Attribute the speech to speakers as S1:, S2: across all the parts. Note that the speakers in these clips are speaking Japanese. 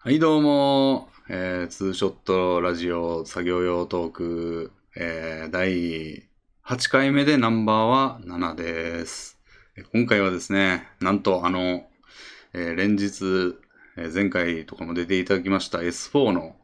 S1: はい、どうも、えー、ツーショットラジオ作業用トーク、えー、第8回目でナンバーは7です。えー今回はですね、なんとあの、えー連日、えー前回とかも出ていただきました S4 の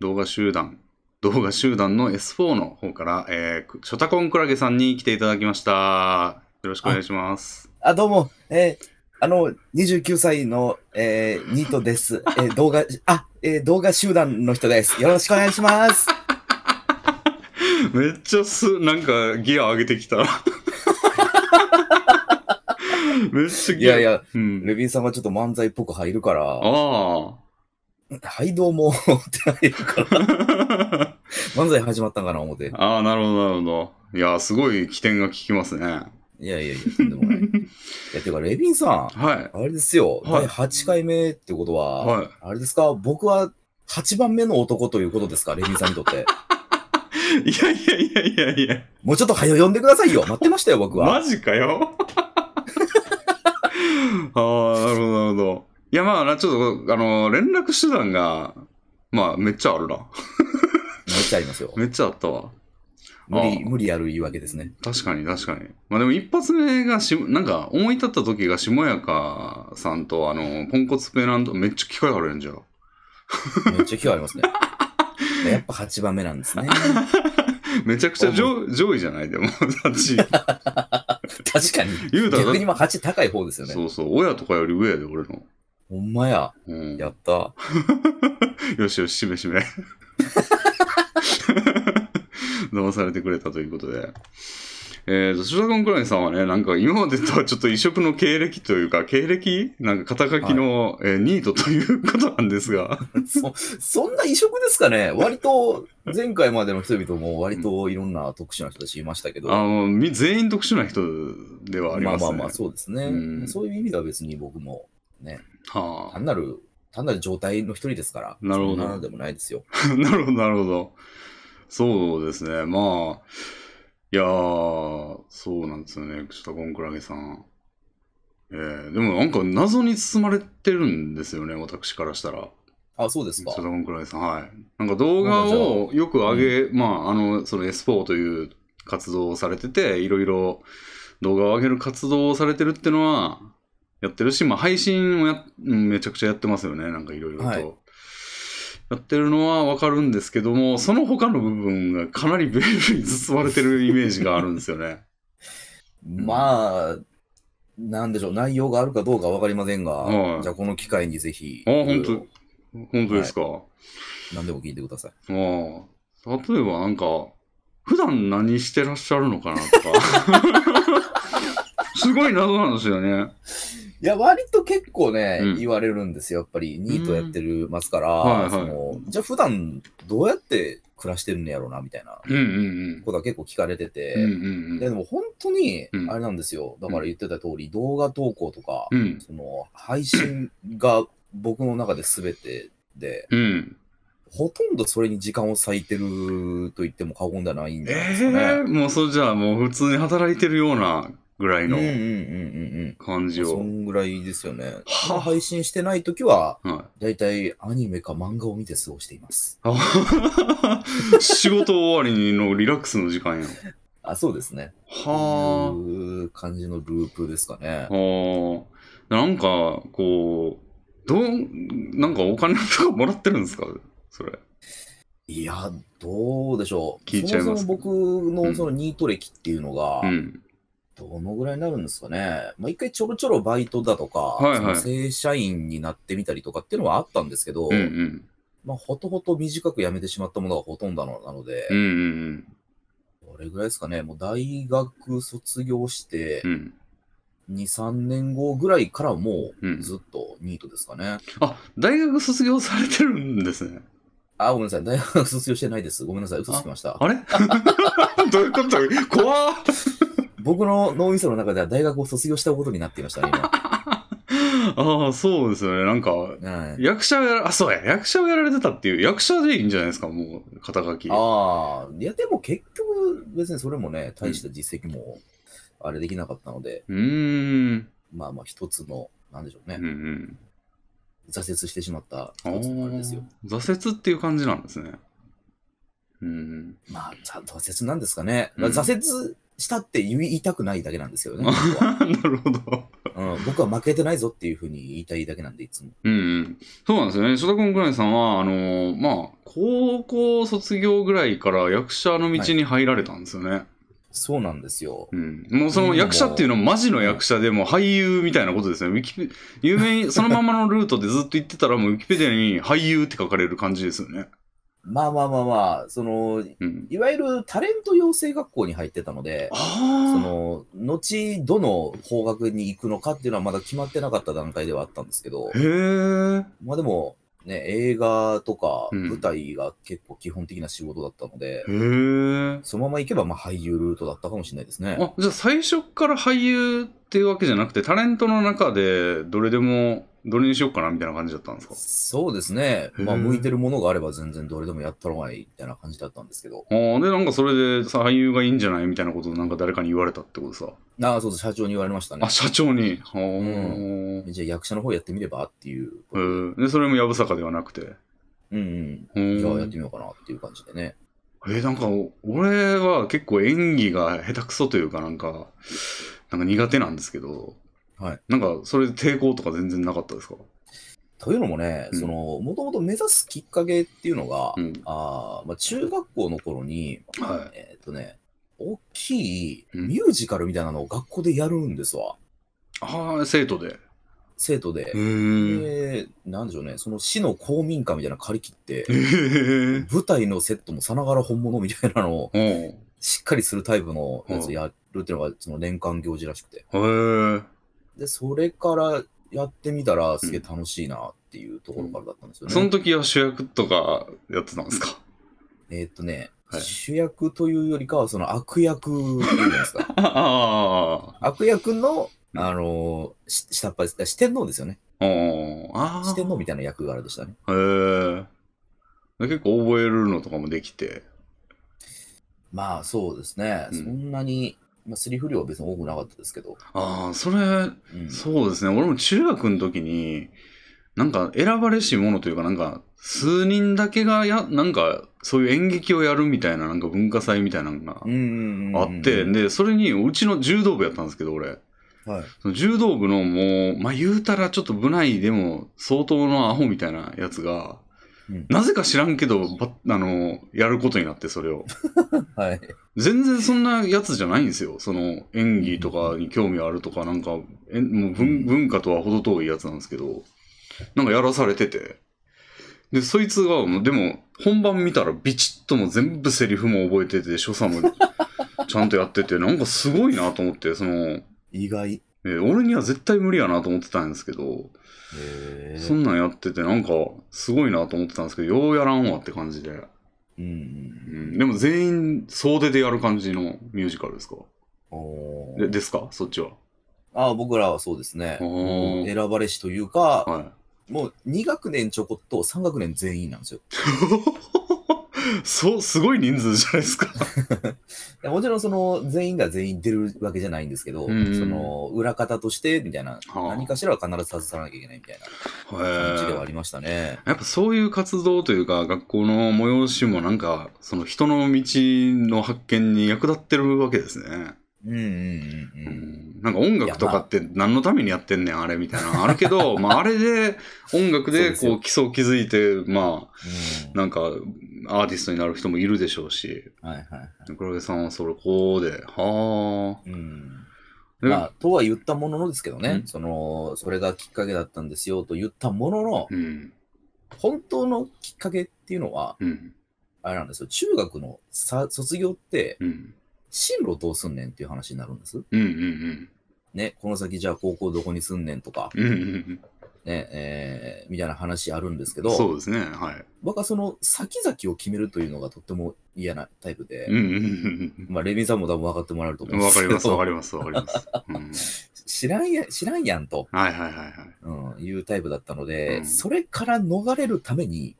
S1: 動画集団、動画集団の S4 の方から、えー、ショタコンクラゲさんに来ていただきました。よろしくお願いします。
S2: あ、どうも、えーあの、29歳の、えーニートです。えー動画、あ、えー動画集団の人です。よろしくお願いします。
S1: めっちゃす、なんかギア上げてき た。めっちゃ
S2: い
S1: ギア。
S2: やいや、
S1: うん。
S2: レビンさんがちょっと漫才っぽく入るから、
S1: あ
S2: はい、どうも、 って入るから、
S1: あ。
S2: 漫才始まったんかな、思って。
S1: ああ、なるほど、なるほど。いや、すごい起点が効きますね。
S2: いやいやいや、とんでもない。いや、てか、レビンさ
S1: はい。
S2: ん、あれですよ、
S1: はい
S2: 第8回目ってことは、
S1: はい
S2: あれですか、僕は8番目の男ということですか、レビンさんにとって。
S1: いやいやいやいやいや。
S2: もうちょっと早よ呼んでくださいよ。待ってましたよ、僕は。
S1: マジかよ。ああ、なるほど、なるほど。いや、まあ、ちょっと、あの、連絡手段が、まあ、めっちゃあるな。
S2: めっちゃありますよ。
S1: めっちゃあったわ。
S2: 無
S1: あ
S2: 理、
S1: あ
S2: 無理やる言い訳ですね。
S1: 確かに確かに。まあでも一発目がし、なんか思い立った時が下谷かさんとあの、ポンコツペナント、めっちゃ機会あるやんじゃん。
S2: めっちゃ気があ りますね。やっぱ8番目なんですね。
S1: めちゃくちゃ上上位じゃないでも、 立ち。
S2: 確かに。
S1: 言うたらだっ
S2: 逆
S1: て
S2: にまあ8高い方ですよね。
S1: そうそう、親とかより上やで、俺の。
S2: ほんまや。
S1: うん。
S2: やった。
S1: よしよし、締め締め。騙されてくれたということで。えーと、シュタコンクライさんはね、なんか今までとはちょっと異色の経歴というか、経歴なんか肩書きの、えーニートということなんですが。
S2: そ、そんな異色ですかね割と、前回までの人々も割といろんな特殊な人たちいましたけど。
S1: あのみ全員特殊な人ではあり
S2: まあ
S1: ます
S2: ま
S1: ね。
S2: あまあ、そうですね、
S1: うん
S2: そういう意味では別に僕も、
S1: はあ
S2: 単なる、単なる状態の一人ですから。
S1: なるほど
S2: そんなでもないですよ。
S1: なるほど、なるほど。そうですね。まあ、いやー、そうなんですよね、ちょっとゴンクラゲさん。えー、でもなんか謎に包まれてるんですよね、私からしたら。
S2: あ、そうです
S1: ちょ
S2: か
S1: っ。とゴンクラゲさん、はい。なんか動画をよく上げ、まあ、あの、その S4 という活動をされてて、いろいろ動画を上げる活動をされてるってのは、やってるし、まあ、配信もやうんめちゃくちゃやってますよね、なんかいろいろと。
S2: はい
S1: やってるのはわかるんですけども、その他の部分がかなりベールに包まれてるイメージがあるんですよね。
S2: まあ、なんでしょう、内容があるかどうかわかりませんが、
S1: はい
S2: じゃあこの機会にぜひ、
S1: あ、
S2: いろ
S1: 本
S2: いろ
S1: 当本当ですか。
S2: 何でも聞いてください。
S1: ああ、例えばなんか、普段何してらっしゃるのかな とか。すごい謎なんですよね。
S2: いや、割と結構ね、
S1: うん
S2: 言われるんですよ。やっぱり、ニートやってるますから、
S1: はいはい
S2: そのじゃあ普段どうやって暮らしてるんやろうな、みたいな
S1: うんうん
S2: ことは結構聞かれてて、
S1: うん。うんうん
S2: いやでも本当に
S1: うん、
S2: あれなんですよ。だから言ってた通り、動画投稿とか、
S1: うん。うん。
S2: その、配信が僕の中で全てで、
S1: うん。
S2: ほとんどそれに時間を割いてると言っても過言ではないんじゃない
S1: え
S2: です
S1: え
S2: かね。
S1: ー、もうそれじゃあもう普通に働いてるようなぐらい
S2: うんうんうん
S1: の
S2: うん
S1: 感
S2: う
S1: じ
S2: ん。そ
S1: を。
S2: んぐらいですよね。
S1: はあ
S2: 配信してないときは、
S1: はい。
S2: だいたいアニメか漫画を見て過ごしています。
S1: あ仕事終わりのリラックスの時間やん。
S2: あ、そうですね。
S1: はあ。
S2: いう感じのループですかね。
S1: はあ。なんか、こう、どう、なんかお金とかもらってるんですかそれ。
S2: いや、どうでしょう。
S1: 聞いちゃいます
S2: そもそも僕
S1: う
S2: の
S1: ん
S2: そのニート歴っていうのが
S1: う、ん。
S2: どのぐらいになるんですかね。まあ、一回ちょろちょろバイトだとか、
S1: はいはい
S2: その正社員になってみたりとかっていうのはあったんですけど、
S1: うんうん。
S2: まあ、ほとほと短く辞めてしまったものがほとんどなので
S1: う、んうん
S2: どれぐらいですかね。もう大学卒業して
S1: うん。う、ん。
S2: 2、3年後ぐらいからも
S1: う。
S2: うんずっとニートですかね。
S1: あ、大学卒業されてるんですね。
S2: あ、ごめんなさい。大学卒業してないです。ごめんなさい。嘘つきました。
S1: あれ どういうこと怖っ
S2: 僕の脳みその中では大学を卒業したことになっていましたね、
S1: ああ、そうですよね。なんか、
S2: 今。はい、
S1: 役者をやら、あ、そうや、役者をやられてたっていう、役者でいいんじゃないですか、もう、肩書き。
S2: ああ、いや、でも結局、別にそれもね、大した実績も、あれできなかったので、
S1: うーん。
S2: まあまあ一つの、なんでしょうね
S1: う。んうん。
S2: 挫折してしまっ
S1: あ
S2: た一つのあれですよ。
S1: ー挫折っていう感じなんですね。うん。
S2: まあ、ざ挫折なんですかね。
S1: うん
S2: 挫折したって言いたくないだけなんですけどね。僕は
S1: あ なるほど。
S2: うん、僕は負けてないぞっていうふうに言いたいだけなんで、いつも。
S1: うんうん。そうなんですよね。翔太君くらいさんは、あのーまあ、高校卒業ぐらいから役者の道に入られたんですよね。
S2: そうなんですよ。
S1: うん。もうその役者っていうのはマジの役者でもう俳優みたいなことですよね。ウィキペ有名に、そのままのルートでずっと言ってたら、もうウィキペディアに俳優って書かれる感じですよね。
S2: まあまあまあまあ、その、
S1: うん。
S2: いわゆるタレント養成学校に入ってたので、そ
S1: あ
S2: の、後、どの方角に行くのかっていうのはまだ決まってなかった段階ではあったんですけど
S1: あ。、へえ。
S2: まあでも、ね、映画とか
S1: うん
S2: 舞台が結構基本的な仕事だったので、
S1: へえ。
S2: そのまま行けばまあ俳優ルートだったかもしれないですね。
S1: あ、じゃあ最初から俳優っていうわけじゃなくて、タレントの中でどれでも、どれにしようかなみたいな感じだったんですか
S2: そうですね。まあ、
S1: へえ
S2: 向いてるものがあれば全然どれでもやったろがいいみたいな感じだったんですけど。
S1: あーで、なんかそれでさ、俳優がいいんじゃないみたいなことをなんか誰かに言われたってことさ。
S2: ああ、そうです。社長に言われましたね
S1: あ、。社長に。はー
S2: じゃあ役者の方やってみればっていう。
S1: えーで、それもやぶさかではなくて。
S2: うん
S1: う
S2: うん。
S1: ん
S2: じゃあやってみようかなっていう感じでね。
S1: えーなんか、俺は結構演技が下手くそというか、なんか、なんか苦手なんですけど、
S2: はい。
S1: なんか、それで抵抗とか全然なかったですか
S2: というのもね、
S1: うん
S2: その、もともと目指すきっかけっていうのが、
S1: うん。
S2: あーまあ、中学校の頃に、
S1: は
S2: えーっとね、大きい
S1: うん
S2: ミュージカルみたいなのを学校でやるんですわ。
S1: ああ、生徒で。
S2: 生徒で
S1: へ。ー
S2: で、なんでしょうね、その市の公民館みたいなの借り切って
S1: え、ー。
S2: 舞台のセットもさながら本物みたいなのを
S1: おうへ
S2: しっかりするタイプのやつやるっていうのがその年間行事らしくて。
S1: ー
S2: で、それからやってみたらすげえ楽しいなっていうところからだったんですよね。
S1: その時は主役とかやってたんです か
S2: えーっとね、
S1: はい
S2: 主役というよりかはその悪役いるじゃないです か。
S1: あ
S2: 悪役の、
S1: うん
S2: あのーし下っ端です。四天王ですよね。
S1: あ。おーああ
S2: 四。天王みたいな役柄でしたね。
S1: へえ。結構覚えるのとかもできて。
S2: まあそうですね。
S1: うん
S2: そんなに、まあ、セリフ量は別に多くなかったですけど。
S1: ああ、それ、
S2: うん
S1: そうですね。俺も中学の時に、なんか選ばれし者というか、なんか数人だけがや、なんかそういう演劇をやるみたいな、なんか文化祭みたいなのが
S2: うんうんうんうん
S1: あって、で、それにうちの柔道部やったんですけど、俺。
S2: はい。
S1: その柔道部のもう、まあ言うたらちょっと部内でも相当のアホみたいなやつが、
S2: うん
S1: なぜか知らんけど、ばあの、やることになって、それを。
S2: はい。
S1: 全然そんなやつじゃないんですよ。その演技とかに興味あるとか、なんか、えもう文文化とは程遠いやつなんですけど、なんかやらされてて。で、そいつが、もうでも、本番見たらビチッとも全部セリフも覚えてて、所作も ちゃんとやってて、なんかすごいなと思って、その、え
S2: 意外。
S1: ー俺には絶対無理やなと思ってたんですけど、
S2: へ
S1: そんなんやってて、なんか、すごいなと思ってたんですけど、ようやらんわって感じで。
S2: うん
S1: う
S2: うん
S1: ん、でも全員総出でやる感じのミュージカルですか
S2: お
S1: で
S2: ー
S1: ですかそっちは。
S2: ああ僕らはそうですね。
S1: おー
S2: 選ばれしというか、
S1: は
S2: もう2学年ちょこっと3学年全員なんですよ。
S1: い。 そう、すごい人数じゃないです か。
S2: いやもちろんその全員が全員出るわけじゃないんですけど、
S1: うん
S2: その裏方としてみたいな、
S1: はあ
S2: 何かしらは必ず携わらなきゃいけないみたいな感じではあ
S1: へえ
S2: りましたね。
S1: やっぱそういう活動というか、学校の催しもなんか、その人の道の発見に役立ってるわけですね。
S2: うんうんうん
S1: う
S2: うん。
S1: ん、なんか音楽とかって何のためにやってんねん、あれみたいな のあるけど、まああれで音楽
S2: そう
S1: で
S2: ですよ
S1: こう基礎を築いて、まあ
S2: うん
S1: なんかアーティストになる人もいるでしょうし、
S2: はいはいはい。
S1: 黒毛さんはそれこうで、は
S2: うん
S1: あ。
S2: まあ、とは言ったもののですけどね
S1: う、ん
S2: その、それがきっかけだったんですよと言ったものの、
S1: うん。
S2: 本当のきっかけっていうのは、
S1: うん。
S2: あれなんですよ、中学のさ卒業って、
S1: うん。
S2: 進路どうすんねんっていう話になるんです。
S1: うん。うん。
S2: ね、この先じゃあ高校どこにすんねんとか、
S1: うん。うんうん。
S2: ね、えーみたいな話あるんですけ
S1: うん。
S2: ど、
S1: そうですね。はい。
S2: 僕はその先々を決めるというのがとっても嫌なタイプで、
S1: うん。うん
S2: まあ、レミさんも多分分かってもらえると
S1: う
S2: 思
S1: んう
S2: うん
S1: ん。
S2: で
S1: わ
S2: す
S1: か
S2: け
S1: り
S2: ど、
S1: ます。わかります。わかります。
S2: 知らんや、知らんやんと、
S1: うん。はいはいはいはい。
S2: うん、いうタイプだったので、
S1: うん
S2: それから逃れるために、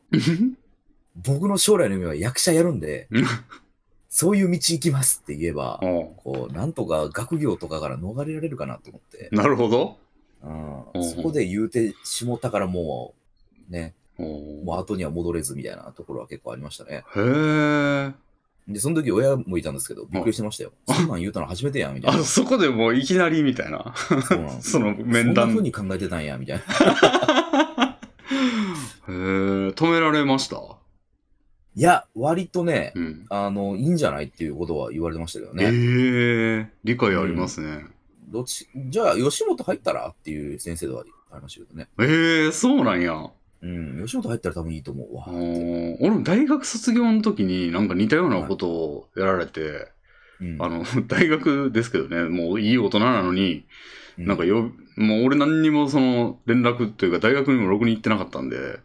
S2: 僕の将来の夢は役者やるんで、 そういう道行きますって言えば、
S1: おう
S2: こう、なんとか学業とかから逃れられるかなと思って、
S1: なるほど。
S2: う
S1: うん
S2: ん、そこで言うてしもったからもね、
S1: お
S2: も
S1: ー
S2: う後には戻れずみたいなところは結構ありましたね。
S1: へえ。
S2: で、その時親もいたんですけど、びっくりしてましたよ。そんなん言うたの初めてやん、みたい
S1: あ、
S2: な。
S1: そこでもういきなりみたい な。
S2: そうなんで す
S1: その面談
S2: そんな風に考えてたんや、みたいな。
S1: へえ、止められました。
S2: いや、割とね、
S1: うん。
S2: あの、いいんじゃないっていうことは言われてましたけど
S1: ええ
S2: ね。
S1: 理解ありますね。
S2: どっち、じゃあ、吉本入ったらっていう先生ではありましたけどね。
S1: ええそうなんや。
S2: うん、吉本入ったら多分いいと思うわ
S1: あ。ー俺も大学卒業の時になんか似たようなことをやられて、
S2: うん
S1: あの、 大学ですけどね、もういい大人なのに、
S2: う
S1: なんかよ、もう俺何にもその連絡というか大学にもろくに行ってなかったんで、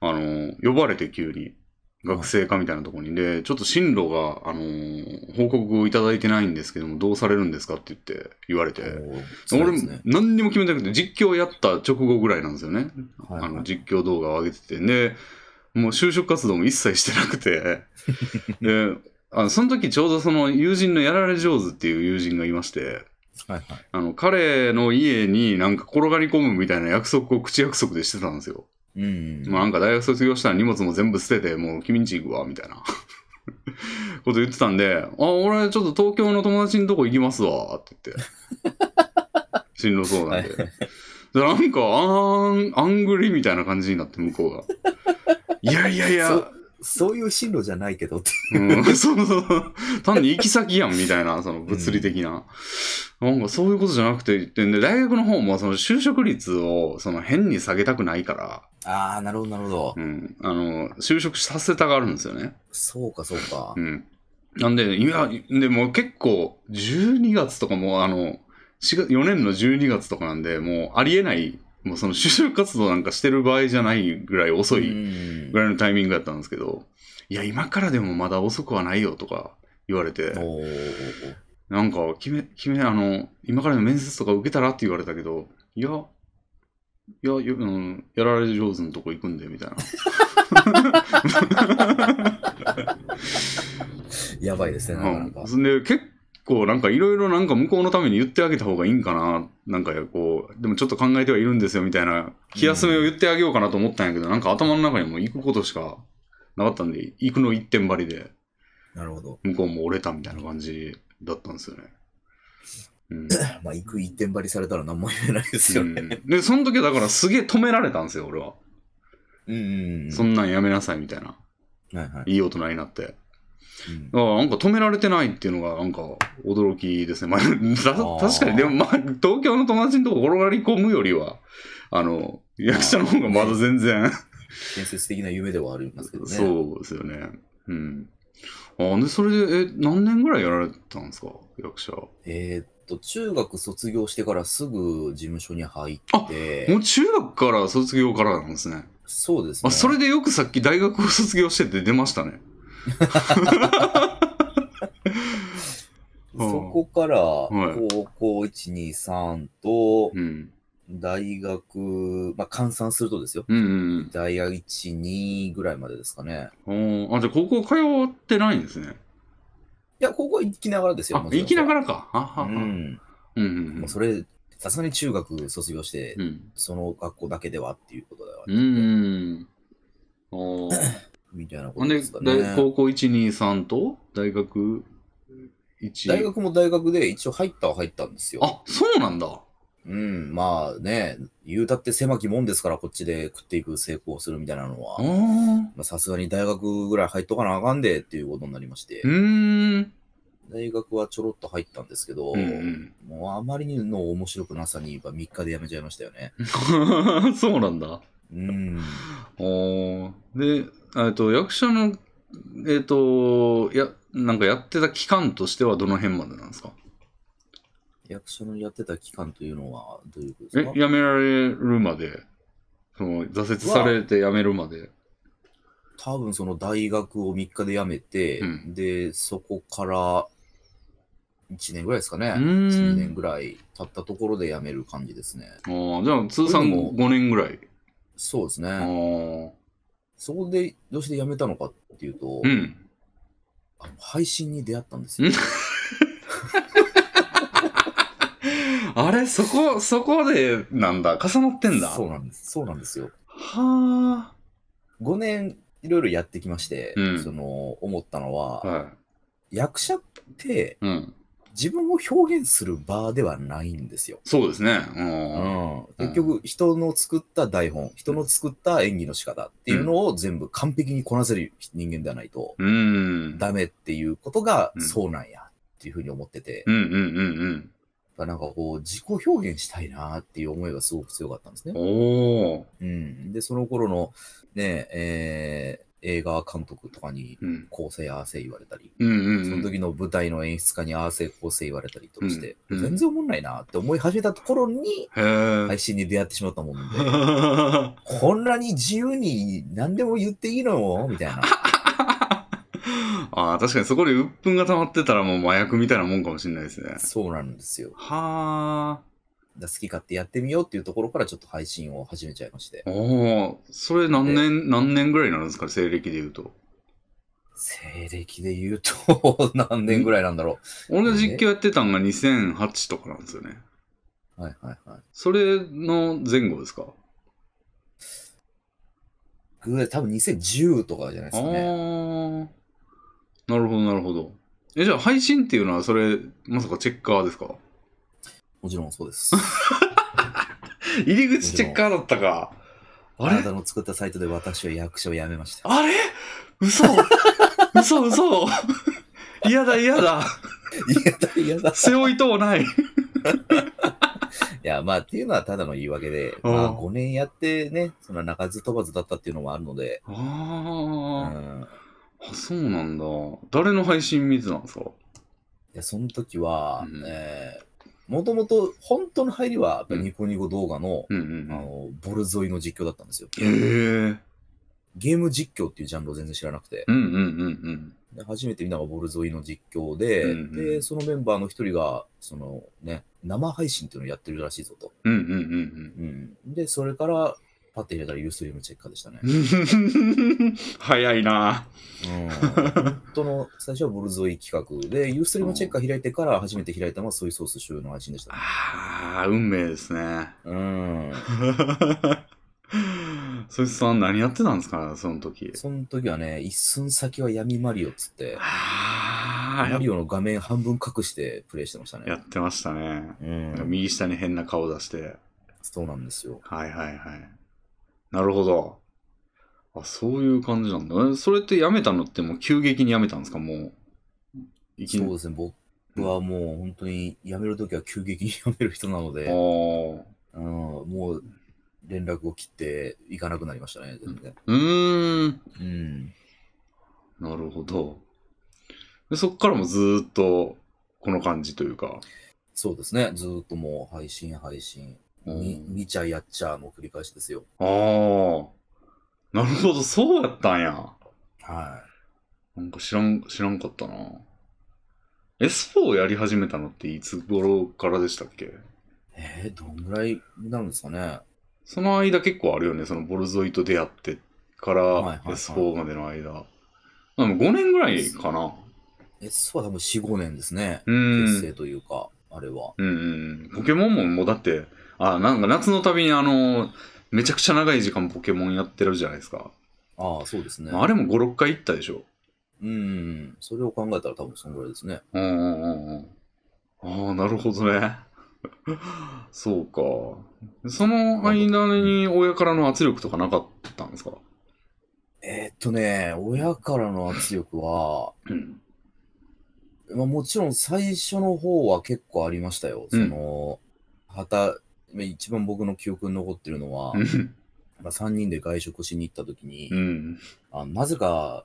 S1: あの、呼ばれて急に、学生課みたいなところに。で、ちょっと進路が、あの、報告をいただいてないんですけども、どうされるんですかって言って、言われて。
S2: おーそう
S1: 俺
S2: です
S1: も
S2: ね
S1: 何にも決めてなくて、実況やった直後ぐらいなんですよね。
S2: はい
S1: あの実況動画を上げてて、で、もう就職活動も一切してなく て、で、あのその時ちょうどその友人のやられ上手っていう友人がいまして、
S2: はいはい。
S1: あの、彼の家になんか転がり込むみたいな約束を口約束でしてたんですよ。
S2: うん。
S1: まあなんか大学卒業したら荷物も全部捨てて、もう君んち行くわ、みたいな こと言ってたんで、あ、俺ちょっと東京の友達のとこ行きますわ、って言って。進路相談で。でなんか、あん、あんぐりみたいな感じになって、向こうが。いやいやいや、
S2: そそういう進路じゃないけどって。
S1: うん、 そうそう。単に行き先やん、みたいな、その物理的な。なんかそういうことじゃなくて言ってんで、大学の方もその就職率をその変に下げたくないから、
S2: ああ、なるほど、なるほど。
S1: うん、あの、就職させたがるんですよね。
S2: そうか、そうか
S1: う。ん。なんで、今、でも結構、12月とかも、あの、4月4年の12月とかなんで、もうありえない、もうその就職活動なんかしてる場合じゃないぐらい遅い。
S2: うん
S1: ぐらいのタイミングだったんですけど、いや、今からでもまだ遅くはないよとか言われて、
S2: おー
S1: なんか、決め、決め、あの、今からの面接とか受けたらって言われたけど、いや、いや、ようん、やられ上手のとこ行くんで、みたいな。
S2: やばいですね、なかなか。
S1: うん、そんで、結構、なんかいろいろなんか向こうのために言ってあげた方がいいんかな、なんかこう、でもちょっと考えてはいるんですよ、みたいな、気休めを言ってあげようかなと思ったんやけど、なんか頭の中にもう行くことしかなかったんで、行くの一点張りで。
S2: なるほど。
S1: 向こうも折れたみたいな感じだったんですよね。 うん、
S2: まあ、行く一点張りされたら何も言えないですよね。
S1: うんで、その時はだからすげえ止められたんですよ、俺は。
S2: うんうんうん。
S1: そんなんやめなさいみたいな。
S2: はいはい。
S1: いい大人になって。
S2: うん
S1: だからなんか止められてないっていうのがなんか驚きですね。まあ、だ
S2: ー
S1: 確かに、でもまあ、東京の友達のとこ転がり込むよりは、あの、役者の方がまだ全然、
S2: 建設的な夢ではありますけどね。
S1: そうですよね。うん。あで、それで、え、何年ぐらいやられてたんですか、役者。も
S2: えーっと、中学卒業してからすぐ事務所に入
S1: あ
S2: って、
S1: う中学から卒業からなんですね。
S2: そうですね。
S1: あそれでよくさっき大学を卒業してて出ましたね。
S2: そこから、
S1: い
S2: 高校1、2、3と、
S1: うん。
S2: 大学、まあ、換算するとですよ。
S1: うん
S2: 大学1、2ぐらいまでですかね。
S1: うん。おーあ、じゃあ高校通ってないんですね。
S2: いや、高校は行きながらですよ。
S1: あ、行きなが
S2: ら。
S1: らか。ははは。
S2: う
S1: うん
S2: ん。
S1: うんう
S2: も
S1: ん
S2: う。それ、さすがに中学卒業して、
S1: うん。
S2: その学校だけではっていうことだよ、
S1: うーん。おー
S2: みたいなこ
S1: ほ
S2: と
S1: んで
S2: ですか、ね。
S1: 大高校1、2、3と大学1。
S2: 大学も大学で一応入ったは入ったんですよ。
S1: あ、そうなんだ。
S2: うん、まあね、言うたって狭きもんですから、こっちで食っていく成功するみたいなの
S1: あ
S2: は、
S1: ー
S2: まあさすがに大学ぐらい入っとかなあかんでっていうことになりまして
S1: う、ーん。
S2: 大学はちょろっと入ったんですけど、
S1: うんうん
S2: もうあまりにの面白くなさに、やっぱ3日で辞めちゃいましたよね。
S1: そうなん だ。
S2: うん。
S1: おーで、えっと、役者の、えっ、と、や、なんかやってた期間としてはどの辺までなんですか
S2: 役所のやってた期間というのはどういうこと
S1: え
S2: ですか、
S1: 辞められるまで、その、挫折されて辞めるまで。
S2: 多分その大学を3日で辞めて、
S1: うん
S2: で、そこから1年ぐらいですかね。
S1: う
S2: 1、2
S1: ー
S2: 年
S1: ん。
S2: ぐらい経ったところで辞める感じですね。
S1: あーじゃあ、通算
S2: でも
S1: 5年ぐらい。
S2: そうです
S1: あー
S2: ね。そこでどうして辞めたのかっていうと、
S1: うん。
S2: あの配信に出会ったんですよ。
S1: あれ、そこ、そこで、なんだ、重なってんだ。
S2: そうなんです。そうなんですよ。
S1: は
S2: 5年いろいろやってきまして、
S1: うん
S2: その思ったのは、
S1: あ。は
S2: 役者って
S1: い。うん。
S2: 自分を表現する場ではないんですよ。
S1: そうですね。
S2: うん、結局、人の作った台本、人の作った演技の仕方っていうのを全部完璧にこなせる人間ではないと
S1: うん。うん。
S2: ダメっていうことが
S1: うん
S2: そうなんやっていうふうに思ってて、
S1: うんうんうん
S2: やっぱなんかこう自己表現したいなっていう思いがすごく強かったんです
S1: うん。
S2: ね。
S1: おお。
S2: うん、で、その頃のね、えー映画監督とかに
S1: うん。
S2: 構成合わせ言われたり、
S1: うんうん、うん。
S2: その時の舞台の演出家に合わせ構成言われたりとかして、
S1: うんうん
S2: 全然おもんないなって思い始めたところに、
S1: へえ。
S2: 配信に出会ってしまったもんで、
S1: は
S2: こんなに自由に何でも言っていいのよみたい な。
S1: ああ、確かにそこで鬱憤が溜まってたらもう麻薬みたいなもんかもしれないですね。
S2: そうなんですよ。
S1: はあ。
S2: だ好き勝手やってみようっていうところからちょっと配信を始めちゃいまして。
S1: おお。それ何年、何年ぐらいになるんですか西暦で言うと。
S2: 西暦で言うと 何年ぐらいなんだろ
S1: 俺が実況やってたんが2008とかなんですよね。
S2: う。はいはいはい。
S1: それの前後ですか
S2: ぐらい多分2010とかじゃないですかね。
S1: ああ。なるほど、なるほど。え、じゃあ配信っていうのはそれ、まさかチェッカーですか
S2: もちろんそうです。
S1: 入り口チェッカーだったか。あ
S2: あな
S1: れ
S2: たの作ったサイトで私は役者を辞めました。
S1: あれ嘘 嘘嘘 嫌だ嫌だ
S2: 嫌だ 嫌だ。
S1: 背負いとうない。
S2: いや、まあっていうのはただの言い訳で、
S1: うん
S2: まあ5年やってね、その中ず飛ばずだったっていうのもあるので、
S1: あ
S2: うん、
S1: ー
S2: い
S1: あ、そうなんだ。誰の配信見てたんですか
S2: やその時は、
S1: うん
S2: えー、もともと本当の入りはやっぱりニコニコ動画の、
S1: うんう
S2: あ
S1: ん
S2: のボルゾイの実況だったんですよ。
S1: うん。へえ。
S2: ゲーム実況っていうジャンルを全然知らなくて、
S1: うんうんうん
S2: で初めて見たのがボルゾイの実況で、
S1: うんうん
S2: で、そのメンバーの一人が、そのね、生配信っていうのをやってるらしいぞと。
S1: うん。うんうんうん
S2: うん、で、それから、パッて入れたらユーストリームチェッカーでしたね。
S1: うん。 早いな。
S2: うん本 当の最初はボルゾイ企画で、ユーストリームチェッカー開いてから初めて開いたのはソイソース醤油の配信でしたね。
S1: ああ、運命ですね。
S2: うん。
S1: そいつさん何やってたんですかその時。
S2: その時はね、一寸先は闇マリオっつって、
S1: あ
S2: マ
S1: あ、
S2: リオの画面半分隠してプレイしてました
S1: や
S2: ね。
S1: ってましたね。
S2: う
S1: なんか
S2: ん。
S1: 右下に変な顔出して。
S2: そうなんですよ。
S1: はいはいはい。なるほど。あ、そういう感じなんだ。えそれってやめたのってもう急激にやめたんですかもう。いき
S2: そ
S1: な
S2: う
S1: り。
S2: ですね、僕はもう本当に辞める時は急激に辞める人な
S1: あ
S2: の
S1: あ
S2: で、
S1: ー。
S2: うん、もう連絡を切っていかなくなりましたね、全然。
S1: うーん。
S2: うん。
S1: なるほど。でそっからもずーっとこの感じというか。
S2: そうですね、ずーっともう配信配信。み
S1: うん
S2: 見ちゃやっちゃの繰り返しですよ。
S1: ああ。なるほど。そうやったんや。
S2: は
S1: なんか知らん、知らんかったな。S4 をやり始めたのっていつ頃からでしたっけ
S2: い。えー、どんぐらいになるんですかね。
S1: その間結構あるよね。そのボルゾイと出会ってから
S2: はいはいはい
S1: S4 までの間。でも5年ぐらいかな。
S2: え、そうは多分4、5年ですね。
S1: う
S2: 結成
S1: ん。
S2: というか、あれは。
S1: うんうん。ポケモンももうだって、あ、なんか夏の旅にあの、めちゃくちゃ長い時間ポケモンやってるじゃないですか。
S2: ああ、そうですね。
S1: まああれも5、6回行ったでしょ。
S2: うん。それを考えたら多分そのぐらいですね。
S1: うんうんうんうん。ああ、なるほどね。そうか。その間に親からの圧力とかなかったんですか
S2: えーっとね、親からの圧力は、
S1: うん。
S2: まあ、もちろん最初の方は結構ありましたよ。
S1: うん
S2: その、はた、まあ一番僕の記憶に残ってるのは、
S1: うん
S2: まあ、3人で外食しに行った時に、
S1: うん。
S2: あなぜか、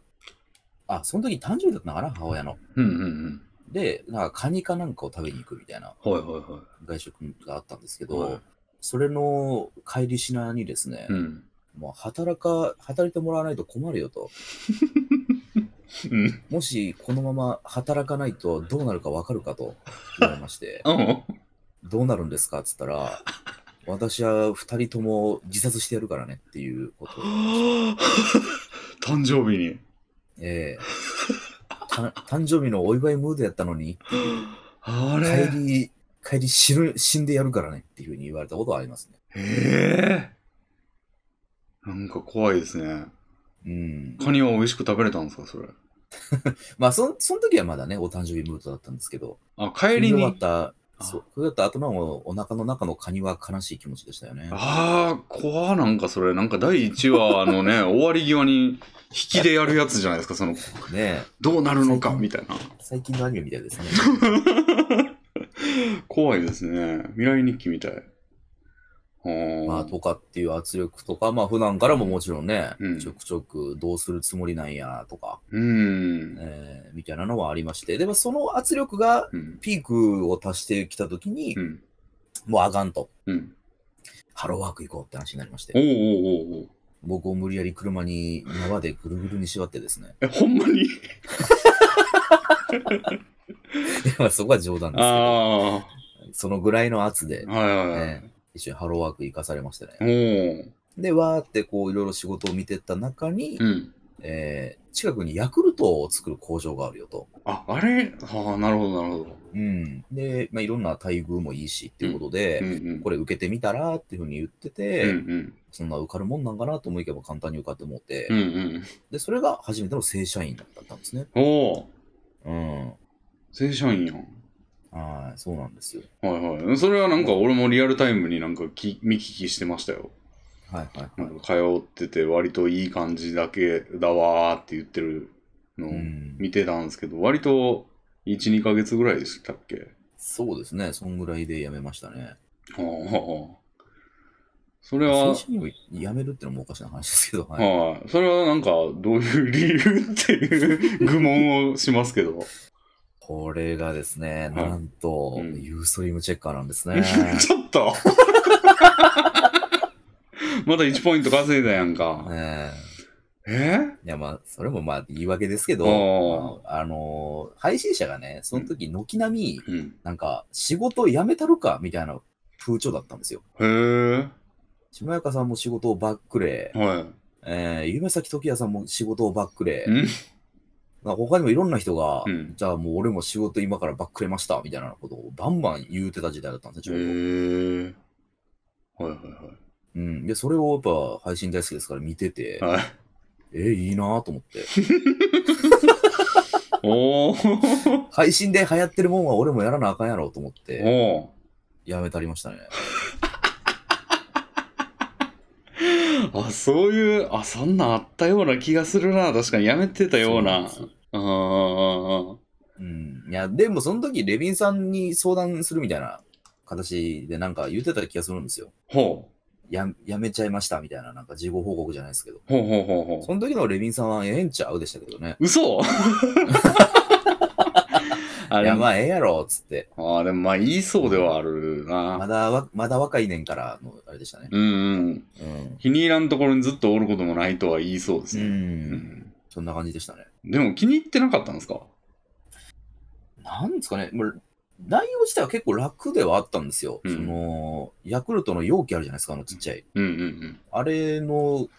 S2: あ、その時誕生日だったのかな、母親の。
S1: うんうん
S2: で、なんかカニかなんかを食べに行くみたいな
S1: うん。はいはいはい。
S2: 外食があったんですけど、
S1: はい
S2: それの帰りしなにですね、
S1: うん。
S2: もう働か、働いてもらわないと困るよと。
S1: うん。
S2: もしこのまま働かないとどうなるかわかるかと言われまして。どうなるんですかっつったら、私は二人とも自殺してやるからねっていうことを。
S1: 誕生日に。
S2: ええた誕生日のお祝いムードやったのに、
S1: あれ
S2: 帰り、帰り死ぬ、死んでやるからねっていうふうに言われたことはありますね。
S1: へえ。なんか怖いですね。
S2: うん。
S1: カニは美味しく食べれたんですか、それ。
S2: まあ、そん、その時はまだね、お誕生日ムードだったんですけど、
S1: あ、
S2: 食
S1: 帰
S2: い
S1: り
S2: 終わ
S1: に
S2: っ。た、
S1: あ
S2: そう、食い終わった後のお腹の中のカニは悲しい気持ちでしたよね。
S1: ああ、怖ーなんかそれ、なんか第1話の ね、終わり際に引きでやるやつじゃないですか、その、
S2: ねえ
S1: どうなるのか、みたいな。
S2: 最近のアニメみたいですね。
S1: 怖いですね。未来日記みたい。あー
S2: まあ、とかっていう圧力とか、まあ、普段からももちろんね、
S1: うん
S2: ちょくちょくどうするつもりなんやとか、
S1: うん。
S2: えーみたいなのはありまして、でもその圧力が
S1: うん。
S2: ピークを達してきた時に、
S1: うん。
S2: もうあかんと、
S1: うん。
S2: ハローワーク行こうって話になりまし
S1: おうお
S2: て、
S1: うおうおう
S2: 僕を無理やり車に縄でぐるぐるに縛ってですね、
S1: え、ほんまに
S2: いやまあそこは冗談です
S1: あ
S2: けど、そのぐらいの圧で
S1: あ。、はいはいはい。
S2: ね一緒にハローワーク行かされましてね。
S1: おお。
S2: で、わーってこう、いろいろ仕事を見てった中に、
S1: うん。
S2: えー近くにヤクルトを作る工場があるよと。
S1: あ、あれああ、なるほど、なるほど。
S2: うん。で、まあ、いろんな待遇もいいしっていうことで、
S1: うんうん。
S2: これ受けてみたらっていうふうに言ってて、
S1: うんうん。
S2: そんな受かるもんなんかなと思いけば簡単に受かってもうて、
S1: うんうん。
S2: で、それが初めての正社員だったんですね。
S1: おお。
S2: うん。
S1: 正社員やん。
S2: はい、そうなんですよ。
S1: はいはい。それはなんか俺もリアルタイムになんかき見聞きしてましたよ。
S2: はいはい
S1: な
S2: はい。
S1: んか通ってて割といい感じだけだわーって言ってるのを
S2: うん、
S1: 見てたんですけど、割と1、2ヶ月ぐらいでしたっけ
S2: そうですね、そんぐらいで辞めましたね。
S1: ああ。それは
S2: 正、社員を辞めるってのもおかしな話ですけど、はい。
S1: はい。それはなんかどういう理由っていう愚問をしますけど。
S2: これがですね、
S1: はい
S2: なんと、
S1: うん
S2: ユーストリームチェッカーな んですね。
S1: ちょっとまた1ポイント稼いだやんか。
S2: え
S1: え
S2: えいやまあ、それもまあ言い訳ですけ
S1: お
S2: ど、あのー配信者がね、その時、軒並み、
S1: うん。
S2: なんか、仕事辞めたるかみたいな風潮だったんですよ。
S1: へ
S2: 下やかさんも仕事をバックレ
S1: え。、は
S2: えー、夢咲時也さんも仕事をバックレ
S1: い。、ん
S2: なんか他にもいろんな人が、
S1: うん
S2: じゃあもう俺も仕事今からバックレましたみたいなことをバンバン言うてた時代だったんです
S1: へ
S2: よ、ちょう
S1: え。は
S2: ど。
S1: いはい
S2: うん。で、それをやっぱ配信大好きですから見てて、
S1: はい。はい。
S2: えー、いいなぁと思って。
S1: おー
S2: 配信で流行ってるもんは俺もやらなあかんやろうと思って、
S1: おー
S2: やめたりましたね。
S1: あ、そういう、あ、そんなんあったような気がするな。確かにやめてたような。
S2: そうなんです
S1: あー
S2: うん。いや、でもその時、レビンさんに相談するみたいな形でなんか言ってた気がするんですよ。
S1: ほ
S2: や、やめちゃいましたみたいな、なんか事後報告じゃないですけど。
S1: う。ほうほうほうほう。
S2: その時のレビンさんはええんちゃうでしたけどね。
S1: 嘘あ
S2: い
S1: れ、
S2: や、ま
S1: あ
S2: あええやろ、っつって。
S1: ー、でもまあ言いそうではある
S2: ま
S1: な。
S2: だわ、まだ若いねんからの、あれでしたね。
S1: うんうん。
S2: うん。
S1: 気に入らんところにずっとおることもないとは言いそうです
S2: う。
S1: ね。うんん
S2: そんな感じでしたね。
S1: でも気に入ってなかったんですか
S2: なんですかね、まあ内容自体は結構楽ではあったんですよ。
S1: うん
S2: その、ヤクルトの容器あるじゃないですか、あのちっちゃい。
S1: うんうんうん。
S2: あれの、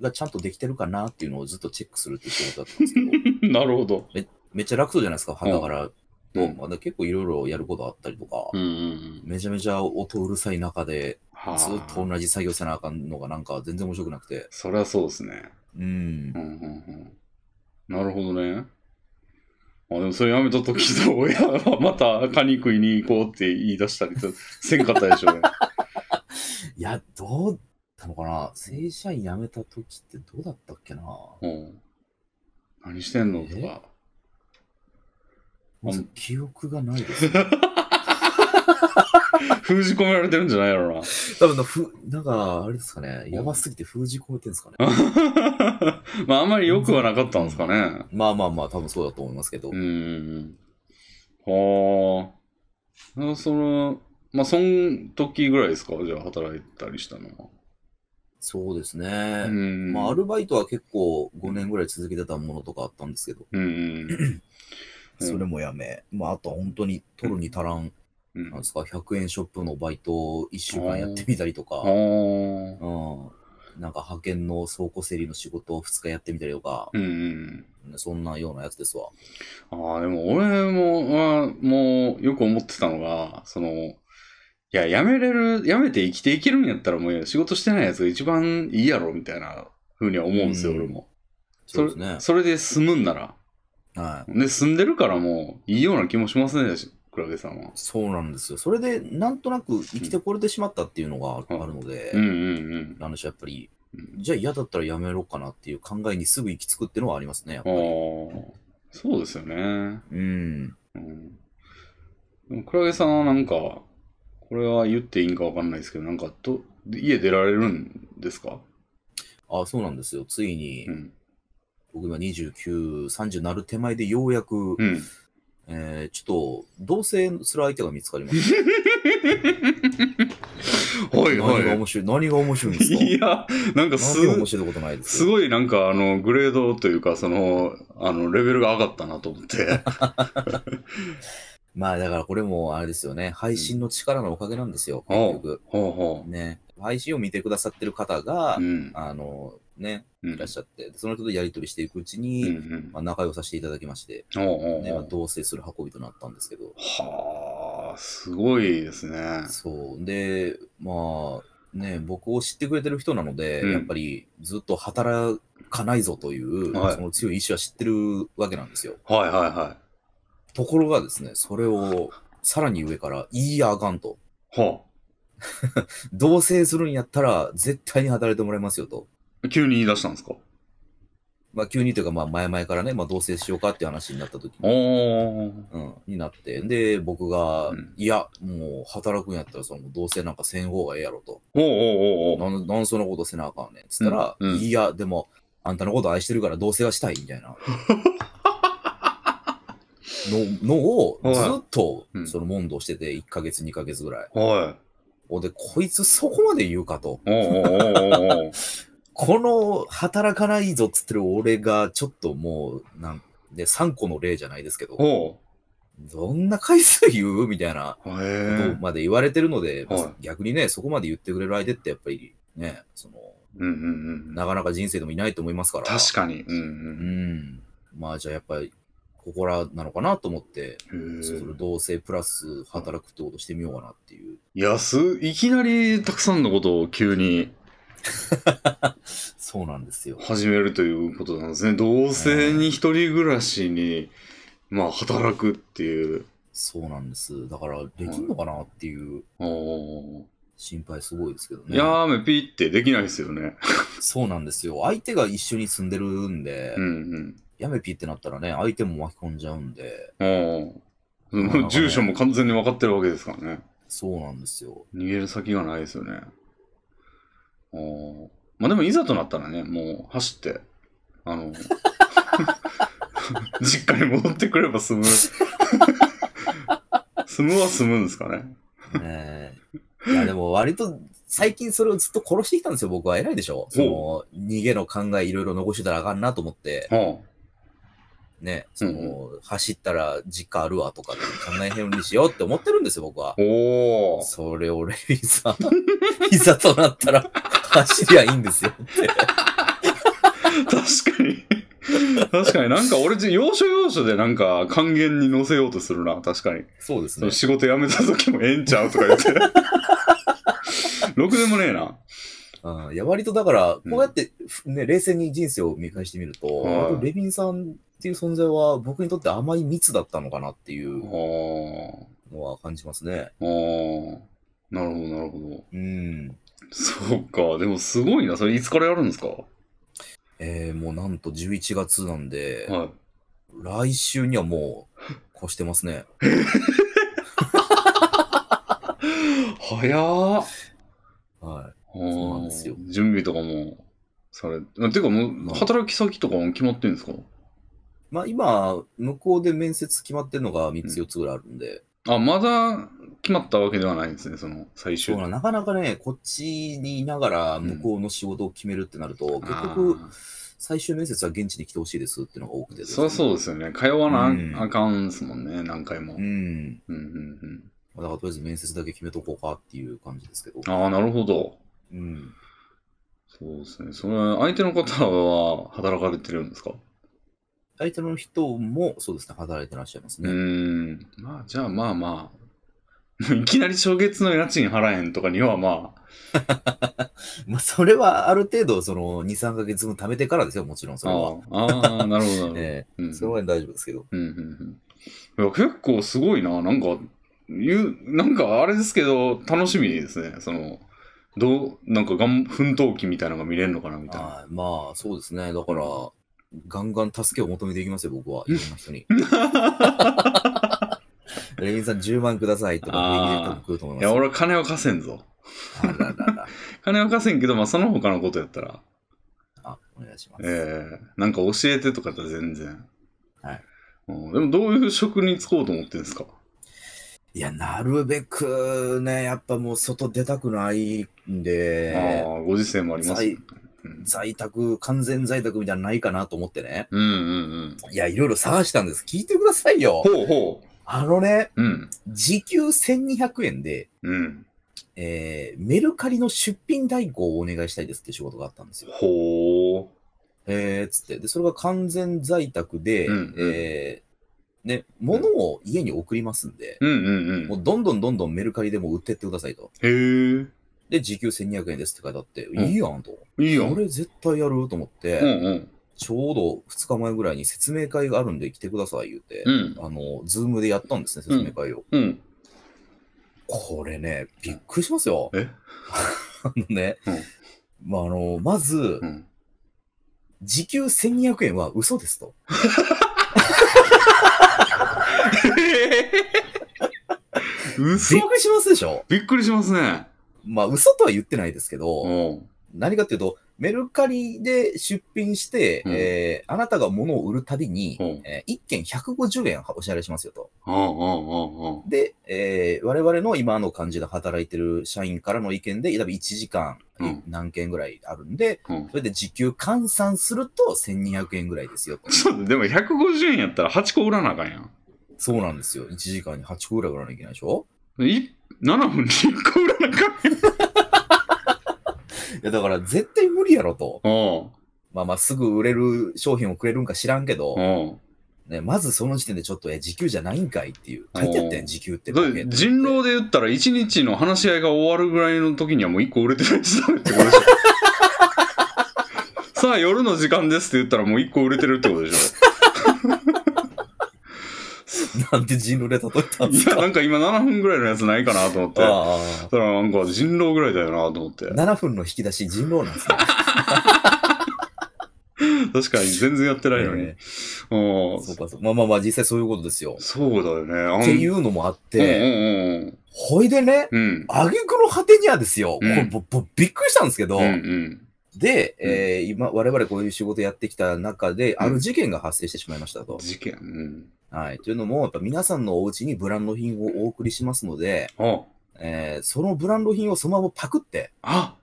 S2: がちゃんとできてるかなっていうのをずっとチェックするっていう仕事だったんで すけど、
S1: なるほど。
S2: めっちゃ楽そうじゃないですか、肌から
S1: う
S2: と。
S1: ん
S2: まだ結構いろいろやることあったりとか、
S1: うんうんうん。
S2: めちゃめちゃ音うるさい中で、
S1: はあ
S2: ずっと同じ作業せなあかんのがなんか全然面白くなくて。
S1: そりゃそうですね。
S2: うん
S1: う。んうんうん。なるほどね。あでもそれやめた時と親はまたカニ食いに行こうって言い出したりとせんかったでしょう ね。
S2: いや、どうだったのかな正社員辞めた時ってどうだったっけな
S1: うん何してんのと か。
S2: まず記憶がないですね。
S1: 封じ込められてるんじゃないやろな。
S2: 多分な、ふ、なんか、あれですかね、やばすぎて封じ込めてんですかね。
S1: まああんまり良くはなかったんですかね。
S2: まあまあまあ、多分そうだと思いますけど。
S1: うんうんうん。はあ。あその、まあそん時ぐらいですかじゃあ働いたりしたのは。
S2: そうです
S1: う
S2: ね。
S1: ん。
S2: まあ、アルバイトは結構5年ぐらい続けてたものとかあったんですけど、
S1: うんうんうん
S2: それもやめ。まあ、あとは本当に取るに足らん、
S1: うん。
S2: なんですか、100円ショップのバイトを1週間やってみたりとか、
S1: うん。ああ。
S2: うん。なんか派遣の倉庫整理の仕事を2日やってみたりとか、
S1: うんうん。
S2: そんなようなやつですわ。
S1: ああ、でも俺も、はもうよく思ってたのが、その、いや、辞めれる、辞めて生きていけるんやったらもう仕事してないやつが一番いいやろ、みたいなふうには思うんですよ、
S2: うん
S1: 俺も。
S2: そうですね。
S1: それで住むんなら。
S2: はい。
S1: で、住んでるからもういいような気もしますね、クラゲさんは。
S2: そうなんですよ。それで、なんとなく生きてこれてしまったっていうのがあるので、
S1: うんうん
S2: なんでしょう、やっぱり、
S1: うん。
S2: じゃあ嫌だったらやめろうかなっていう考えにすぐ行き着くっていうのはありますね、やっ
S1: あ
S2: ぱ
S1: あ
S2: り。
S1: ー、そうですよね。
S2: うん。
S1: うん。でも、クラゲさんはなんか、これは言っていいんかわかんないですけど、なんかど、家出られるんですか
S2: あそうなんですよ。ついに、
S1: うん。
S2: 僕今29、30なる手前でようやく、
S1: うん。
S2: えーちょっと、同棲する相手が見つかり ました。
S1: はい
S2: 何が
S1: は
S2: 面白い、何が面白いんで
S1: い。
S2: すか
S1: いや、なんかす
S2: 何も面白いことないですすよ。
S1: ごいなんかあのグレードというかそのあのレベルが上がったなと思って
S2: まあだからこれもあれですよね。配信の力のおかげなんですよ、
S1: うん
S2: 結局。
S1: ほうほ
S2: ね。配信を見てくださってる方が、
S1: ううん
S2: あの、ね、
S1: うん
S2: いらっしゃって、でその人とやり取りしていくうち
S1: うん
S2: に、
S1: うん
S2: まあ、仲良くさせていただきまして、
S1: ほうほう
S2: ねまあ、
S1: ほう
S2: 同棲する運びとなったんですけど。
S1: はあすごいですね
S2: そう。で、まあ、ね、僕を知ってくれてる人なので、
S1: うん
S2: やっぱりずっと働かないぞという、
S1: はい
S2: その強い意志は知ってるわけなんですよ。
S1: はいはいは
S2: ところがですね、それをさらに上から、いいやあかんと。
S1: いは
S2: 同棲するんやったら、絶対に働いてもらいますよと。
S1: あ急に言い出したんですか
S2: まあ、急にというか、まあ、前々からね、まあ、同棲しようかっていう話になった時
S1: お
S2: に、
S1: お
S2: うん、になって、で、僕が、
S1: うん
S2: いや、もう、働くんやったら、その、同棲なんかせん方がええやろと。
S1: おおおうおうおう
S2: なん、なんそんなことせなあかんねん。つったら、
S1: うんうん
S2: いや、でも、あんたのこと愛してるから同棲はしたい、みた いな。の、のを、
S1: はい
S2: ずっと
S1: う、ん
S2: その、問答してて、1ヶ月、2ヶ月ぐらい。
S1: はい
S2: おで、こいつそこまで言うかと。
S1: おうおうおうおう
S2: この働かないぞっつってる俺がちょっともう、なんで、3個の例じゃないですけど、
S1: お
S2: どんな回数言うみたいな
S1: う
S2: こ
S1: へ
S2: と
S1: え
S2: まで言われてるので、
S1: は
S2: 逆にね、そこまで言ってくれる相手ってやっぱりね、その、
S1: うんうんうん
S2: なかなか人生でもいないと思いますから。
S1: 確かにう
S2: うんん。まあじゃあやっぱり、ここらなのかなと思って、
S1: うんへ
S2: そ
S1: え
S2: の同性プラス働くってことしてみようかなっていう。
S1: いやすいきなりたくさんのことを急に
S2: そうなんですよ。
S1: 始めるということなんですね。同性に一人暮らしに、まあ、働くっていう。
S2: そうなんです。だから、できんのかなっていう
S1: お
S2: 心配すごいですけど
S1: ー
S2: ね。
S1: いやーめピーってできないですよね。
S2: そうなんですよ。相手が一緒に住んでるんで、
S1: うん
S2: やめぴってなったらね、相手も巻き込んじゃうんで、
S1: うん。おー
S2: なかなか
S1: もう
S2: ね
S1: 住所も完全に分かってるわけですからね。
S2: そうなんですよ。
S1: 逃げる先がないですよね。おーまあでもいざとなったらね、もう走って、あの、 実家に戻ってくれば済 む。済むは済むんですかね。
S2: ねえいや、でも割と最近それをずっと殺してきたんですよ、僕は。偉いでしょその、逃げの考えいろいろ残してたらあかんなと思って、
S1: お
S2: ね、その、
S1: う
S2: 走ったら実家あるわとかって考えへんようにしようって思ってるんですよ、僕は
S1: ー。おー
S2: それ俺、いざ、 いざとなったら走りゃいいんですよって。
S1: 確かに確かになんか俺要所要所でなんか還元に乗せようとするな確かに、
S2: そうです
S1: そ
S2: ね
S1: の。仕事辞めた時もええんちゃうとか言ってろくでもねえな
S2: うんいや、割とだから、こ
S1: うん
S2: うやって、ね、冷静に人生を見返してみると、
S1: はい
S2: 割とレビンさんっていう存在は僕にとって甘い蜜だったのかなっていう
S1: お
S2: のは感じますね。
S1: ーおーなるほどなるほど
S2: うん。
S1: そうかでもすごいなそれいつからやるんですかは
S2: えー、もうなんと11月なんで、
S1: い
S2: 来週にはもう越してま すね。
S1: 早っ
S2: は
S1: そう
S2: なんですよ
S1: 準備とかもされててかも
S2: ま
S1: う
S2: あ
S1: 働き先とかも決まってるんですか
S2: い。まあ今、向こうで面接決まってるのが3つ4つぐらいあるんで、
S1: あまだ決まったわけではないんですねその最終
S2: そうな、なかなかね、こっちにいながら向こうの仕事を決めるってなると、結局、
S1: あー
S2: 最終面接は現地に来てほしいですっていうのが多くてです
S1: そ
S2: ね、
S1: りゃそうですよね。通わな
S2: うん
S1: あかんですもんね、何回も。う
S2: うんん。
S1: うんうん。
S2: まあだからとりあえず面接だけ決めとこうかっていう感じですけど。
S1: ああ、なるほど。
S2: うん。
S1: そうですね。それ、相手の方は働かれてるんですか
S2: 相手の人も、そうですね、働いてらっしゃいます
S1: う
S2: ね。
S1: ーん。まあ、じゃあまあまあ、 いきなり初月の家賃払えんとかにはまあ、
S2: まあ、それはある程度、その、2、3ヶ月分貯めてからですよ、もちろん、それは。
S1: ああ、ああなるほど、なるほど。
S2: え
S1: う
S2: え
S1: ん
S2: その辺大丈夫ですけど。
S1: うんうんうんいや結構すごいな、なんか、言う、なんかあれですけど、楽しみですね。その、どう、なんかがん、奮闘期みたいなのが見れるのかな、みたいな。
S2: はい、まあ、そうですね。だから、ガンガン助けを求めていきますよ、僕は。いろん な人に。レミさん10万くださいとか、平気で多分来ると思い
S1: い
S2: ま
S1: や、
S2: すよ。
S1: 俺は金は貸せんぞ。
S2: あららら。
S1: 金は貸せんけど、まあ、その他のことやったら、
S2: あ、お願いします。
S1: ええなんか教えてとかやったら全然。
S2: はい
S1: うん。でも、どういう職に就こうと思ってるんですか
S2: いや、なるべくね、やっぱもう外出たくないんで、
S1: ああ、ご時世もあります、
S2: 在
S1: うん
S2: 在宅、完全在宅みたいなのないかなと思ってね。
S1: うんうんうん。
S2: いや、いろいろ探したんです。聞いてくださいよ。
S1: ほうほ
S2: あのね、
S1: う。うん。
S2: 時給1200円で、
S1: うん。
S2: えー、メルカリの出品代行をお願いしたいですって仕事があったんですよ。
S1: ほ
S2: えー、つって。で、それが完全在宅で、
S1: うんうん
S2: えー、ね、物を家に送りますんで、
S1: う。うんうんう
S2: も
S1: ん。
S2: うどんどんどんどんメルカリでも売ってってくださいと。
S1: へえ。
S2: で、時給1200円ですって書いてあって、
S1: ん
S2: いいやんと。
S1: いいやん。
S2: 俺絶対やると思って、
S1: うんうん。
S2: ちょうど2日前ぐらいに説明会があるんで来てください言うて、
S1: うん。
S2: あの、ズームでやったんですね、説明会を。
S1: うん。
S2: これね、びっくりしますよ。
S1: え
S2: あのね、まあ、あの、まず
S1: う、ん。
S2: 時給1200円は嘘ですと。びっ
S1: 嘘
S2: くりしますでしょ
S1: びっくりしますね。
S2: まあ、嘘とは言ってないですけど、
S1: おう
S2: 何かっていうと、メルカリで出品して、
S1: うん
S2: えーあなたが物を売るたびに、
S1: うん
S2: え1件150円お支払いしますよと。
S1: おうおうおうおう
S2: で、えー我々の今の感じで働いてる社員からの意見で、多分1時間
S1: うん
S2: 何件ぐらいあるんで、
S1: うん
S2: それで時給換算すると1200円ぐらいですよと。
S1: ちょっとでも150円やったら8個売らなあかんやん。
S2: そうなんですよ。1時間に8個ぐらい売らなきゃいけないでしょ
S1: い7分に1個売らなあかんやん。
S2: いや、だから絶対無理やろと。
S1: おう
S2: まあまあ、すぐ売れる商品をくれるんか知らんけど、
S1: おう
S2: ね、まずその時点でちょっと、え、時給じゃないんかいっていう。書いてあった
S1: お
S2: や
S1: ー
S2: ん、時給って
S1: だ
S2: ボ
S1: っ
S2: ケ
S1: て
S2: って。
S1: 人狼で言ったら1日の話し合いが終わるぐらいの時にはもう1個売れてないとダメってことでしょ。 さあ夜の時間ですって言ったらもう1個売れてるってこと でしょ。
S2: なんで人狼で例えたんで
S1: い
S2: すか
S1: や、なんか今7分ぐらいのやつないかなと思って。 そ
S2: あ
S1: したらなんか人狼ぐらいだよなと思って
S2: あ。7分の引き出し人狼な んですね。
S1: 確かに全然やってないのに。
S2: え
S1: お
S2: そう
S1: ー
S2: かそう。まあまあまあ、実際そういうことですよ。
S1: そうだよね。あん
S2: っていうのもあっ
S1: うん
S2: て、
S1: うん
S2: ほいでね、
S1: うん。うん。
S2: 挙句の果てにはですよ、
S1: うん
S2: これぼぼびっくりしたんですけど、
S1: うんうん。
S2: で、えー今、我々こういう仕事やってきた中で、ある事件が発生してしまいましたと。
S1: 事件。うん。
S2: はい。というのも、やっぱ皆さんのお家にブランド品をお送りしますので、
S1: あ、
S2: えーそのブランド品をそのままパクって、
S1: あ、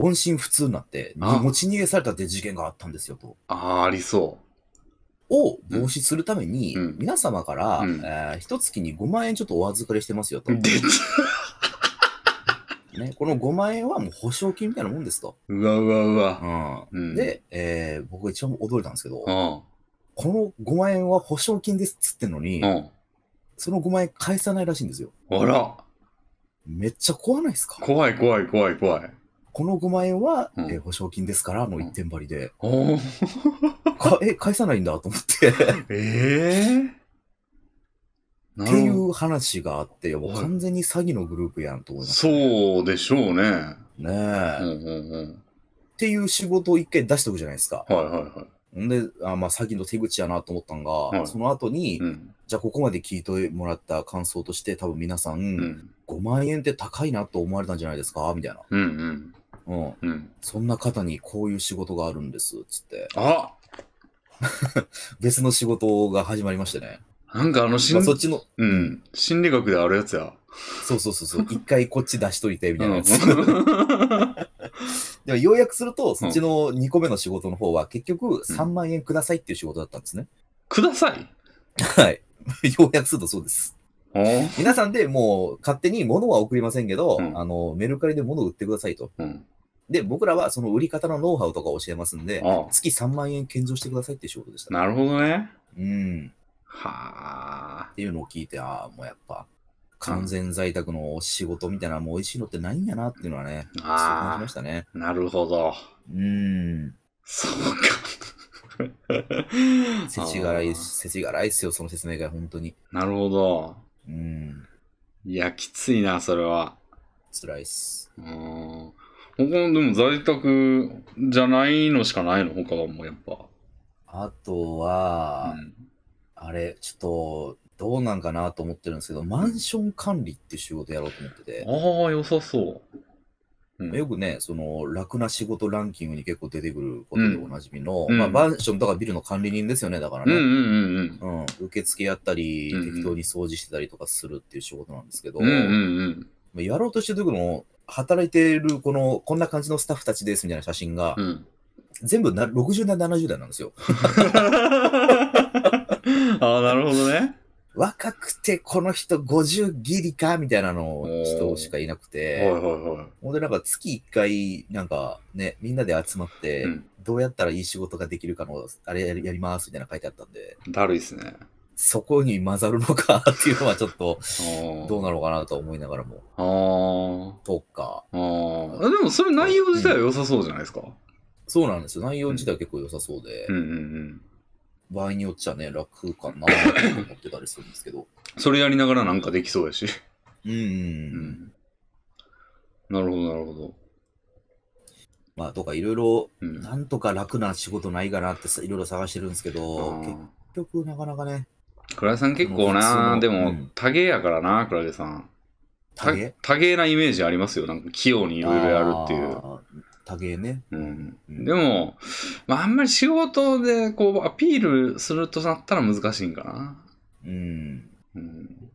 S2: 音信不通になって、
S1: あ
S2: 持ち逃げされたって事件があったんですよと。
S1: あーありそ
S2: を防止するために、
S1: うん
S2: 皆様から、
S1: うん
S2: えー一月に5万円ちょっとお預かりしてますよと。
S1: う。
S2: ね、
S1: で、
S2: この5万円はもう保証金みたいなもんですと。
S1: うわうわうわ。
S2: う
S1: うん
S2: ん、で、えー僕が一番驚いたんですけど、
S1: う
S2: こ
S1: ん。
S2: の5万円は保証金ですっつってんのに、
S1: うん。
S2: その5万円返さないらしいんですよ。
S1: あら、
S2: めっちゃ怖ないですか
S1: 怖い怖い怖い怖い。
S2: この5万円は、
S1: うん
S2: えー保証金ですからの一点張りで、
S1: おー
S2: かえ、返さないんだと思って、っ
S1: ええな
S2: てい
S1: るほ
S2: う話があって、いやもう
S1: はい
S2: 完全に詐欺のグループやんと思
S1: ど。
S2: いましたね。
S1: そうでしょうね。
S2: ねえ、
S1: うんう
S2: っ
S1: んうん。
S2: ていう仕事を一回出しておくじゃないですか。
S1: はいはいは
S2: ほんで、あまあ、詐欺の手口やなと思ったんが、
S1: はい
S2: その後に、
S1: い。うん。
S2: じゃあここまで聞いてもらった感想として、多分皆さん、
S1: うん。
S2: 5万円って高いなと思われたんじゃないですかみたいな。
S1: うんうん。
S2: うん。
S1: うん。
S2: そんな方にこういう仕事があるんです。つって。
S1: あ
S2: 別の仕事が始まりましてね。
S1: なんかあの
S2: ま
S1: 心
S2: あ、そっちの、
S1: うん。心理学であるやつや。
S2: そうそうそうそう。一回こっち出しといて、みたいなやつ。
S1: うん
S2: でも、要約すると、そっちの2個目の仕事の方は、結局3万円くださいっていう仕事だったんですね。
S1: ください。
S2: はい。要約するとそうです。
S1: おー
S2: 皆さんでもう勝手に物は送りませんけど、
S1: うん
S2: あの、メルカリで物を売ってくださいと。
S1: うん。
S2: で、僕らはその売り方のノウハウとかを教えますんで、
S1: ああ
S2: 月3万円献上してくださいっていう仕事でした。
S1: なるほどね。
S2: うん。
S1: はあ
S2: っ。ていうのを聞いて、ああ、もうやっぱ、完全在宅の仕事みたいな、もう美味しいのってないんやなっていうのはね、そう感
S1: あ
S2: じま
S1: あ
S2: したね。
S1: なるほど。
S2: うん。
S1: そうか。
S2: せちがらい、
S1: あー
S2: せちがらいっすよ、その説明が、本当に。
S1: なるほど。
S2: うん。
S1: いや、きついな、それは。
S2: 辛いっす。
S1: うーん。他の、でも在宅じゃないのしかないの、他はもうやっぱ。
S2: あと
S1: う
S2: は、
S1: ん。
S2: あれ、ちょっと、どうなんかなと思ってるんですけど、マンション管理っていう仕事やろうと思ってて、
S1: ああ、良さそう。うん。
S2: よくね、その、楽な仕事ランキングに結構出てくることでおなじみの、
S1: うん
S2: まあ、
S1: うん
S2: マンションとかビルの管理人ですよね、だから
S1: うんう
S2: ね。
S1: んうん
S2: うん、受付やったり、
S1: うんうん
S2: 適当に掃除してたりとかするっていう仕事なんですけど、
S1: うん。うんうんうん。
S2: まあやろうとしてる時の、働いてる、この、こんな感じのスタッフたちですみたいな写真 が、
S1: うん。
S2: 全部な60代、70代なんですよ。
S1: ああ、なるほどね。
S2: 若くてこの人50ギリかみたいなの人しかいなく
S1: はいはい
S2: て、
S1: は
S2: ほんでなんか月1回、なんかね、みんなで集まっ
S1: い。
S2: て、
S1: うん。
S2: どうやったらいい仕事ができるかの、あれやりやりますみたいなの書いてあったんで、
S1: だるいっすね。
S2: そこに混ざるのかっていうのはちょっとど
S1: あ
S2: うなのかなと思いながらも、
S1: あ。ああ。
S2: とか、
S1: あーあ。でもそれ内容自体は良さそうじゃないですか。
S2: そうなんですよ。内容自体は結構良さそうで、
S1: うんうんうん。
S2: 場合によっちゃね、楽かなと思ってたりするんで すけど、
S1: それやりながらなんかできそうやし。
S2: うんうん
S1: う
S2: うん。
S1: ん。なるほどなるほど。
S2: まあ、とかいろいろ、
S1: うん。
S2: なんとか楽な仕事ないかなってさいろいろ探してるんですけど、結
S1: あ
S2: 結局なかなかね、
S1: ー倉井さん結構
S2: その普通
S1: な、
S2: の
S1: で
S2: う
S1: も
S2: ん
S1: 多芸やからな、倉井さん。
S2: 多芸
S1: 多芸なイメージありますよ。なんか器用にいろいろやるっていう。
S2: あー。多芸ね。
S1: うん
S2: うん
S1: でも、まあ、あんまり仕事でこうアピールするとなったら難しいんかな。
S2: うん。
S1: うん。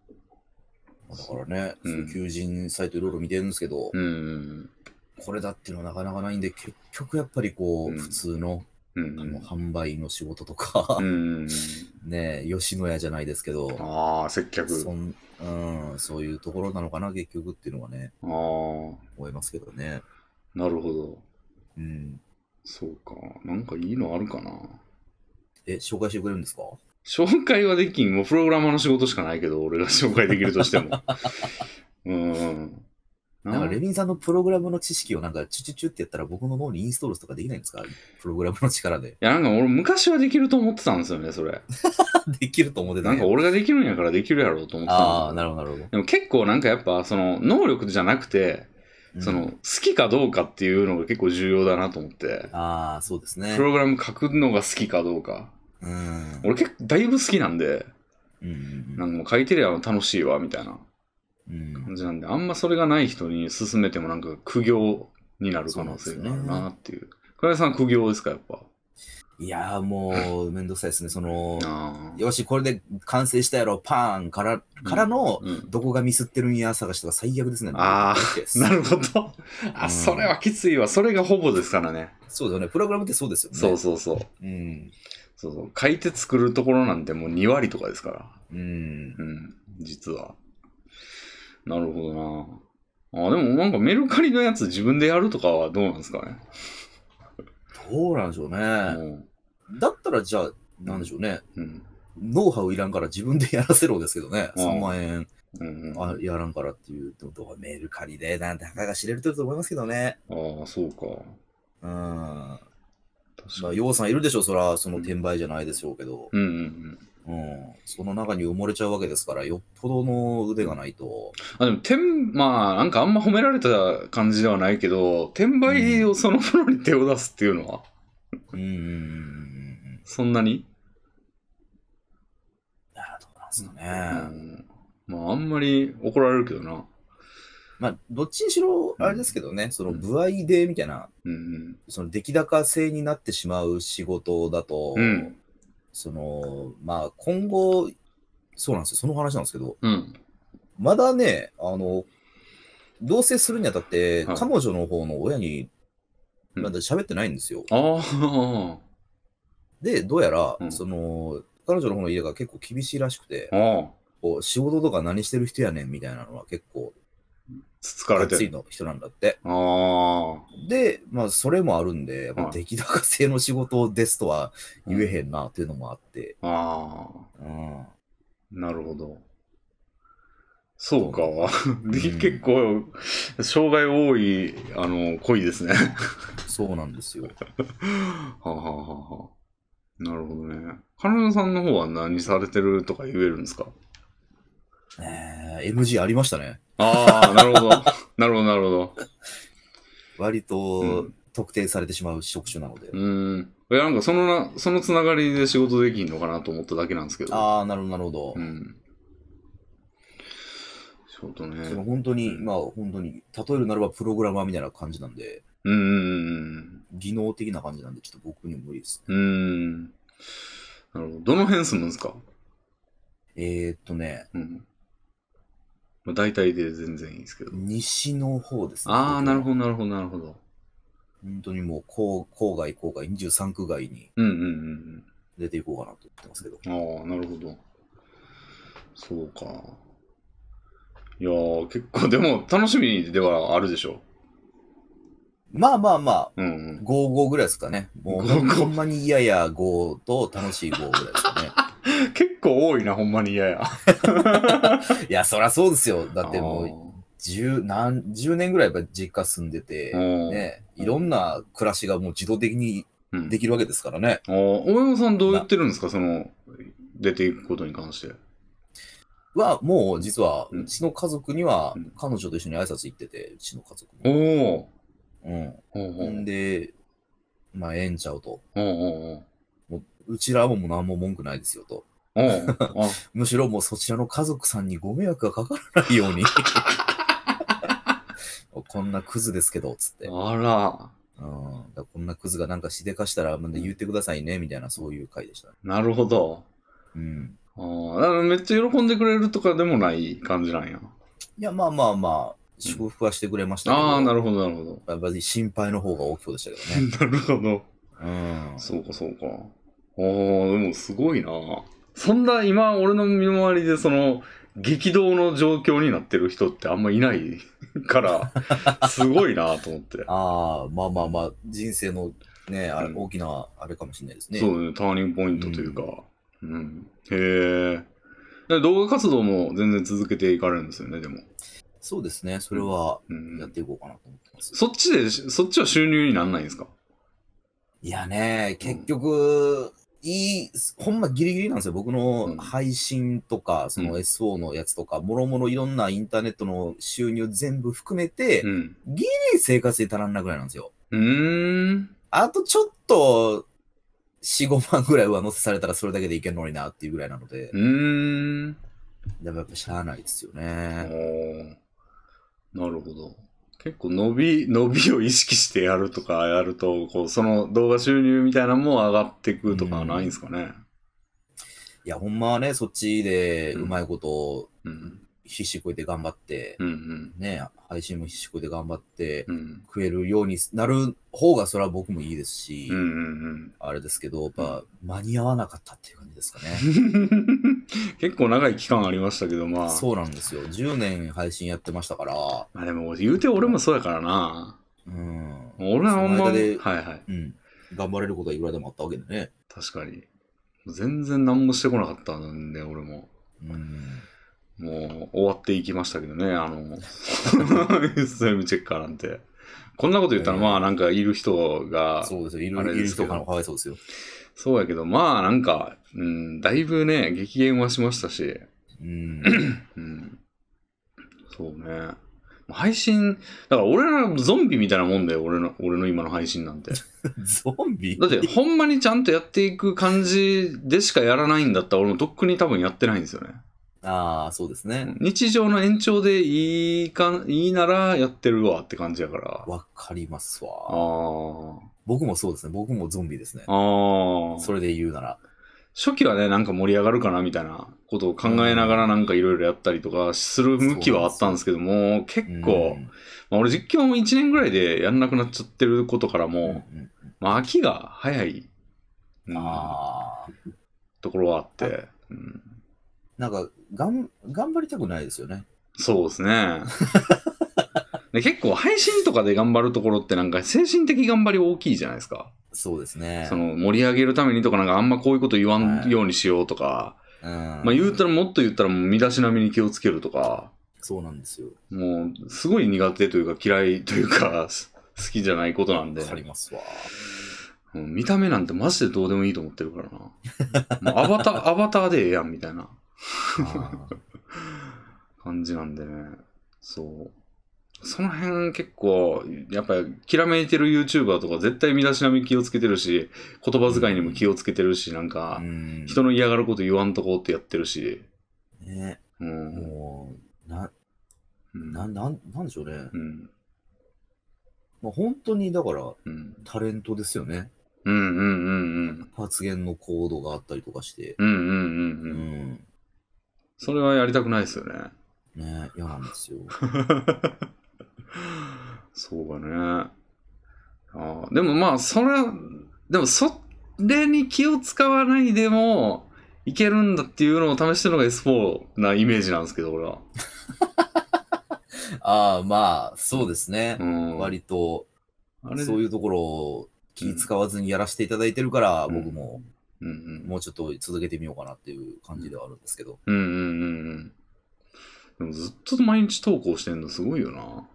S2: だからね、
S1: うん
S2: そういう求人サイトいろいろ見てるんですけど、
S1: うん。
S2: これだっていうのはなかなかないんで、結局やっぱりこう、
S1: うん
S2: 普通の
S1: うん。
S2: あの販売の仕事とか、
S1: うん。
S2: ね、吉野家じゃないですけど、
S1: ああ、接客。
S2: そんうん、そういうところなのかな、結局っていうのはね、
S1: ああ、な
S2: 思いますけどね。
S1: るほど。
S2: うん。
S1: そうか。なんかいいのあるかな。
S2: え、紹介してくれるんですか
S1: 紹介はできん。もうプログラマーの仕事しかないけど、俺が紹介できるとして も。うん。
S2: なんかレ
S1: ビ
S2: ビンさんのプログラムの知識をなんかチュチュチュってやったら僕の脳にインストールとかできないんですかプログラムの力で。
S1: いや、なんか俺昔はできると思ってたんですよね、それ。
S2: できると思ってた
S1: なん
S2: ね
S1: か俺ができるんやからできるやろうと思ってたんですよ
S2: ああ、なるほど、なるほ
S1: でも結構なんかやっぱその能力じゃなくて、
S2: ど。
S1: そ
S2: うん
S1: の好きかどうかっていうのが結構重要だなと思って、
S2: ああ、そうですね
S1: プ。ログラム書くのが好きかどうか。
S2: うん。
S1: 俺結構だいぶ好きなんで、
S2: うんうん
S1: なんかもう書いてりゃ楽しいわみたいな
S2: うんうん
S1: 感じなんで、あんまそれがない人に勧めてもなんか苦行になる可能性があるなっていう。倉井さん苦行ですか、やっぱ。
S2: いやーもう、めんどくさいですね。その、
S1: あ
S2: よし、これで完成したやろ、パーンから、から
S1: あ
S2: の、
S1: うん
S2: どこがミスってるんや探しとか最悪ですね。
S1: あ
S2: 大嫌いです
S1: ー、 なるほど。
S2: う
S1: あ、
S2: ん
S1: それはきついわ。それがほぼですからね。
S2: そうだよね。プログラムってそうですよね。
S1: そうそうそう。
S2: うん。
S1: そうそう。書いて作るところなんてもう2割とかですから。
S2: うん。
S1: うん、実は。なるほどな。あ、でもなんかメルカリのやつ自分でやるとかはどうなんですかね。
S2: どうなんでしょうね。
S1: うん。
S2: だったら、じゃあ、なんでしょうね。
S1: うん。
S2: ノウハウいらんから自分でやらせろですけどね。
S1: うん
S2: 3万円
S1: うん、あ
S2: あやらんからっていう。でもどうメール借りで、なんて、たかが知れてると思いますけどね。
S1: あー、そうか。
S2: うん。ま
S1: 確
S2: あ、
S1: かに。
S2: ようさんいるでしょ、そら、その転売じゃないでしょうけど。
S1: うんうんうん。
S2: うん。その中に埋もれちゃうわけですから、よっぽどの腕がないと。
S1: あ、でも、転、まあ、なんかあんま褒められた感じではないけど、転売をそのものに手を出すっていうのは、
S2: うんうんうんうんうん。
S1: そんなに、
S2: いやどうなんすか
S1: う
S2: ね。
S1: ん、まあ、あんまり怒られるけどな。
S2: まあ、どっちにしろ、あれですけどね、その、部合で、みたいな、
S1: うん
S2: その、出来高制になってしまう仕事だと、
S1: うん
S2: その、まあ、今後、そうなんですよ、その話なんですけど、
S1: うん。うん。
S2: まだね、あの、同棲するにあたって、
S1: はい
S2: 彼女の方の親に、
S1: うん
S2: まだ喋ってないんですよ。
S1: ああ、
S2: で、どうやら、
S1: うん
S2: その、彼女の方の家が結構厳しいらしくて、
S1: ああ、
S2: こう仕事とか何してる人やねんみたいなのは結構、
S1: つつかれて
S2: 熱い
S1: る。
S2: の人なんだって。
S1: ああ。
S2: で、まあ、それもあるんで、やっぱ
S1: はい
S2: 出来高制の仕事ですとは言えへんな、っていうのもあって。
S1: ああ、
S2: うん。
S1: なるほど。そうか。
S2: ん
S1: で 結構、障害多い、あの、恋ですね。
S2: そうなんですよ。
S1: はあ、はあはあはあ、なるほどね。彼女さんの方は何されてるとか言えるんですか
S2: えー MG ありましたね。
S1: ああ、なるほど。なるほど、なるほど。
S2: 割
S1: う
S2: と特定されてしまう職種なので。
S1: うーん。いや、なんかそのな、そのつながりで仕事できんのかなと思っただけなんですけど。
S2: ああ、なるほど、なるほど。
S1: うん。ちょっとね。
S2: その本当に、
S1: うん
S2: まあ本当に、例えるならばプログラマーみたいな感じなんで、
S1: うんうん
S2: 技能的な感じなんで、ちょっと僕には無理です。
S1: うんうん。うん。なるほど。どの辺住むんですか
S2: えー、っとね、
S1: うん。まあ、大体で全然いいんですけど。
S2: 西の方ですね。
S1: ああ、なる
S2: ど。
S1: ほど、なるほど、なるほど。
S2: 本当にもう郊郊外、郊外、23区外に
S1: うんうんうん
S2: 出ていこうかなと思ってますけど。
S1: うん。ああ、なるほど。そうか。いやー、結構、でも、楽しみではあるでしょ。
S2: まあまあまあ、
S1: うんうん。
S2: 55ぐらいですかね。もう、
S1: 5 5
S2: ほんまに嫌や5と楽しい5ぐらいですかね。
S1: 結構多いな、ほんまに嫌や。
S2: いや、そりゃそうですよ。だ
S1: だ
S2: ってもう、10何、10年ぐらいやっぱ実家住んでて、
S1: うん
S2: ね、いろんな暮らしがもう自動的に
S1: うん、
S2: できるわけですからね。
S1: あー大山さんどう言ってるんですか、その、出ていくことに関して。
S2: は、もう実は、
S1: うん
S2: うちの家族には
S1: うん、
S2: 彼女と一緒に挨拶行ってて、うちの家族
S1: お
S2: も。
S1: お
S2: うん。
S1: おうお
S2: ほん
S1: う
S2: で、まあ、ええんちゃうと。
S1: おうおう
S2: うちらはもう何も文句ないですよと。
S1: おうあ
S2: むしろもうそちらの家族さんにご迷惑がかからないように。 こんなクズですけど、つって。うん、
S1: あら、
S2: だからこんなクズがなんかしでかしたら、まだ言ってくださいね、みたいな、そういう回でした。
S1: なるほど。
S2: うん。
S1: あーだからめっちゃ喜んでくれるとかでもない感じなんや。
S2: いや、まあまあまあ、祝福はしてくれましたけど。
S1: ああ、な
S2: る
S1: るほど、なるほど。
S2: やっぱり心配の方が大きそうでしたけど
S1: なる
S2: ね。
S1: ほど。
S2: うん。
S1: そうか、そうか。あーでもすごいな。そんな今、俺の身の回りで、その、激動の状況になってる人ってあんまいないから、すごいなと思って。
S2: ああ、まあまあまあ、人生のね、あれ
S1: うん
S2: 大きなあれかもしれないですね。
S1: そうね、ターニングポイントというか。うん。へえ。で動画活動も全然続けていかれるんですよね、でも。
S2: そうですね。それは
S1: う
S2: やっ
S1: ん。
S2: ていこうかなと思ってます。
S1: そっちで、そっちは収入になんないんですか
S2: いやね、結局、いい、ほんまギリギリなんですよ。僕
S1: うん
S2: の配信とか、その
S1: うん
S2: SO のやつとか、もろもろいろんなインターネットの収入全部含めて、
S1: う
S2: いい
S1: ん。
S2: 生活に足らんなぐらいなんですよ。
S1: うーん。
S2: あとちょっと、4、5万ぐらい上乗せされたらそれだけでいけるのになっていうぐらいなので
S1: う、ーん。
S2: でもやっぱしゃあないですよ
S1: お
S2: ね。
S1: ーなるほど。結構伸び、伸びを意識してやるとかやると、こう、その動画収入みたいなのも上がっていくとかはないんですかね。
S2: いや、ほんまはね、そっちでうまいこと、
S1: うん。
S2: 必死こいて頑張って、
S1: うんうん。
S2: ね、配信も必死こいて頑張って、
S1: うん。
S2: 食えるようになる方がそれは僕もいいですし、
S1: うんうん
S2: あれですけど、やっぱ間に合わなかったっていう感じですかね。
S1: うん。結構長い期間ありましたけど、まあ。
S2: そうなんですよ。10年配信やってましたから、
S1: まあでも、言うて俺もそうやからな。
S2: うん。
S1: 俺はあんま、は
S2: その間
S1: い
S2: で
S1: はい。
S2: うん。頑張れることはいくらでもあったわけでね。
S1: 確かに。全然何もしてこなかったんで、俺も。
S2: うん。
S1: もう終わっていきましたけどね、あ の、スイムチェッカーなんて。こんなこと言ったら、
S2: うん
S1: まあなんかいる人が、
S2: そうですよ。い
S1: あれ
S2: るい
S1: で
S2: る
S1: すけ
S2: 人
S1: ど
S2: からもかわいそうですよ。
S1: そうやけど、まあなんか、うん、だいぶね、激減はしましたし、
S2: うん。
S1: うん。そうね。配信、だから俺らゾンビみたいなもんだよ、俺の、俺の今の配信なんて。
S2: ゾンビ
S1: だって、ほんまにちゃんとやっていく感じでしかやらないんだったら、俺もとっくに多分やってないんですよね。
S2: ああ、そうですね。
S1: 日常の延長でいいか、いいならやってるわって感じやから。
S2: わかります
S1: あ
S2: わ。
S1: ー
S2: 僕もそうですね。僕もゾンビですね
S1: あ。ー。
S2: それで言うなら。
S1: 初期はね、なんか盛り上がるかなみたいなことを考えながらなんかいろいろやったりとかする向きはあったんですけども、結構、
S2: うん
S1: まあ、俺実況も1年ぐらいでやんなくなっちゃってることから
S2: うんう
S1: も、
S2: ん
S1: まあ、秋が早い、うん
S2: ああ。
S1: ところはあって、うん
S2: なんか、がん、頑張りたくないですよね。
S1: そうですね。で結構配信とかで頑張るところってなんか精神的頑張り大きいじゃないですか。
S2: そうですね。
S1: その盛り上げるためにとかなんかあんまこういうこと言わ
S2: は
S1: ん
S2: い
S1: ようにしようとか、
S2: うん、
S1: まあ言うたらもっと言ったらもう身だしなみに気をつけるとか、
S2: そうなんですよ。
S1: もう、すごい苦手というか嫌いというか、 す好きじゃないことなんで
S2: わ。かり ますわ。
S1: もう見た目なんてマジでどうでもいいと思ってるからな。もうアバター、アバターでええやんみたいな
S2: あー
S1: 感じなんでね。そう。その辺結構、やっぱり、きらめいてる YouTuber とか絶対身だしなみ気をつけてるし、言葉遣いにも気をつけてるし、なんか
S2: う、ん
S1: 人の嫌がること言わんとこうってやってるし。
S2: ね、
S1: うん。
S2: もう、な、
S1: うん
S2: な、なん、なんでしょうね。
S1: うん。
S2: まあ、本当に、だから、
S1: うん。
S2: タレントですよね。
S1: うんうんうんうん。
S2: 発言の行動があったりとかして。
S1: うんうんうん
S2: う
S1: うん。
S2: ん。
S1: それはやりたくないですよね。
S2: ね、嫌なんですよ。
S1: そうだね。あーでもまあ、それは、でもそれに気を使わないでも、いけるんだっていうのを試してるのが S4 なイメージなんですけど、俺は。
S2: ああ、まあ、そうですね
S1: う。ん。
S2: 割と、
S1: あれ
S2: そういうところを気使わずにやらせていただいてるから、
S1: うん
S2: 僕も、
S1: うんうん。
S2: もうちょっと続けてみようかなっていう感じではあるんですけど。
S1: うんうんうんうん。でもずっと毎日投稿してんのすごいよな。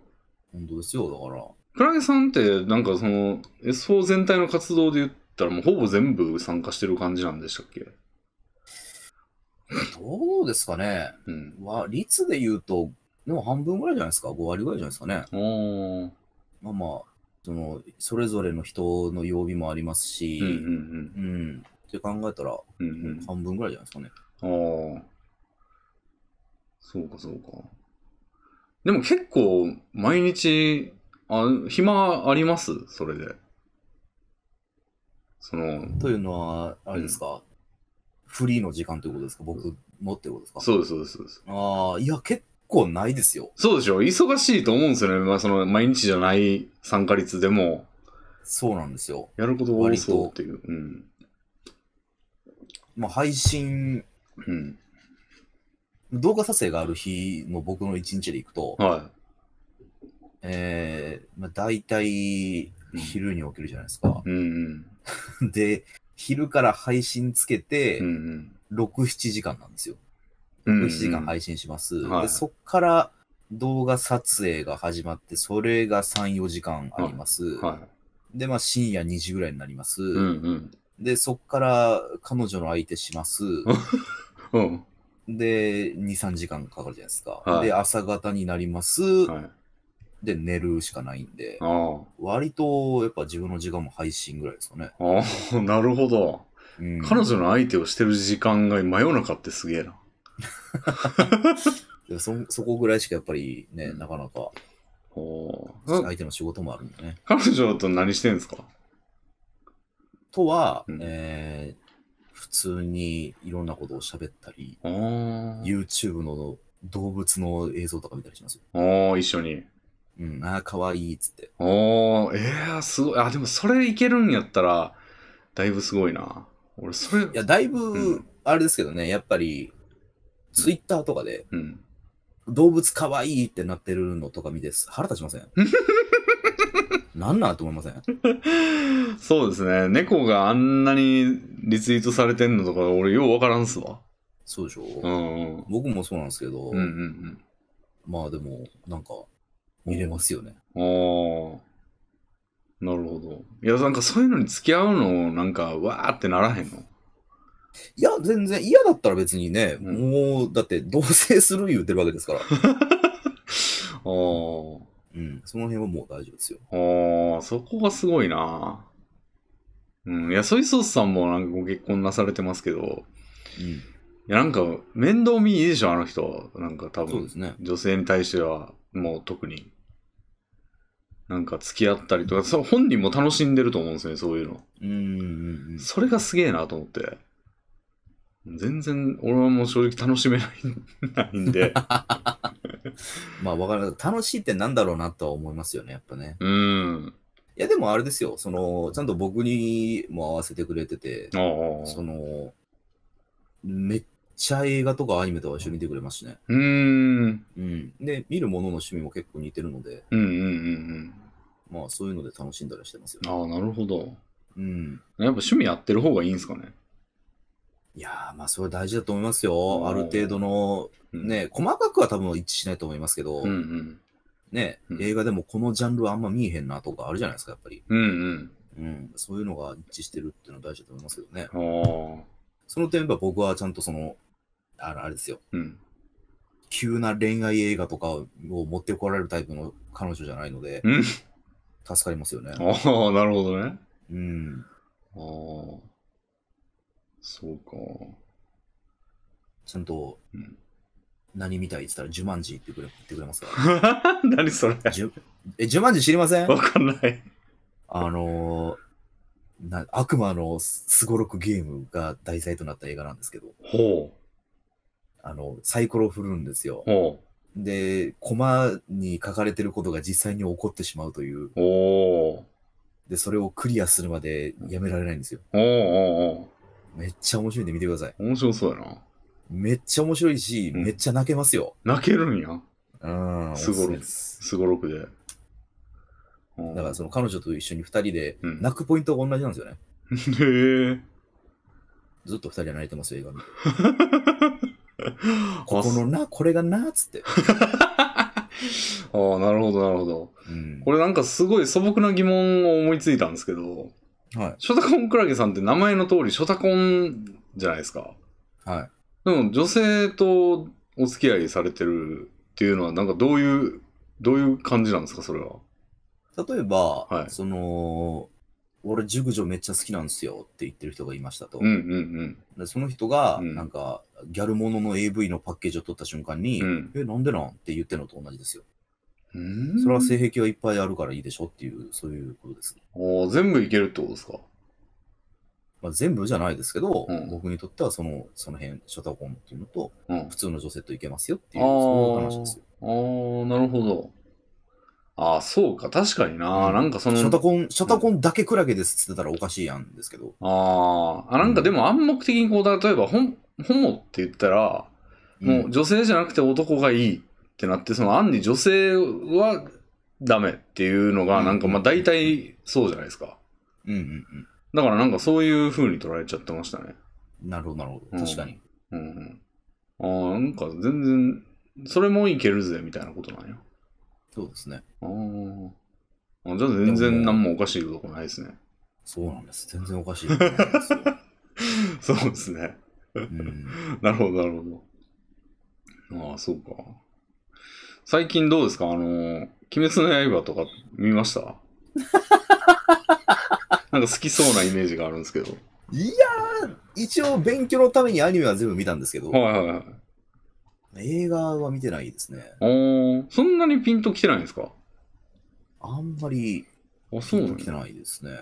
S2: 本当ですよ、だから。
S1: クラゲさんって、なんかその S4 全体の活動で言ったらもうほぼ全部参加してる感じなんでしたっけ
S2: どうですかね。
S1: うん。
S2: わ率で言うと、でも半分ぐらいじゃないですか。5割ぐらいじゃないですかね。
S1: おー。
S2: まあまあ、その、それぞれの人の曜日もありますし、
S1: うんうん
S2: うん、って考えたら、
S1: うん。うんうん。
S2: 半分ぐらいじゃないですかね。
S1: ああ。そうか、そうか。でも結構、毎日、あ、暇ありますそれで。その、
S2: というのは、あれですか、フリーの時間ということですか僕もってことですか
S1: そうです、そうです、そうです。
S2: ああ、いや、結構ないですよ。
S1: そうでしょ忙しいと思うんですよね。まあ、その、毎日じゃない参加率でも、
S2: そうなんですよ。
S1: やることが多そうっていう。うん。
S2: まあ、配信、
S1: うん。
S2: 動画撮影がある日の僕の一日で行くと、
S1: は
S2: ええまあ、大体、
S1: い。
S2: 昼に起きるじゃないですか。
S1: うんうん。
S2: で、昼から配信つけて
S1: うんう、ん。
S2: 6、7時間なんですよ。
S1: う
S2: 6、
S1: ん
S2: 7時間配信します。
S1: はい
S2: で、そっから動画撮影が始まって、それが3、4時間あります。
S1: は
S2: で、まあ深夜2時ぐらいになります。
S1: い。うんうん。
S2: で、そっから彼女の相手します。
S1: うん。
S2: で、2、3時間かかるじゃないですか。
S1: はい
S2: で、朝方になります。
S1: はい。
S2: で、寝るしかないんで、
S1: あ
S2: 割とやっぱ自分の時間も配信ぐらいですかね。
S1: あ。ああ、 なるほど。
S2: うん、
S1: 彼女の相手をしてる時間が真夜中ってすげえな。
S2: でそそこぐらいしかやっぱりね、
S1: うん
S2: なかなか
S1: おー
S2: 相手の仕事もあるんでね。
S1: 彼女と何してんですか
S2: とは、
S1: うん
S2: えー普通にいろんなことを喋ったり、
S1: あー
S2: YouTube の動物の映像とか見たりしますよ。
S1: あー、一緒に。
S2: うん、ああ、かわいいっつって。
S1: おー、えー、すごい。あ、でもそれいけるんやったら、だいぶすごいな。俺、それ、
S2: いや、だいうぶ
S1: ん、
S2: あれですけどね、やっぱり、Twitter とかで、
S1: うん。
S2: 動物かわいいってなってるのとか見て、腹立ちません なんなんと思いません
S1: そうですね。猫があんなにリツイートされてんのとか、俺、ようわからんすわ。
S2: そうでしょ、
S1: うんうん。
S2: 僕もそうなんですけど、
S1: うんうん
S2: まあでも、なんか、見れますよね。
S1: うん。おー。なるほど。いや、なんかそういうのに付き合うの、なんか、わーってならへんの
S2: いや、全然嫌だったら別にね、
S1: う
S2: もう、だって同棲する言うてるわけですから。
S1: おー。
S2: うん、その辺はもう大丈夫ですよ。
S1: ああ、そこがすごいな。うん、いや、ソイソースさんもなんかご結婚なされてますけど、いや、なんか面倒見いいでしょ、あの人。なんか多
S2: うん、そうで
S1: 分、
S2: すね。
S1: 女性に対してはもう特に。なんか付き合ったりとか、そう本人も楽しんでると思うんですよね、そういうの。
S2: うんうんうん。
S1: それがすげえなと思って。全然、俺はもう正直楽しめないないん で。
S2: まあ、わからない。楽しいってなんだろうなとは思いますよね、やっぱね。
S1: うん。
S2: いや、でもあれですよ、その、ちゃんと僕にも合わせてくれてて、
S1: ああ。
S2: その、めっちゃ映画とかアニメとか一緒に見てくれますしね。
S1: うーん。
S2: うん。で、見るものの趣味も結構似てるので、
S1: うんうんうんうん。
S2: まあ、そういうので楽しんだりしてますよ、ね。
S1: ああ、なるほど。
S2: うん。
S1: やっぱ趣味やってる方がいいんですかね。
S2: いいやー、まあ、それ大事だと思います
S1: うん
S2: よ。ある程度の、ね、細かくは多分一致しないと思いますけど、
S1: うんうん。
S2: ね
S1: う、ん
S2: 映画でもこのジャンルはあんま見えへんなとかあるじゃないですか、やっぱり。
S1: うん
S2: うん、そういうのが一致してるっていうのは大事だと思いますけどね。
S1: うん。おー。
S2: その点、やっぱ僕はちゃんとその、あのあれですよ、
S1: うん。
S2: 急な恋愛映画とかを持ってこられるタイプの彼女じゃないので、
S1: うん。
S2: 助かりますよね。
S1: ああ、なるほどね。
S2: うん。
S1: ああ。そうか。
S2: ちゃんと、
S1: うん
S2: 何みたいって言ったら、ジュマンジってくれ言ってくれますか
S1: 何それ
S2: ら。ジュえ、ジュマンジ知りません
S1: わかんない。
S2: あのーな悪魔のすごろくゲームが題材となった映画なんですけど、
S1: ほ
S2: あの、サイコロを振るんですよ
S1: う。。ほ
S2: で、コマに書かれてることが実際に起こってしまうという、
S1: う。おー。
S2: で、それをクリアするまでやめられないんですよ。
S1: おーおーお
S2: めっちゃ面白いんで見てください。
S1: ー。面白そうやな。
S2: めっちゃ面白いし、
S1: うん
S2: めっちゃ泣けますよ。
S1: 泣けるんや。
S2: うん、
S1: すごい
S2: おめです。
S1: すごろくで。うん
S2: だからその彼女と一緒に二人で、
S1: うん
S2: 泣くポイントが同じなんですよね。
S1: へえ。
S2: ずっと二人で泣いてますよ、映画見て
S1: あ
S2: ここのな、これがな、つって。
S1: ああ、なるほど、なるほど。
S2: うん。
S1: これなんかすごい素朴な疑問を思いついたんですけど、
S2: は
S1: ショタコンクラゲさんって名前の通りショタコンじゃないですか。
S2: い。はい。
S1: でも女性とお付き合いされてるっていうのはなんかどういう、どういう感じなんですか、それは。
S2: 例えば、
S1: はい
S2: その、俺、熟女めっちゃ好きなんですよって言ってる人がいましたと。
S1: うんうん
S2: でその人が、
S1: うん
S2: なんか、ギャルものの AV のパッケージを取った瞬間に、
S1: うん。うん
S2: え、なんでなんって言ってるのと同じですよ。
S1: うん。
S2: それは性癖はいっぱいあるからいいでしょっていう、そういうことです。
S1: ああ全部いけるってことですか。
S2: まあ、全部じゃないですけど、
S1: うん
S2: 僕にとってはその、その辺、ショタコンっていうのと、
S1: うん
S2: 普。通の女性といけますよっていう、
S1: あー
S2: そういう話です
S1: あ
S2: よ。
S1: あ、なるほど。ああ、そうか、確かにな。
S2: うん
S1: なんかその。
S2: ショタコン、ショタコンだけクラゲですって言ってたらおかしいやんですけど。
S1: あーあ、なんかでも暗黙的にこう、例えば、ほん、ホモって言ったら、もう女性じゃなくて男がいいってなって、その暗に女性はダメっていうのが、
S2: うん
S1: なんかまあ大体そうじゃないですか。
S2: うんうんうん
S1: だからなんかそういう風に捉えちゃってましたね。
S2: うん。なるほど、なるほ
S1: うん
S2: ど。確かに。
S1: うんうん。ああ、なんか全然、それもいけるぜみたいなことなんや。
S2: そうですね。
S1: あーあ。じゃあ全然何もおかしいとこないですね。
S2: そうなんです。全然おかしいことなんですよ。
S1: そうですね。
S2: うん
S1: なるほど、なるほど。ああ、そうか。最近どうですかあのー、鬼滅の刃とか見ました なんか好きそうなイメージがあるんですけど。
S2: いやー、一応勉強のためにアニメは全部見たんですけど、
S1: はいはいはい。
S2: 映画は見てないですね。
S1: おそんなにピンときてないんですか
S2: あんまり
S1: あ、そ
S2: ピ
S1: うな
S2: ンと
S1: ん
S2: きて
S1: だ。
S2: ないですね。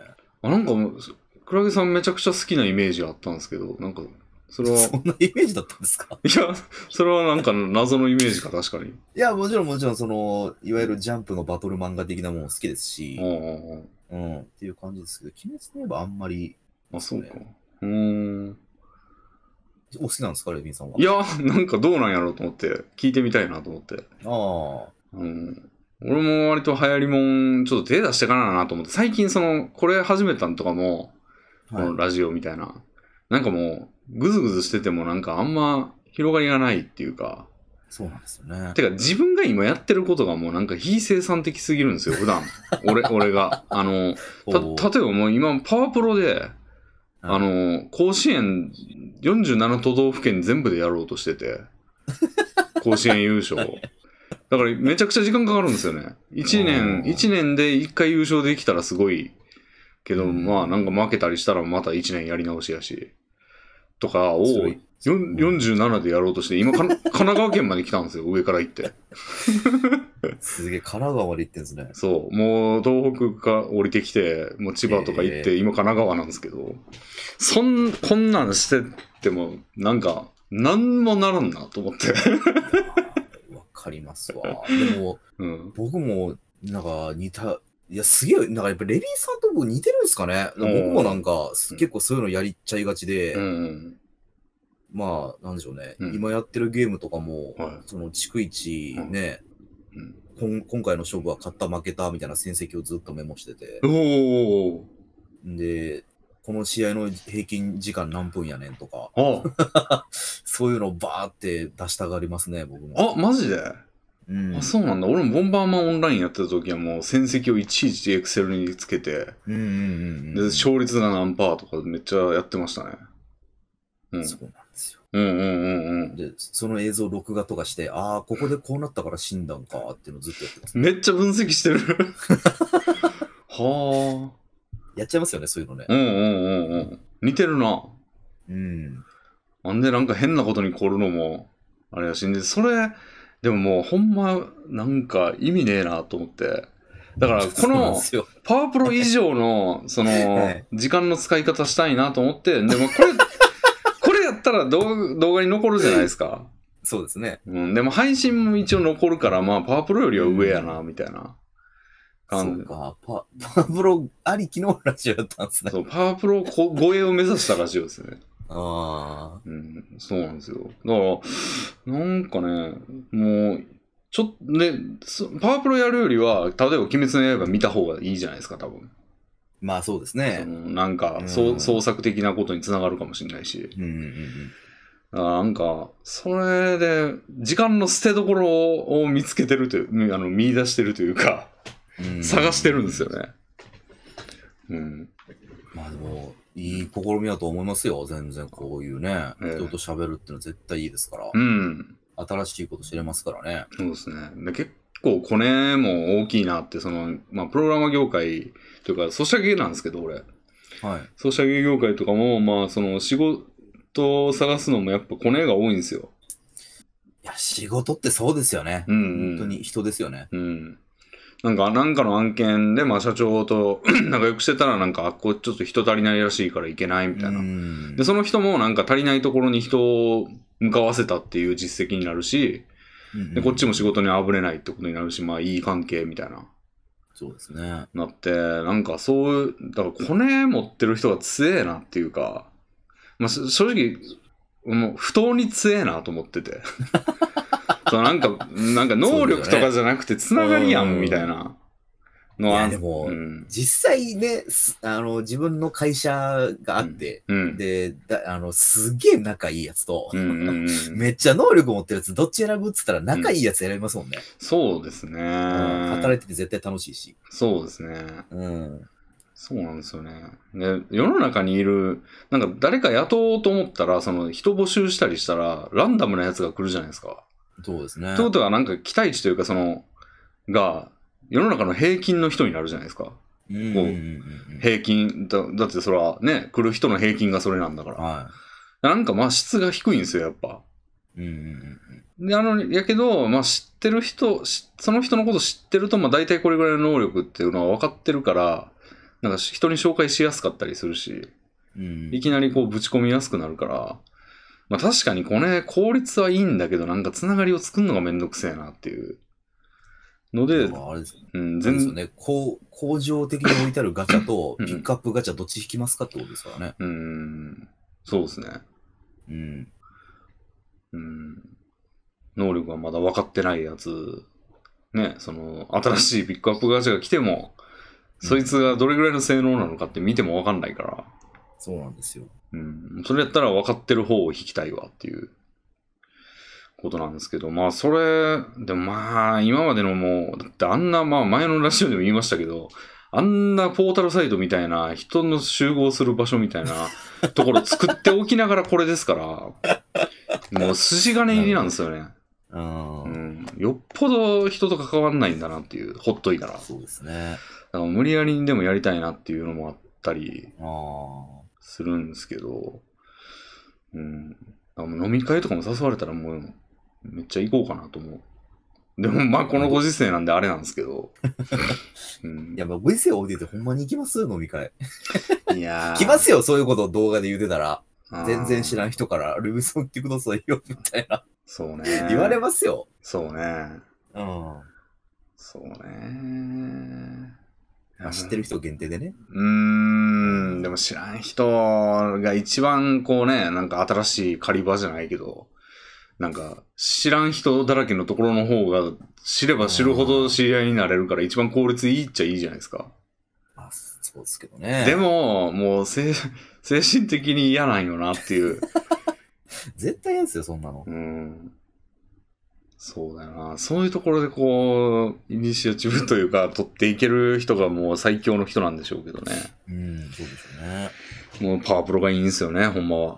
S1: あ、なんかもう、クラゲさんめちゃくちゃ好きなイメージあったんですけど、なんか、それは、
S2: そんなイメージだったんですか
S1: いや、それはなんか謎のイメージか、確かに。
S2: いや、もちろんもちろん、その、いわゆるジャンプのバトル漫画的なもの好きですし
S1: あ、あああ
S2: うん、っていう感じですけど、鬼滅の刃あんまり、
S1: あ、あそうか。うーん。
S2: お好きなんですか、レビンさんは。
S1: いや、なんかどうなんやろうと思って、聞いてみたいなと思って。
S2: ああ、
S1: うん、俺も割と流行りもん、ちょっと手出してからなと思って、最近その、これ始めたんとかも、こ
S2: はい
S1: のラジオみたいな、なんかもう、ぐずぐずしててもなんかあんま広がりがないっていうか、
S2: そうなんですよね。
S1: てか自分が今やってることがもうなんか非生産的すぎるんですよ、普段。俺、俺が。あの、
S2: おー
S1: た、例えばもう今パワプロで、あ、
S2: はい
S1: の、甲子園47都道府県全部でやろうとして て、甲子園優勝を。だからめちゃくちゃ時間かかるんですよね。1年、
S2: うん
S1: 一年で1回優勝できたらすごいけど、
S2: うん
S1: まあなんか負けたりしたらまた1年やり直しやし、とかを
S2: それ
S1: よん47でやろうとして、今か な神奈川県まで来たんですよ、上から行って。
S2: すげえ、神奈川まで行ってんですね。
S1: そう、もう東北か降りてきて、もう千葉とか行って、
S2: え
S1: 今神奈川なんですけど、そん、 こんなんしてっても、なんか、なんもならんなと思って。
S2: わかりますわ。でも、
S1: うん。
S2: 僕も、なんか似た、いや、すげえ、なんかやっぱレビンさんと僕似てるんですかね。僕もなんか、す結構そういうのやりちゃいがちで、
S1: うん。
S2: まあ、なんでしょうね、
S1: うん
S2: 今やってるゲームとかも、
S1: は
S2: その、逐一ね、
S1: うん
S2: こん、今回の勝負は勝った負けたみたいな戦績をずっとメモしてて
S1: お、ー
S2: で、この試合の平均時間何分やねんとか、
S1: お
S2: そういうのをバーって出したがりますね、僕も。
S1: あ、マジで
S2: うん
S1: あ、そうなんだ。俺もボンバーマンオンラインやってた時はもう戦績をいちいちエクセルにつけて、
S2: うんうんうん
S1: で、
S2: うん。そう
S1: 勝率が何パーとかめっちゃやってましたね。うん。
S2: なんですよ。
S1: うんうんうんうん。
S2: で、その映像録画とかして、ああ、ここでこうなったから死んだんかっていうのずっとやってます。
S1: めっちゃ分析して る。は
S2: やっちゃいますよね、そういうのね
S1: あ。。うんうんうんうん。似てるな。
S2: うん。
S1: なんでなんか変なことに凝るのも、あれやし、で、それ、でももうほんま、なんか意味ねえなと思って。だ から、こ
S2: そうなんで
S1: の、
S2: すよ。
S1: パワープロ以上の、その、
S2: はい
S1: 時間の使い方したいなと思って、でもこれ、 これやったら動画動画に残るじゃないですか。
S2: そうですね。
S1: うん、でも配信も一応残るから、まあ、パワープロよりは上やな、みたいな
S2: そ
S1: 感
S2: う
S1: じ。
S2: か、パ、パブロありきのラジオやったんですね。
S1: そう、パワープロこ超えを目指したらしいですね。
S2: ああ。
S1: うん、そうなんですよ。だから、なんかね、もう、ちょっと、ね、そパワープロやるよりは、例えば、鬼滅の刃見た方がいいじゃないですか、多分。
S2: まあそうです
S1: そ
S2: ね。
S1: のなんか、
S2: うん
S1: そう創作的なことにつながるかもしれないし。
S2: うんうんうん。
S1: だからなんか、それで、時間の捨てどころを見つけてるというみ、あの見出してるというか、
S2: うん
S1: 探してるんですよ。ね。うん。
S2: まあでも、いい試みだと思いますよ。全然こういうね。
S1: ええ
S2: 人と喋るっていうのは絶対いいですから。
S1: うん。
S2: 新しいこと知れますからね。
S1: そうですね。で結構コネも大きいなって、その、まあ、プログラマー業界というか、ソシャゲなんですけど、俺。
S2: はい。
S1: ソシャゲ業界とかも、まあ、その、仕事を探すのもやっぱコネが多いんですよ。
S2: いや、仕事ってそうですよね。
S1: うん、うん。
S2: 本当。に人ですよね。
S1: うん。なんか、なんかの案件で、まあ、社長と 仲良くしてたら、なんか、あ、こうちょっと人足りないらしいから行けないみたいな。
S2: うん
S1: で、その人もなんか足りないところに人を向かわせたっていう実績になるし、で、こっちも仕事にあぶれないってことになるし、まあ、いい関係みたいな。
S2: そうですね。
S1: なって、なんかそういう、だからコネ持ってる人が強えなっていうか、まあ、し正直、もう不当に強えなと思ってて。 そうなんか、なんか能力とかじゃなくてつながりやんみたいなの
S2: い
S1: は、
S2: やでも
S1: うん。
S2: 実際ね、すあの、自分の会社があって、
S1: うん。
S2: で、だあの、すげえ仲いいやつと、
S1: うんうんうん、
S2: めっちゃ能力持ってるやつ、どっち選ぶっつったら仲いいやつ選びますもんね。
S1: そうですね。
S2: うん働いてて絶対楽しいし。
S1: そうですね。
S2: うん。
S1: そうなんですよね。で、世の中にいる、なんか誰か雇おうと思ったら、その人募集したりしたら、ランダムなやつが来るじゃないですか。
S2: そうですね
S1: って。ことはなんか期待値というかそのが世の中の平均の人になるじゃないですか
S2: うんうんうんうん
S1: 平均だだってそれはね来る人の平均がそれなんだから
S2: は
S1: なんかまあ質が低いんですよやっぱ
S2: い。うんうんうん
S1: であのやけど、まあ、知ってる人しその人のこと知ってるとまあ大体これぐらいの能力っていうのは分かってるからなんか人に紹介しやすかったりするし
S2: うん
S1: いきなりこうぶち込みやすくなるからまあ確かにこれ効率はいいんだけどなんかつながりを作るのがめんどくせえなっていうので
S2: でもあれですあ
S1: うん、
S2: れで
S1: 全
S2: すよね、こう工場的に置いてあるガチャと、
S1: う
S2: ピ
S1: ん
S2: ックアップガチャどっち引きますかってことですからね。
S1: うん、そうですね。
S2: うん。
S1: うん。能力がまだ分かってないやつ、ね、その、新しいピックアップガチャが来ても、そいつがどれぐらいの性能なのかって見ても分かんないから、
S2: そうなんですよ。
S1: うん、それやったら分かってる方を引きたいわっていうことなんですけど、まあそれ、でもまあ今までのもう、だってあんな、まあ前のラジオでも言いましたけど、あんなポータルサイトみたいな、人の集合する場所みたいなところ作っておきながらこれですから、もう筋金入りなんですよね。
S2: あ
S1: う
S2: ー
S1: ん、よっぽど人と関わんないんだなっていう、ほっといたら。だか
S2: そうですね。
S1: ら無理やりにでもやりたいなっていうのもあったり、
S2: ああ。
S1: するんですけど、うん、あの飲み会とかも誘われたらもうめっちゃ行こうかなと思う。でもまあこのご時世なんであれなんですけど。うん
S2: いや、まあ、ご時世置いててほんまに行きます飲み会。
S1: いや
S2: 来ますよ、そういうことを動画で言うてたら。全然知
S1: い。
S2: らん人から、ルビソン来てくださいよ、みたいな。
S1: そうね。
S2: 言われますよ。
S1: そうね。
S2: うん。
S1: そうね。
S2: まあ知ってる人限定でね。
S1: うーん、でも知らん人が一番こうね、なんか新しい狩り場じゃないけど、なんか知らん人だらけのところの方が知れば知るほど知り合いになれるから一番効率いいっちゃいいじゃないですか。
S2: まあ、そうですけどね。
S1: で、も、もう精、 精神的に嫌なんよなっていう。
S2: 絶対嫌ですよ、そんなの。
S1: うん。そうだよな。そういうところでこう、イニシアチブというか、取っていける人がもう最強の人なんでしょうけどね。
S2: うん、そうでしょう
S1: も
S2: ね。
S1: うパワプロがいいんですよね、ほんまは。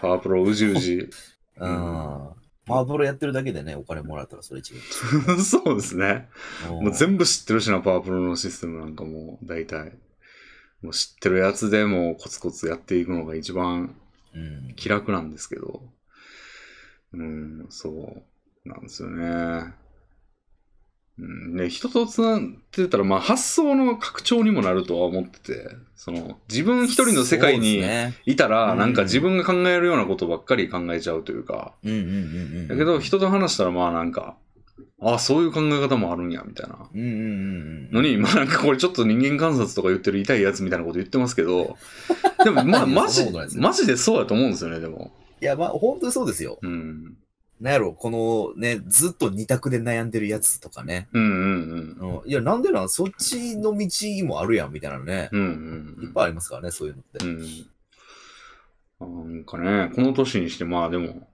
S1: パワプロうじうじ。
S2: う
S1: うん
S2: ん。パワプロやってるだけでね、お金もらったらそれ一番。
S1: そうですね。もう全部知ってるしな、パワプロのシステムなんかもう、大体。もう知ってるやつでもうコツコツやっていくのが一番
S2: うん。
S1: 気楽なんですけど。うん、そうなんですよね。うん、ね、人とつながってたら、まあ発想の拡張にもなるとは思ってて、その、自分一人の世界に
S2: そうですね
S1: いたら、
S2: うん
S1: なんか自分が考えるようなことばっかり考えちゃうというか、
S2: うんうんうんうん。
S1: だけど、人と話したらまあなんか、あそういう考え方もあるんや、みたいな。
S2: うんうんうんうん。
S1: のに、まあなんかこれちょっと人間観察とか言ってる痛いやつみたいなこと言ってますけ ど、でもまあ
S2: いや
S1: マジ
S2: そんなことないで、すよ
S1: マジでそうだと思うんですよね、でも。
S2: いや、まあ、本当にそうですよ。
S1: うん。
S2: なんやろ、このね、ずっと二択で悩んでるやつとかね。
S1: うんうんうん。
S2: うん、いや、なんでなんそっちの道もあるやん、みたいなのね。
S1: うんうん。
S2: いっぱいありますからね、そういうのって。
S1: うん。なんかね、この年にして、まあでも、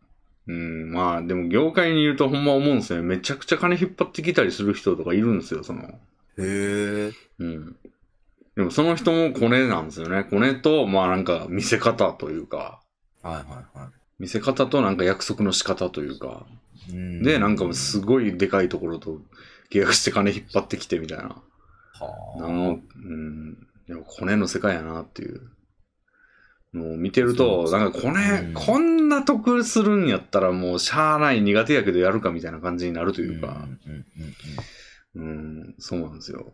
S1: うん、まあでも業界にいるとほんま思うんですよね。めちゃくちゃ金引っ張ってきたりする人とかいるんですよ、その。
S2: へえ。
S1: うん。でもその人もコネなんですよね。コネと、まあなんか見せ方というか、
S2: はいはいは
S1: 見せ方となんか約束の仕方というか、
S2: い。うん
S1: で、なんかすごいでかいところと契約して金引っ張ってきてみたいな。あ
S2: はあ
S1: の、うん、でもコネの世界やなっていう。もう見てると、
S2: そう
S1: なんかコネ、
S2: うん
S1: こんな得するんやったらもうしゃあない苦手やけどやるかみたいな感じになると
S2: う
S1: いうんか、
S2: うんうんうん
S1: うん、そうなんですよ。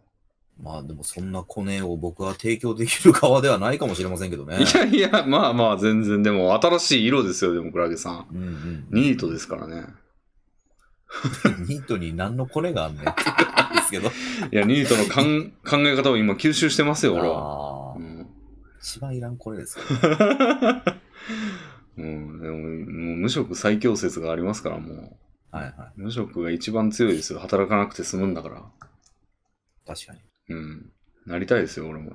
S2: まあでもそんなコネを僕は提供できる側ではないかもしれませんけどね。
S1: いやいや、まあまあ全然、でも新しい色ですよ、でもクラゲさん。
S2: うんうん、
S1: ニートですからね。
S2: ニートに何のコネがあんねんって言うんです けど。
S1: いや、ニートのかん 考え方を今吸収してますよ、俺は。
S2: あ
S1: う
S2: ー
S1: ん
S2: 一番いらんコネですよ。
S1: うん、でももう無職最強説がありますから、も
S2: はいは
S1: う。無職が一番強いですよ。働かなくて済むんだから。
S2: い。確かに。
S1: うん。なりたいですよ、俺も。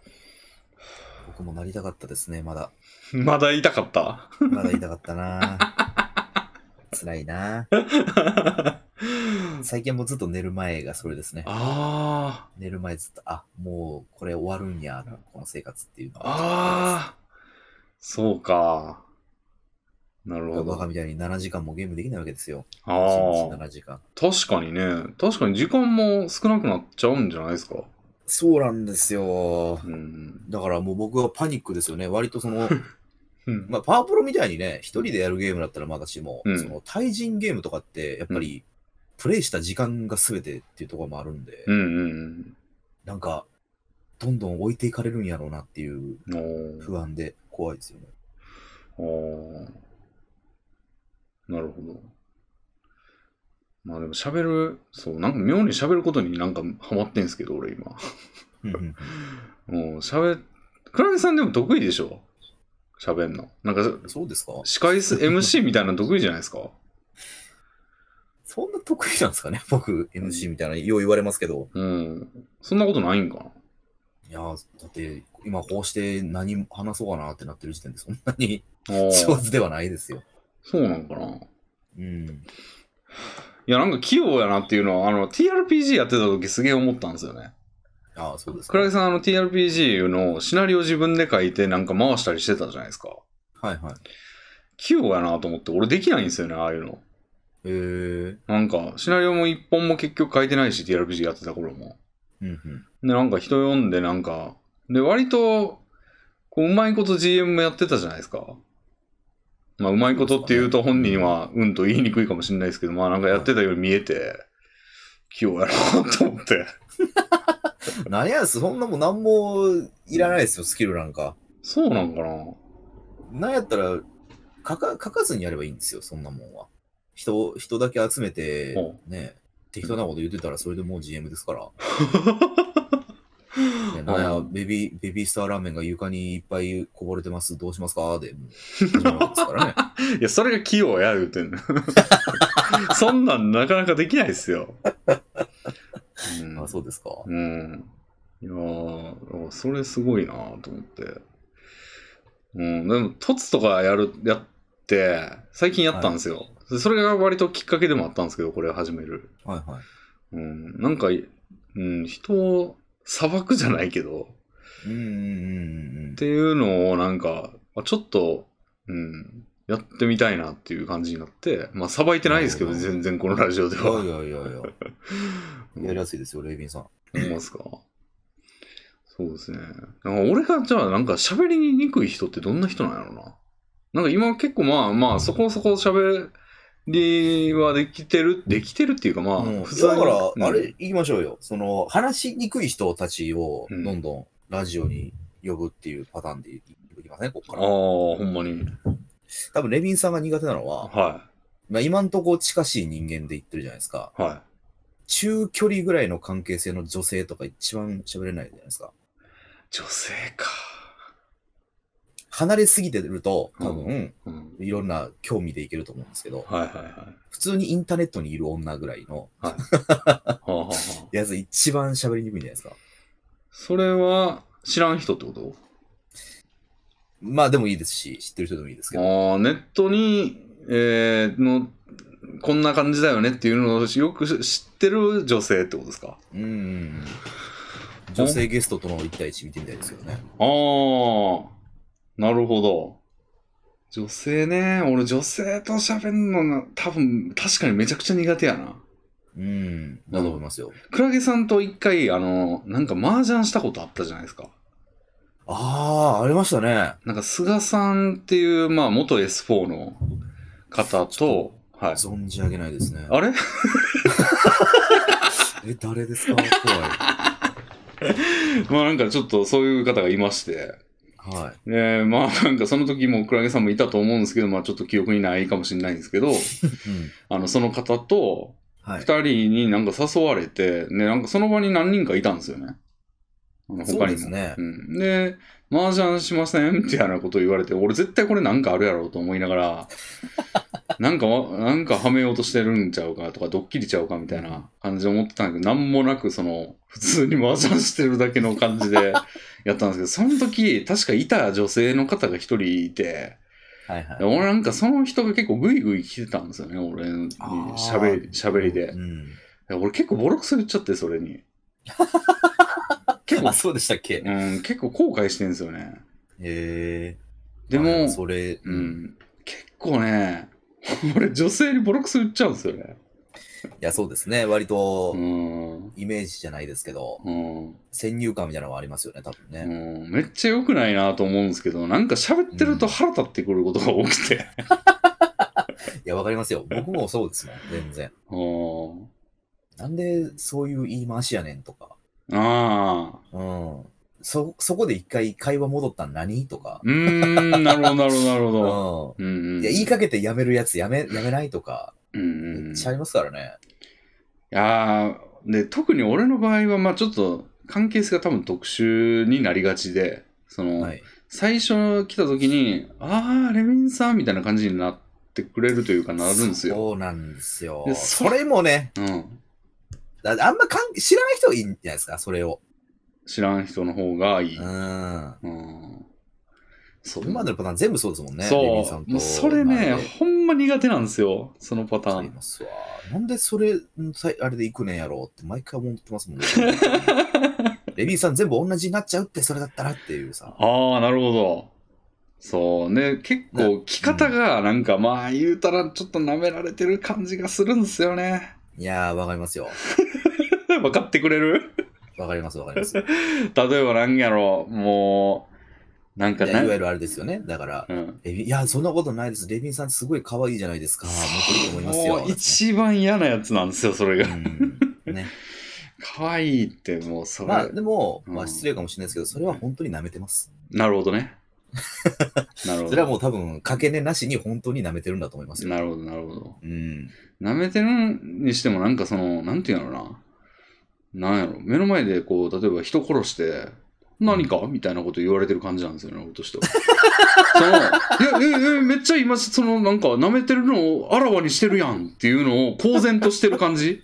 S2: 僕もなりたかったですね、まだ。
S1: まだ痛かった。
S2: まだ言いたかった な辛いな
S1: あ
S2: 最近もずっと寝る前がそれですね。
S1: あ
S2: 寝る前ずっと、あ、もうこれ終わるんや、この生活っていうの
S1: ー、ああ、そうか。なるほ
S2: バカ
S1: ど。
S2: みたいに7時間もゲームできないわけですよ。
S1: あ
S2: 1日
S1: あ、
S2: 7時間。
S1: 確かにね。確かに時間も少なくなっちゃうんじゃないですか。
S2: そうなんですよ。
S1: うん。
S2: だからもう僕はパニックですよね。割と その、
S1: うん
S2: まあ、パワープロみたいにね、一人でやるゲームだったらまだしも、
S1: うん
S2: その対人ゲームとかって、やっぱり、プレイした時間が全てっていうところもあるんで、
S1: うんうん
S2: なんか、どんどん置いていかれるんやろうなっていう
S1: うん。おー
S2: 不安で怖いですよね。
S1: あーなるほど。まあでも喋る、そう、なんか妙に喋ることになんかハマってんすけど、俺今。
S2: うんうん
S1: もう喋、クラゲさんでも得意でしょ喋んの。なんか、
S2: うんそうですか
S1: 司会す、MC みたいなの得意じゃないですか
S2: そんな得意なんですかね僕、MC みたいな、よう言われますけど。
S1: うん。そんなことないんかない
S2: やー、だって、今こうして何話そうかなってなってる時点で、そんなに
S1: あ ー
S2: 上手ではないですよ。
S1: そうなんかない
S2: うん。
S1: や、なんか器用やなっていうのは、あの、TRPG やってた時すげえ思ったんですよね。
S2: ああ、そうです
S1: ク
S2: か。
S1: ラゲ
S2: はい
S1: さん、あの TRPG のシナリオ自分で書いてなんか回したりしてたじゃないですか。
S2: はい。
S1: 器用やなと思って、俺できないんですよね、ああいうの。
S2: えー。
S1: なんか、シナリオも一本も結局書いてないし、TRPG やってた頃も。
S2: うんうん。
S1: で、なんか人読んで、なんか、で、割と、こう、うまいこと GM もやってたじゃないですか。まあ、うまいことって言うと本人は、うんと言いにくいかもしれないですけど、まあ、なんかやってたように見えて、器用やなと思って。
S2: 何やす、そんなもん何もいらないですよ、スキルなんか。
S1: そうなんかな
S2: なんやったら、書か書かずにやればいいんですよ、そんなもんは。人、人だけ集めて
S1: ほ、
S2: ね、適当なこと言ってたらそれでもう GM です から。ねなんや、ベビー、ベビースターラーメンが床にいっぱいこぼれてます、どうしますかで、もう始まるわけで すからね。
S1: いや、それが器用や、言うて んの。そんなんなかなかできないっすよ。うん
S2: あ、そうですか。
S1: うん。いやー、それすごいなと思って。うん、でも、凸とかやる、やって、最近やったんですよ。でそれが割ときっかけでもあったんですけど、これを始める。
S2: はいはい。
S1: うん、なんか、うん、人を裁くじゃないけど、
S2: うんうんうんうんうん
S1: っていうのをなんか、あちょっと、うん、やってみたいなっていう感じになって、まあ、さばいてないですけど、
S2: なるほど
S1: 全然このラジオで
S2: いや
S1: は。
S2: いやいやいや。やりやすいですよ、レイビンさん。
S1: 思いますか。そうですね。なんか俺がじゃあなんか喋りにくい人ってどんな人なんやろうな。なんか今結構まあまあそこそこ喋りはできてる、できてるっていうかまあ
S2: うん
S1: 普通に
S2: だから、
S1: うん
S2: あれ、行きましょうよ。その、話しにくい人たちを、
S1: うん
S2: どんどんラジオに呼ぶっていうパターンでいきますね、ここ
S1: ああ、
S2: から。
S1: ほんまに。
S2: 多分、レビンさんが苦手なのは、
S1: は
S2: まあ、今んとこ近しい人間で言ってるじゃないですか。
S1: い。は
S2: 中距離ぐらいの関係性の女性とか一番喋れないじゃないですか。
S1: い。女性か。
S2: 離れすぎてると、多分、
S1: うん。
S2: いろんな興味でいけると思うんですけど、
S1: はいはいはい。
S2: 普通にインターネットにいる女ぐらいの
S1: はあはあはあ、
S2: やつ一番喋りにくいんじゃないですか。
S1: それは知らん人ってこと
S2: まあでもいいですし、知ってる人でもいいですけど。
S1: ああ、ネットに、えー、の、こんな感じだよねっていうのをよく知ってる女性ってことですか
S2: うんうんうん。女性ゲストとの一対一見てみたいですけどね。
S1: ああ、なるほど。女性ね、俺女性と喋るのが多分、確かにめちゃくちゃ苦手やな。
S2: うん。だと思いますよ。
S1: クラゲさんと一回、あの、なんか麻雀したことあったじゃないですか。
S2: ああ、ありましたね。
S1: なんか菅さんっていう、まあ元 S4 の方
S2: ちょ
S1: と、はい。
S2: 存じ上げないですね。
S1: あれ
S2: え、誰ですか怖
S1: まあなんかちょっとそういう方がいまして。
S2: い。はい。
S1: で、まあなんかその時もクラゲさんもいたと思うんですけど、まあちょっと記憶にないかもしれないんですけど、
S2: うん。
S1: あの、その方と、
S2: はい。
S1: 二人になんか誘われて、ね、なんかその場に何人かいたんですよね。あの
S2: そうですね
S1: うん、で、麻雀しませんみたいなこと言われて、俺絶対これなんかあるやろうと思いながら、 なんかわ、なんかはめようとしてるんちゃうかとか、ドッキリちゃうかみたいな感じで思ってたんだけど、なんもなく、その、普通に麻雀してるだけの感じで やったんですけど、その時、確かいた女性の方が一人いて、
S2: はいはい。
S1: で俺なんかその人が結構グイグイ来てたんですよね、俺に喋り喋りで。
S2: うん。
S1: いや俺結構ボロクソ言っちゃって、それに。結構
S2: あ、、そうでしたっけ
S1: うん、結構後悔してるんですよね。
S2: へえ。
S1: でも、
S2: それ、
S1: う。ん、結構ね、 俺女性にボロクソ言っちゃうんですよね。
S2: いや、そうですね。割と
S1: う、ん。
S2: イメージじゃないですけど、
S1: うん、
S2: 先入観みたいなのはありますよね、多分
S1: う
S2: ね。
S1: ん、めっちゃ良くないなと思うんですけどなんか喋ってると腹立ってくることが多くて、
S2: いや、わかりますよ。僕もそうですもん、全然。
S1: うん、
S2: なんで、そういう言い回しやねんとか。
S1: ああ
S2: うん。そ、そこで一回会話戻ったん何とか。
S1: うーんなるほどなるほどなるほ
S2: う
S1: ど、う
S2: ん。
S1: んうん、
S2: いや、言いかけてやめるやつやめ、やめないとか、
S1: うんうんうん
S2: めっちゃありますからね。
S1: いやーで特に俺の場合は、まあ、ちょっと関係性が多分特殊になりがちでその、
S2: はい。
S1: 最初来た時に「ああレヴィンさん」みたいな感じになってくれるというかなるんですよ。
S2: そうなんですよ
S1: で。そ
S2: それもね、
S1: うん、
S2: だあんま関知らない人がいいんじゃないですか、それを。
S1: 知らん人の方がいい。
S2: う
S1: うん
S2: ん。
S1: そう
S2: 今までのパターン全部そうですもんね。レミさ
S1: そ
S2: ん
S1: う
S2: と
S1: もうそれね
S2: なんで
S1: ほんま苦手なんですよそのパター
S2: あり
S1: ン。
S2: ますわ。なんでそれ、んさいあれで行くねんやろうって毎回思ってますもん ね。レビーさん全部同じになっちゃうって、それだったらっていうさ。
S1: ああなるほど。そうね結構着方がなんか、まあ言うたらちょっと舐められてる感じがするんですよね。
S2: いやー、わかりますよ。
S1: 分かってくれる
S2: わかります、わかります。
S1: 例えばなんやろもうなんか
S2: いやいわ
S1: ね
S2: ゆるあれですよね。だから、
S1: うん
S2: レビンいや、そんなことないです。レビンさんすごい可愛いじゃないですか。もっといいと思いますよ。
S1: もう一番嫌なやつなんですよそれが
S2: うんね、
S1: 可愛いってもう それ、
S2: まあでも、ま
S1: う
S2: あ
S1: ん
S2: 失礼かもしれないですけど、それは本当に舐めてます。
S1: なるほど ねなるほ
S2: それは
S1: ど
S2: もう多分、かけねなしに本当に舐めてるんだと思いますよ。
S1: なるほどなるほど
S2: うん。
S1: 舐めてるにしてもなんかそのなんていうんやろななんやろ目の前でこう例えば人殺して何かみたいなこと言われてる感じなんですよね、俺としては。 その、いや、え、え、めっちゃ今、その、なんか、舐めてるのをあらわにしてるやんっていうのを、公然としてる感じ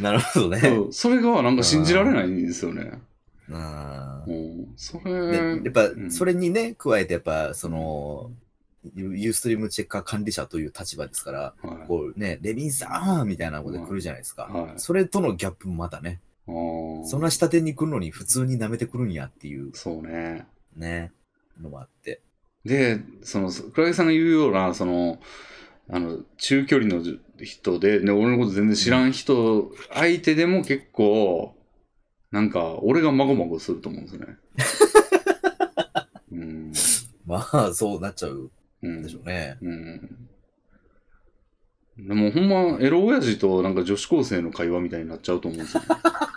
S2: なるほどね。
S1: そうそれがなんか信じられないんですよね。
S2: あ
S1: うん、そ
S2: ーで
S1: れ、
S2: やっ
S1: う
S2: ぱ、
S1: ん
S2: それにね、加えて、やっぱ、その、ユユーストリームチェッカー管理者という立場ですから、
S1: はい
S2: こうね、レビンさんみたいなことで来るじゃないですか。
S1: はい
S2: それとのギャップもまたね、
S1: あー
S2: そんな下手に来るのに普通に舐めてくるんやっていう
S1: そうね。
S2: ね、のもあって。
S1: で、その、倉木さんが言うような、その、あの、中距離の人で、ね、俺のこと全然知らん人、相手でも結構、なんか、俺がまごまごすると思うんですよ ね。うん。
S2: まあ、そうなっちゃう
S1: うん
S2: んでしょうね。
S1: うん。でもほんま、エロ親父となんか女子高生の会話みたいになっちゃうと思うんですよ、ね。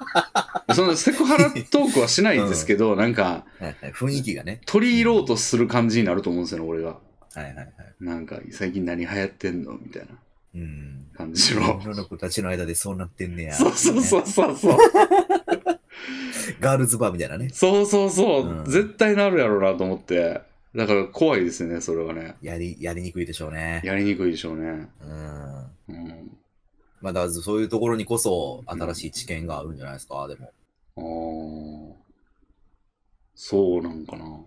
S1: そのセクハラトークはしないんですけど、なんか、
S2: はいはい、雰囲気がね。
S1: 取り入ろうとする感じになると思うんですよね、俺が。
S2: はいはいはい。
S1: なんか、最近何流行ってんのみたいな
S2: うん。
S1: 感じの。
S2: 女の子たちの間でそうなってんねや。
S1: そうそう
S2: ね
S1: そうそうそう。
S2: ガールズバーみたいなね。
S1: そうそうそう、
S2: うん
S1: 絶対なるやろうなと思って。だから怖いですよね、それはね。
S2: やり、やりにくいでしょうね。
S1: やりにくいでしょうね。
S2: うん。
S1: うん。
S2: まあだからそういうところにこそ新しい知見があるんじゃないですか、でも。
S1: あーそうなんかな。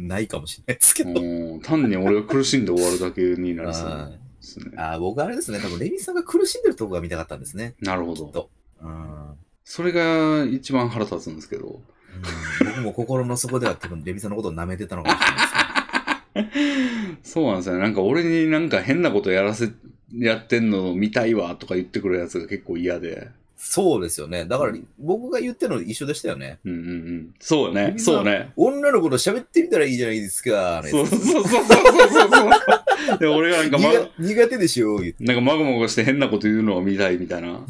S2: ないかもしれないですけど。
S1: うん単に俺が苦しんで終わるだけになりそう
S2: あ
S1: ですね。
S2: あー僕あれですね、多分レミさんが苦しんでるとこが見たかったんですね。
S1: なるほ
S2: きっ
S1: ど。
S2: と。うん。うん
S1: それが一番腹立つんですけど。
S2: 僕も心の底では多分レミさんのことを舐めてたのかもしれないですね。
S1: そうなんですよね。なんか俺になんか変なことやらせ、やってんの見たいわとか言ってくるやつが結構嫌で。
S2: そうですよね。だから
S1: う
S2: 僕が言ってるの一緒でしたよね。
S1: うんうんうん。そうね。
S2: みんな
S1: そうね。
S2: 女の子と喋ってみたらいいじゃないですか。
S1: そうそうそうそうそうそうそう。で、俺がなんかま、
S2: 苦苦手でしょ言って
S1: なんかまごまごして変なこと言うのを見たいみたいな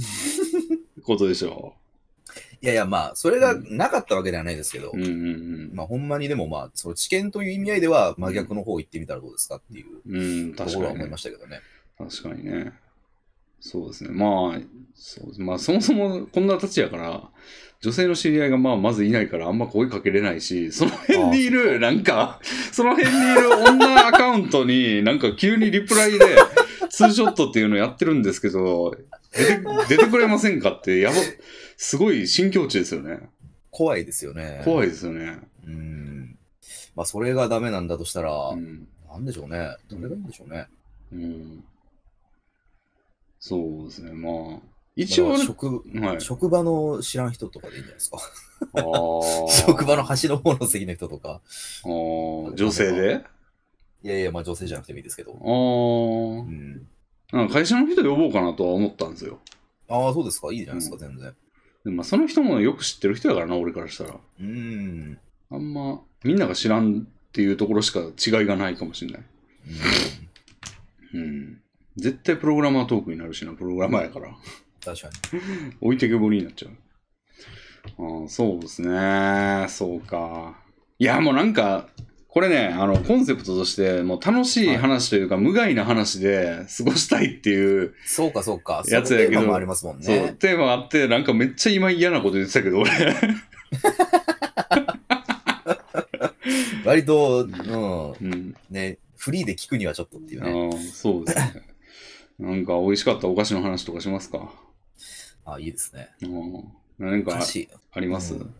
S1: ことでしょ
S2: いやいや、まあ、それがなかったわけではないですけど、
S1: う。うんうん
S2: まあ、ほんまにでも、まあ、その知見という意味合いでは、真逆の方行ってみたらどうですかっていう
S1: うん。うん、
S2: と
S1: 確
S2: ころ
S1: か
S2: は
S1: に、
S2: 思い
S1: ね
S2: ま。したけどね。
S1: 確かにね。そうですね。まあ、そうまあ、そもそもこんな立ちやから、女性の知り合いがまあまずいないからあんま声かけれないし、その辺にいる、なんか、その辺にいる女アカウントに、なんか急にリプライで、ツーショットっていうのやってるんですけど、出て出てくれませんかって、やば、すごい新境地ですよね。
S2: 怖いですよね。
S1: 怖
S2: い。
S1: いですよね。
S2: うん。まあ、それがダメなんだとしたら、
S1: うん。
S2: なんでしょうね。どれがいいんでしょうね。
S1: うん、そうですね。まあ、一応
S2: だ
S1: ね
S2: から、職、
S1: はい。
S2: 職場の知らん人とかでいいんじゃないですか。
S1: あ ー
S2: 職場の端の方の席の人とか。
S1: あー女性で
S2: いやいや、まあ、女性じゃなくてもいいですけど。
S1: あー
S2: うん。
S1: なんか会社の人呼ぼうかなとは思ったんですよ。
S2: ああ、そうですか。いいじゃないですか、全然。
S1: でもまあその人もよく知ってる人やからな、俺からしたら。
S2: うん。
S1: あんま、みんなが知らんっていうところしか違いがないかもしれない。
S2: うん
S1: うん。絶対プログラマートークになるしな、プログラマーやから。
S2: 確かに。
S1: 置いてけぼりになっちゃう。ああ、そうですね。そうか。いや、もうなんか、これね、あの、コンセプトとして、もう楽しい話というか、無害な話で過ごしたいっていう、
S2: そうか、そうか。
S1: やつやけど
S2: そういうテーマもありますもん
S1: そう、
S2: ね。
S1: テーマがあって、なんかめっちゃ今嫌なこと言ってたけど、俺。
S2: 割と、うん。
S1: うん。
S2: ね、フリーで聞くにはちょっとっていうね。
S1: ああ、そうですね。なんか、美味しかったお菓子の話とかしますか。
S2: あいいですね。
S1: うん。何
S2: お
S1: か
S2: 菓子。
S1: あります、
S2: うん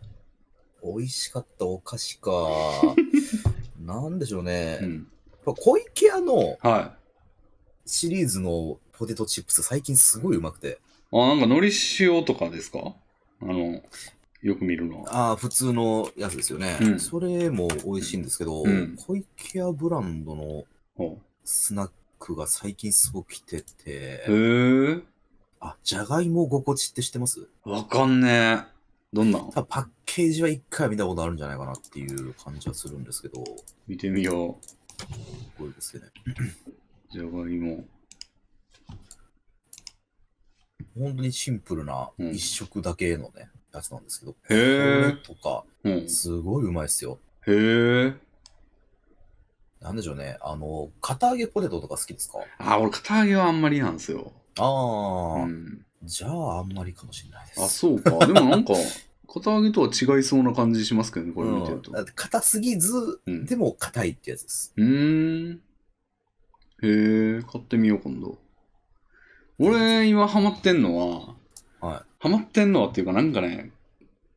S2: 美味しかったお菓子 か。なんでしょうね。
S1: う
S2: やっ
S1: ん、
S2: ぱ小池屋の
S1: はい。
S2: シリーズのポテトチップス、最近すごいうまくて。
S1: あ、なんか、のり塩とかですかあの、よく見るのは。
S2: ああ、普通のやつですよね。
S1: うん
S2: それも美味しいんですけど、
S1: うん
S2: 小池屋ブランドの
S1: ほう
S2: スナックが最近すごく来てて、
S1: へえ。
S2: あ、じゃがいもごこちって知ってます
S1: わかんねえ。どんなん
S2: 多分パッケージは一回は見たことあるんじゃないかなっていう感じはするんですけど、
S1: 見てみよ
S2: これですね。
S1: う。じゃがいも。
S2: 本当にシンプルな
S1: うん
S2: 一食だけのね、やつなんですけど、
S1: へえ
S2: これとか、
S1: うん。へ
S2: すごいうまいっすよ。
S1: え。
S2: なんでしょうね、あの、片揚げポテトとか好きですか
S1: あ、俺、片揚げはあんまりなんですよ。
S2: ああ、
S1: うん。
S2: じゃああんまりかもしれないです。
S1: あ、そうか。でもなん か、片揚げとは違いそうな感じしますけどね、これ見てると
S2: うん。だって硬すぎず、
S1: うん。
S2: でも硬いってやつです。
S1: うーん。へえ、買ってみよう、今度。俺、今ハマってんのは、
S2: は
S1: ハマってんのはっていうか、なんかね、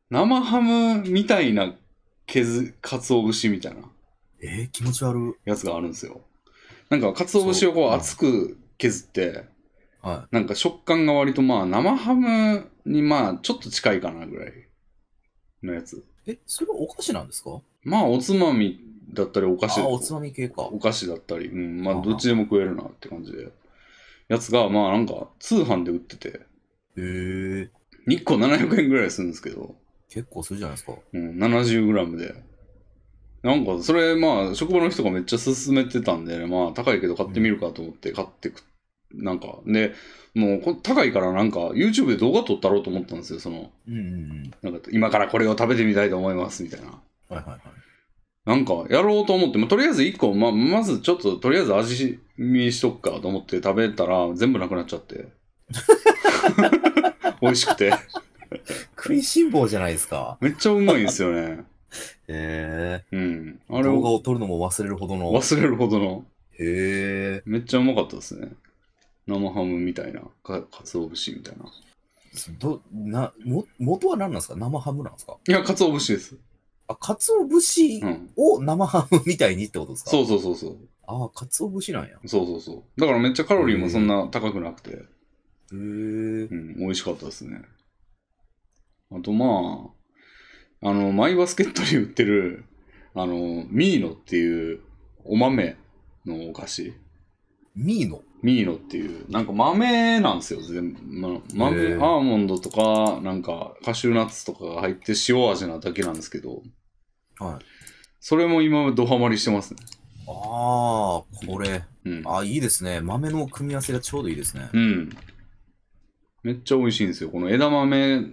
S1: 生ハムみたいなけず、かつお節みたいな
S2: えー、気持ち悪
S1: やつがあるんですよ。なんか、かつお節をこ
S2: そう
S1: う厚く削って、
S2: い。は
S1: なんか食感が割とまあ、生ハムにまあ、ちょっと近いかなぐらいのやつ。
S2: い。え、それはお菓子なんですか
S1: まあ、おつまみだったり、お菓子
S2: あ、おつまみ系か。
S1: お菓子だったり、うん、ま
S2: あ
S1: あ
S2: は
S1: どっちでも食えるなって感じで。やつが、まあなんか、通販で売ってて、
S2: へえ。
S1: 1個700円ぐらいするんですけど、
S2: 結構するじゃないですか。
S1: うん、70g で。なんか、それ、まあ、職場の人がめっちゃ勧めてたんで、ね、まあ、高いけど買ってみるかと思って買ってく。なんか、で、もうこ、高いからなんか、YouTube で動画撮ったろうと思ったんですよ、その、
S2: うんうん
S1: なんか、今からこれを食べてみたいと思います、みたいな。
S2: うん。はいはいはい。
S1: なんか、やろうと思って、まあ、とりあえず1個、まあ、まずちょっと、とりあえず味見しとくかと思って食べたら、全部なくなっちゃって。 美味しくて。
S2: 食いしん坊じゃないですか。
S1: めっちゃうまいんですよね。
S2: へえ。
S1: うん。あれ
S2: 動画
S1: を
S2: を撮るのも忘れるほどの。
S1: 忘れるほどの、
S2: へえ。
S1: めっちゃうまかったですね。生ハムみたいな、かかつお節みたいな。
S2: ど、な、も、元は何なんですか生ハムなんですか
S1: いや、かつお節です。
S2: あ、かつお節
S1: うん。
S2: を生ハムみたいにってことですか。
S1: そううそうそうそう。
S2: ああ、かつお節なんや。へ
S1: そうそうそう。だからめっちゃカロリーもそんな高くなくて。
S2: え。
S1: うん、美味しかったですね。あとまあ、あの、マイバスケットに売ってる、あの、ミーノっていうお豆のお菓子。
S2: ミーノ。
S1: ミーノっていう、なんか豆なんですよ、全部。ま
S2: へ
S1: 豆、
S2: え
S1: アーモンドとか、なんかカシューナッツとかが入って塩味なだけなんですけど、
S2: はい。
S1: それも今ドハマりしてますね。
S2: ああ、これ。
S1: うん。
S2: あいいですね。豆の組み合わせがちょうどいいですね。
S1: うん。めっちゃ美味しいんですよ。この枝豆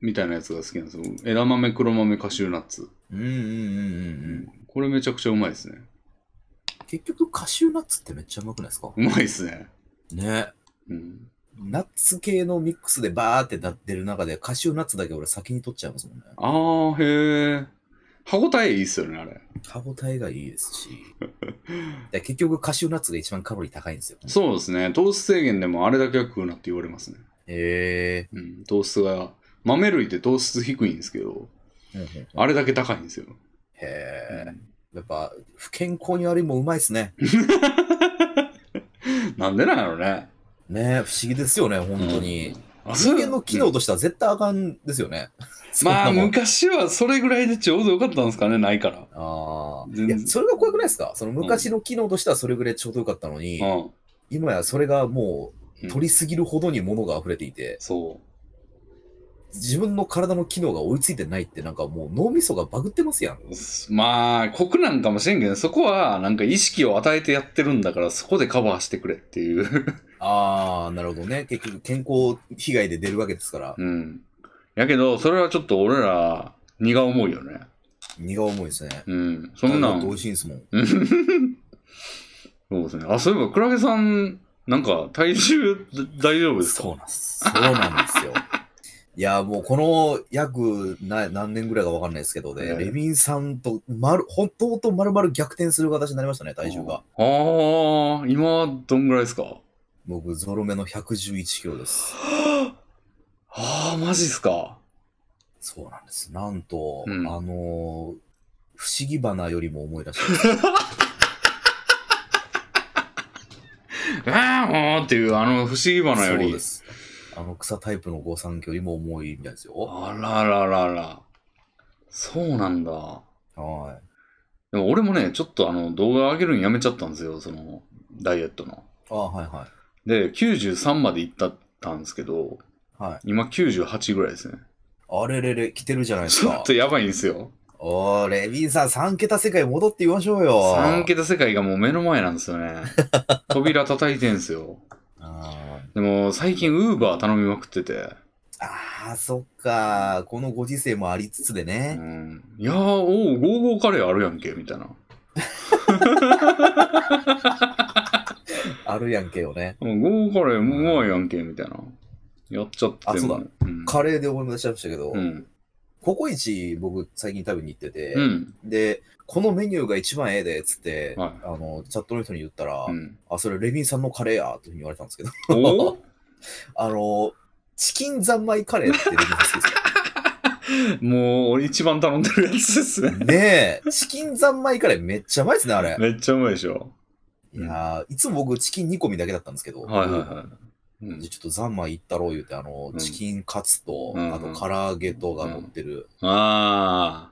S1: みたいなやつが好きなんですよ。枝豆、黒豆、カシューナッツ。
S2: うんうんうんうんうん。
S1: これめちゃくちゃうまいですね。
S2: 結局、カシューナッツってめっちゃうまくないですか
S1: うまいですね。
S2: ね。
S1: うん。
S2: ナッツ系のミックスでバーってなってる中で、カシューナッツだけ俺先に取っちゃいますもんね。
S1: あー、へえ。歯応えいいっすよね、あれ。
S2: 歯応えがいいです し。で結局、カシューナッツが一番カロリー高いんですよ。
S1: そうですね。糖質制限でもあれだけは食うなって言われますね。
S2: へ
S1: うん。糖質が、豆類って糖質低いんですけど、
S2: え。へ
S1: あれだけ高いんですよ。
S2: え。やっぱ、不健康に悪いもんうまいですね。
S1: なんでなんやろね。
S2: ね不思議ですよね、本当に。
S1: あ
S2: 人間の機能
S1: と、
S2: としては絶対あかんですよね。
S1: うん まあ、
S2: そんなもん
S1: 昔はそれぐらいでちょうどよかったんですかね、ないから。
S2: ああ。
S1: 全
S2: い
S1: 然
S2: や、それが怖くないですかその昔の機能としてはそれぐらいちょうどよかったのに、
S1: うん。
S2: 今やそれがも
S1: う
S2: うん取りすぎるほどに物が溢れていて、
S1: そ
S2: 自分の体の機能が追いついてないってなんかもう脳みそがバグってますやん。
S1: う。すまあ、酷なんかもしれんけど、そこはなんか意識を与えてやってるんだから、そこでカバーしてくれっていう。
S2: ああ、なるほどね。結局健康被害で出るわけですから、
S1: うん。やけど、それはちょっと俺ら、荷が重いよね。
S2: 荷が重いですね。
S1: うん。そんな
S2: 美
S1: ん。
S2: 味しいですもん。
S1: そうですね。あ、そういえば、クラゲさん、なんか、体重、大丈夫ですか
S2: そうなんです。そうなんで すよ。いや、もうこの約な何年ぐらいかわかんないですけどね、
S1: ええ
S2: レビンさんと、まる、本当と丸々逆転する形になりましたね、体重が。
S1: ああ、今、どんぐらいですか
S2: 僕、ゾロ目の111キロです。
S1: ああ、マジっすか。
S2: そうなんです。なんと、
S1: うん
S2: あのー不思議花よりも重いらしいです。
S1: ああ、もうっていう、あの、不思議花よ
S2: そう
S1: り
S2: で。す。あの草タイプの御三家よりも重いみたいですよ。
S1: あらららら。そうなんだ。
S2: は
S1: でも俺もね、ちょっとあの、動画上げるのやめちゃったんですよ、その、ダイエットの。
S2: い。あはいは
S1: で、93まで行ったたんですけど、
S2: い。はい。
S1: 今98ぐらいですね。
S2: あれれれ、来てるじゃないです
S1: ちょ
S2: か
S1: っ。とやばいんですよ。
S2: おー、レビンさん、3桁世界戻って言いましょうよ。
S1: 3桁世界がもう目の前なんですよ ね。扉叩いてんすよ。
S2: あー
S1: でも最近ウーバー頼みまくってて。
S2: あー、そっか。このご時世もありつつで
S1: う
S2: ね。
S1: ん、いやー、おう、ゴーゴーカレーあるやんけ、みたいな。
S2: あるやんけよね。
S1: うんゴーゴーカレーうまいやんけ、みたいな。やっちゃって
S2: あそうだ
S1: だ。うん。
S2: カレーで思い出しちゃいましたけど、
S1: うん。
S2: ココイチ僕最近食べに行ってて、
S1: うん。
S2: で、このメニューが一番ええで、つって、
S1: はい
S2: あの、チャットの人に言ったら、
S1: うん、
S2: あ、それレビンさんのカレーや、というふうに言われたんですけど、
S1: お
S2: あの、チキン三昧カレーってレミファ好きです か
S1: もう、俺一番頼んでるやつですね。
S2: ねえ、チキン三昧カレーめっちゃうまいですね、あれ。
S1: めっちゃうまいでしょ。
S2: いやーいつも僕チキン煮込みだけだったんですけど、
S1: はいはいはい。うん
S2: でちょっと三昧いったろう言うて、あの、
S1: うん
S2: チキンカツと、
S1: うん
S2: あと唐揚げとが乗ってる。
S1: あ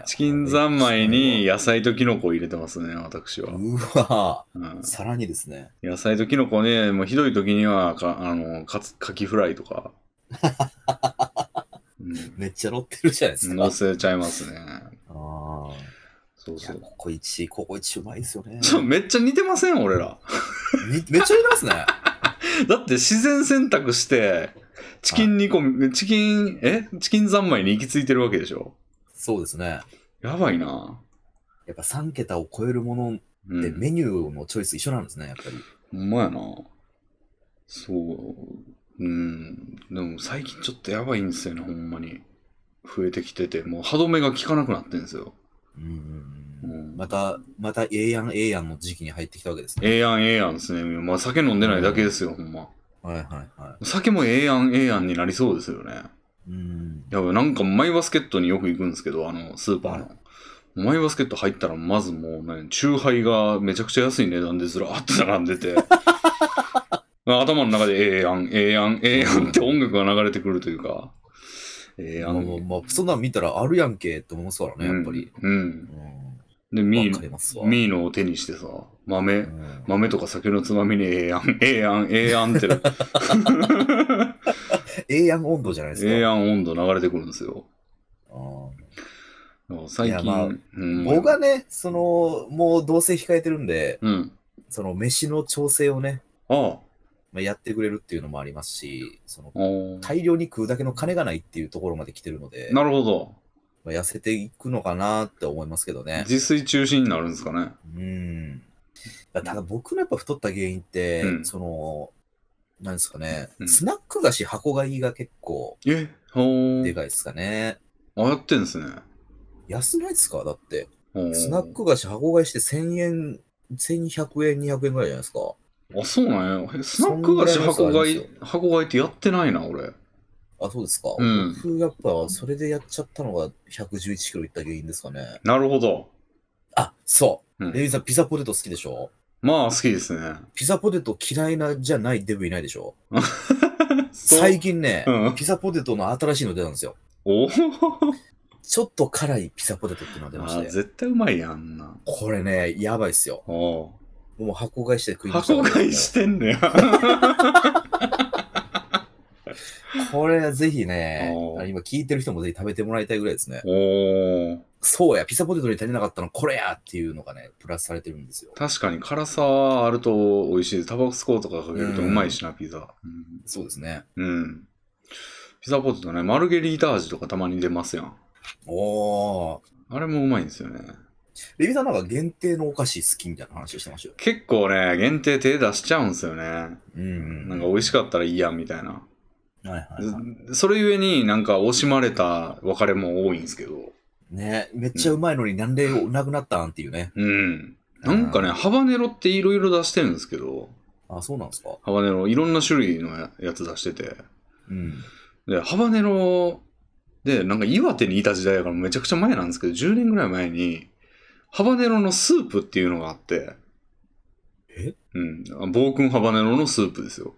S1: あ、
S2: え。
S1: チキン三昧に野菜とキノコを入れてますね、私は。
S2: うわ
S1: うん
S2: さらにですね。
S1: 野菜とキノコね、もうひどい時にはか、あの、かつ、カキフライとか。うん
S2: めっちゃ乗ってるじゃないですか。
S1: 乗せちゃいますね。
S2: あ
S1: そう
S2: ーいや
S1: そう。
S2: ここ一、ここ一うまいですよね。
S1: ちょめっちゃ似てません俺ら。
S2: めめっちゃ入れますね。
S1: だって自然選択して、チキン煮込み、チキン、えチキン三昧に行き着いてるわけでしょ
S2: そうですね。
S1: やばいな。
S2: やっぱ3桁を超えるもの
S1: う
S2: で
S1: ん。
S2: メニューのチョイス一緒なんですね、やっぱり。
S1: ほんまやな。そう。うん。でも最近ちょっとやばいんですよね、ほんまに。増えてきてて、もう歯止めが効かなくなってんですよ。
S2: うん
S1: う
S2: うんうん
S1: ん
S2: また、また、ええやん、ええやんの時期に入ってきたわけですね。
S1: ええやん、ええやんですね。まあ酒飲んでないだけですよ、ほんま。
S2: はいはいは
S1: 酒もええやん、ええやんになりそうですよね。
S2: い。うん。
S1: やばい、なんかマイバスケットによく行くんですけど、あの、スーパーの。マイバスケット入ったら、まずもうね、チューハイがめちゃくちゃ安い値段でずらーって並んで て、頭の中でええやん、ええやん、ええやんって音楽が流れてくるというか、ええや
S2: あ
S1: ん。
S2: の、まあ、そんなん見たらあるやんけって思いますからね、やっぱり。
S1: うん。
S2: うん。
S1: で、ミ
S2: わかり
S1: ー
S2: ますわ
S1: ノ、ミーノを手にしてさ、豆
S2: う、ん
S1: 豆とか酒のつまみにええやん、ええやん、ええや んって、
S2: ええやん温度じゃないですか。
S1: ええやん温度流れてくるんですよ。
S2: うん
S1: だから最
S2: いやまあ
S1: 近、うん
S2: 僕はね、その、もうどうせ控えてるんで、
S1: うん。
S2: その飯の調整をね、
S1: ああ、
S2: まあ、やってくれるっていうのもありますし、その
S1: ああ。
S2: 大量に食うだけの金がないっていうところまで来てるので、
S1: なるほど。
S2: まあ、痩せていくのかなって思いますけどね。
S1: 自炊中心になるんですかね。
S2: うん。ただ僕のやっぱ太った原因って、
S1: うん
S2: その、なんですかね、
S1: うん
S2: スナック菓子箱買いが結構
S1: えほ
S2: で
S1: ー。
S2: かいですかね。
S1: あ、やってんですね。
S2: 安ないですかだって。
S1: ほー
S2: スナック菓子箱買いして1000円、1100円、200円ぐらいじゃないですか。
S1: あ、そうなんや。えスナック菓子箱買
S2: そんぐらいのやつあり
S1: い、箱買いってやってないな、俺。
S2: あ、そうですか。
S1: うん
S2: 僕、やっぱ、それでやっちゃったのが111キロいった原因ですかね。
S1: なるほど。
S2: あ、そう。
S1: うん
S2: レミさん、ピザポテト好きでしょ
S1: まあ、好きですね。
S2: ピザポテト嫌いなじゃないデブいないでしょ
S1: そう
S2: 最近ね、
S1: うん
S2: ピザポテトの新しいの出たんですよ。
S1: おお
S2: ちょっと辛いピザポテトっていうのが出ま
S1: あ
S2: して。
S1: 絶対うまいやんあんな。
S2: これね、やばいっすよ。
S1: お
S2: もう箱買いして食いました。
S1: 箱買いしてんねや。
S2: これぜひね
S1: お、ー
S2: 今聞いてる人もぜひ食べてもらいたいぐらいですね。
S1: おお
S2: そうや、ピザポテトに足りなかったのこれやっていうのがね、プラスされてるんですよ。
S1: 確かに辛さはあると美味しいです。タバスコとかかけるとうまいしな、ピザ。
S2: そうですね。
S1: うん。うんピザポテトね、マルゲリータ味とかたまに出ますやん。
S2: おー。
S1: あれもうまいんですよね。
S2: レビさんなんか限定のお菓子好きみたいな話をしてましたよ。
S1: 結構ね、限定手出しちゃうんですよね。
S2: うんうん。
S1: なんか美味しかったらいいや、みたいな。
S2: はいはいはい。
S1: それゆえになんか惜しまれた別れも多いんですけど。
S2: ねめっちゃうまいのになんでなくなったんっていうね。
S1: うん。なんかね、ハバネロっていろいろ出してるんですけど、
S2: あ、そうなんですか。
S1: ハバネロいろんな種類のややつ出してて。
S2: うん。
S1: で、ハバネロで、なんか岩手にいた時代だからめちゃくちゃ前なんですけど、10年ぐらい前に、ハバネロのスープっていうのがあって、
S2: え
S1: うん。暴君ハバネロのスープですよ。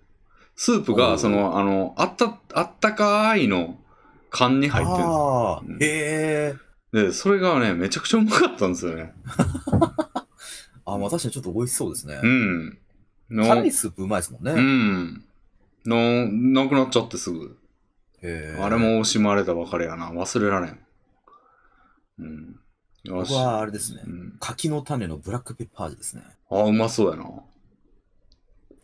S1: スープ
S2: お
S1: が、
S2: ー
S1: その、あの、あった、あったかーいの缶に入ってるんですよ
S2: ああ
S1: うん、
S2: へえ。
S1: で、それがね、めちゃくちゃうまかったんですよね。
S2: あ、まあ確かにちょっと美味しそうですね
S1: う。ん。の
S2: 辛いスープうまいですもんね。
S1: う
S2: へ
S1: ん。の、なくなっちゃってすぐ。
S2: え
S1: あれ。も惜しまれた別れやな。忘れられん。うん。よし
S2: 僕。はあれですね
S1: う。ん、
S2: 柿の種のブラックペッパー味ですね。
S1: あ、うまそうやな。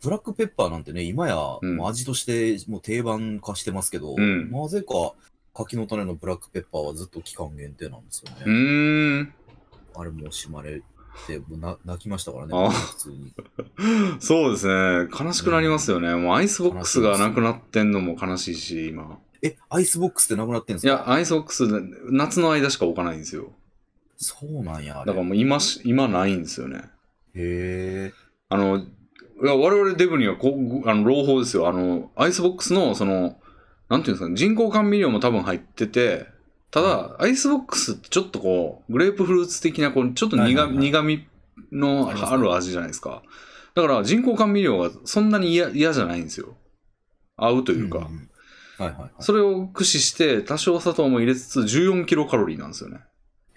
S2: ブラックペッパーなんてね、今や、も
S1: うん
S2: う味としてもう定番化してますけど、
S1: うん
S2: なぜか柿の種のブラックペッパーはずっと期間限定なんですよね。
S1: うーん。
S2: あれも惜しまれて、もうな泣きましたからね、
S1: あ
S2: 普通に。
S1: そうですね。悲しくなりますよね。もうアイスボックスがなくなってんのも悲しいし、今。
S2: え、アイスボックスってなくなってんです
S1: い
S2: か
S1: や、アイスボックス、夏の間しか置かないんですよ。
S2: そうなんや、
S1: だか
S2: あれ。
S1: ら
S2: へ
S1: もう今し、今ないんですよね。
S2: え。
S1: あの、いや我々デブにはこうあの朗報ですよあのアイスボックスのそのなんていうんですかね人工甘味料も多分入っててただアイスボックスってちょっとこうグレープフルーツ的なこうちょっと苦,、
S2: はいはいはい
S1: 苦味の
S2: ありますね
S1: ある味じゃないですかだから人工甘味料がそんなに嫌嫌じゃないんですよ合うというか、
S2: んんはいはいはい。
S1: それを駆使して多少砂糖も入れつつ14キロカロリーなんですよね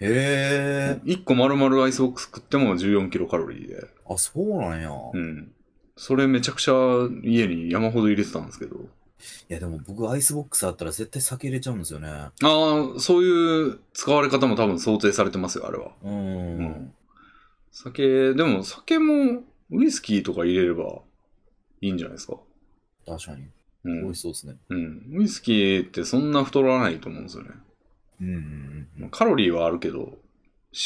S2: へえ。
S1: 1個丸々アイスボックス食っても14キロカロリーで
S2: あ、そうなんや。
S1: う
S2: い
S1: んそれめちゃくちゃ家に山ほど入れてたんですけど
S2: や、でも僕、アイスボックスあったら絶対酒入れちゃうんですよね。
S1: ああそういう使われ方も多分想定されてますよあれは
S2: う
S1: うんん。酒でも酒もウイスキーとか入れればいいんじゃないですか
S2: 確かに。
S1: う
S2: 美
S1: ん
S2: 味、しそうですね。
S1: うん、ウイスキーってそんな太らないと思うんですよね
S2: うんうんうん。
S1: カロリーはあるけど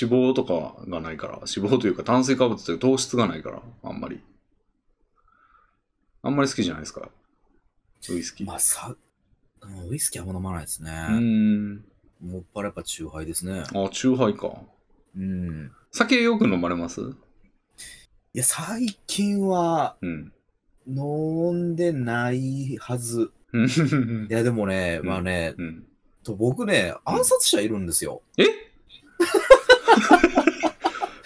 S1: 脂肪とかがないから脂肪というか炭水化物というか糖質がないからあんまりあんまり好きじゃないですかウイスキー、
S2: まあ、さ、うんウイスキーあんま飲まないです
S1: うー
S2: ね。
S1: ん
S2: もっぱらやっぱチューハイですね。
S1: あチューハイか
S2: うん。
S1: 酒よく飲まれます
S2: いや、最近は
S1: うん
S2: 飲んでないはず。
S1: うん
S2: いや、でもね、
S1: うん
S2: まあね、
S1: うん
S2: と僕ね、暗殺者いるんですよ。
S1: え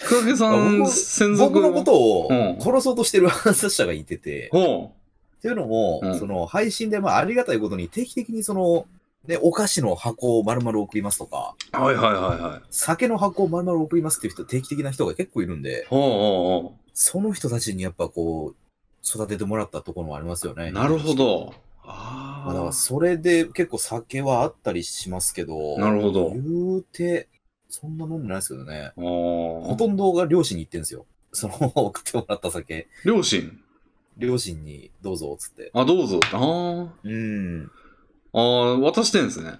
S1: 黒毛さん
S2: 僕
S1: 専属
S2: 僕のことを
S1: うん
S2: 殺そうとしてる暗殺者がいてて、
S1: ほ
S2: っていうのも、
S1: うん
S2: その配信で、まあ、ありがたいことに定期的にその、ね、お菓子の箱を丸々送りますとか、
S1: うはいはいはいはい
S2: 酒の箱を丸々送りますっていう人、定期的な人が結構いるんで、
S1: ほうほうほ
S2: その人たちにやっぱこう、育ててもらったところもありますよね。
S1: うなるほ。ど
S2: まあ、だか
S1: あ
S2: らそれで結構酒はあったりしますけど、
S1: あなるほど
S2: 言うて、そんな飲んでないですけどね。
S1: あ
S2: ほ
S1: ー
S2: とんどが両親に行ってんですよ。その送ってもらった酒、
S1: 両親
S2: 両親にどうぞっつって。
S1: あどうぞああ
S2: うん。
S1: ああ、渡してんですね。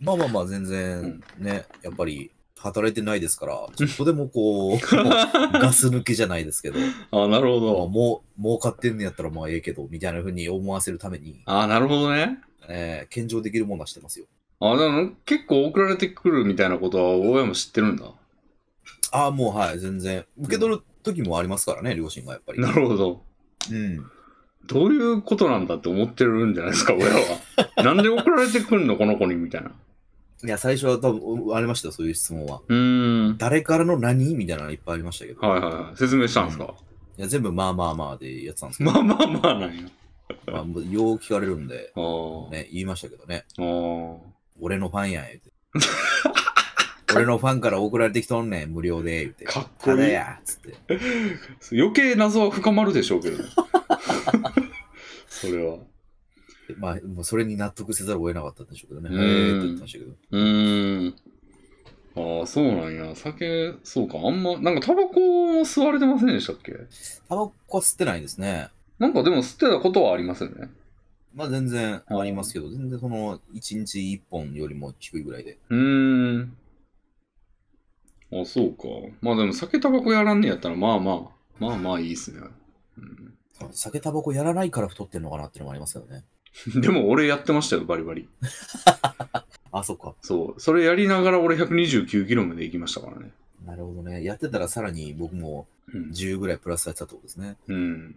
S2: まあまあまあ、全然ね、やっぱり働いてないですから、ちょっとでも こう、ガス抜きじゃないですけど、
S1: ああ、なるほ
S2: まあ
S1: ど。
S2: もう、儲かってんのやったらまあええけど、みたいな風に思わせるために、
S1: ああ、なるほどね。
S2: えー、献上できるものはしてますよ。
S1: ああ、でも結構送られてくるみたいなことは親も知ってるんだ。
S2: ああ、もうはい、全然。受け取る時もありますからね、両親がやっぱり。
S1: なるほど。
S2: うん。
S1: どういうことなんだって思ってるんじゃない ですか、親は。なんで送られてくるの、この子に、みたいな。
S2: いや、最初は多分、ありましたよ、そういう質問は。
S1: うーん。
S2: 誰からの何みたいなのいっぱいありましたけど。
S1: はいはいはい。説明したんですか。
S2: いや全部まあまあまあでやってたんですけど、
S1: まあまあまあなんや。
S2: まあ、もうよう聞かれるんで、
S1: ああ。
S2: ね、言いましたけどね、
S1: あー
S2: 俺のファンやん、言う て。俺のファンから送られてきとんねん、無料で、言うて。
S1: かっこいい
S2: ただや、つって。
S1: 余計謎は深まるでしょうけどね。 それは。
S2: まあ、もうそれに納得せざるを得なかったんでしょうけどね。
S1: うん
S2: へえって言ってましたけど。
S1: うーん。ああ、そうなんや。酒、そうか。あんま、なんかタバコも吸われてませんでしたっけ
S2: タバコは吸ってないですね。
S1: なんかでも吸ってたことはありますよね。
S2: まあ全然ありますけど、全然その、1日1本よりも低いぐらいで。
S1: うーん。あ、そうか。まあでも酒タバコやらんねやったら、まあまあ、まあまあいいっすね。う
S2: 酒タバコやらないから太ってんのかなっていうのもありますけどね。
S1: ん、でも俺やってましたよ、バリバリ。
S2: あ、そっか。
S1: そう。それやりながら俺129キロまで行きましたからね。
S2: なるほどね。やってたらさらに僕も
S1: うん。
S2: 10ぐらいプラスされてたってことですね。
S1: うん。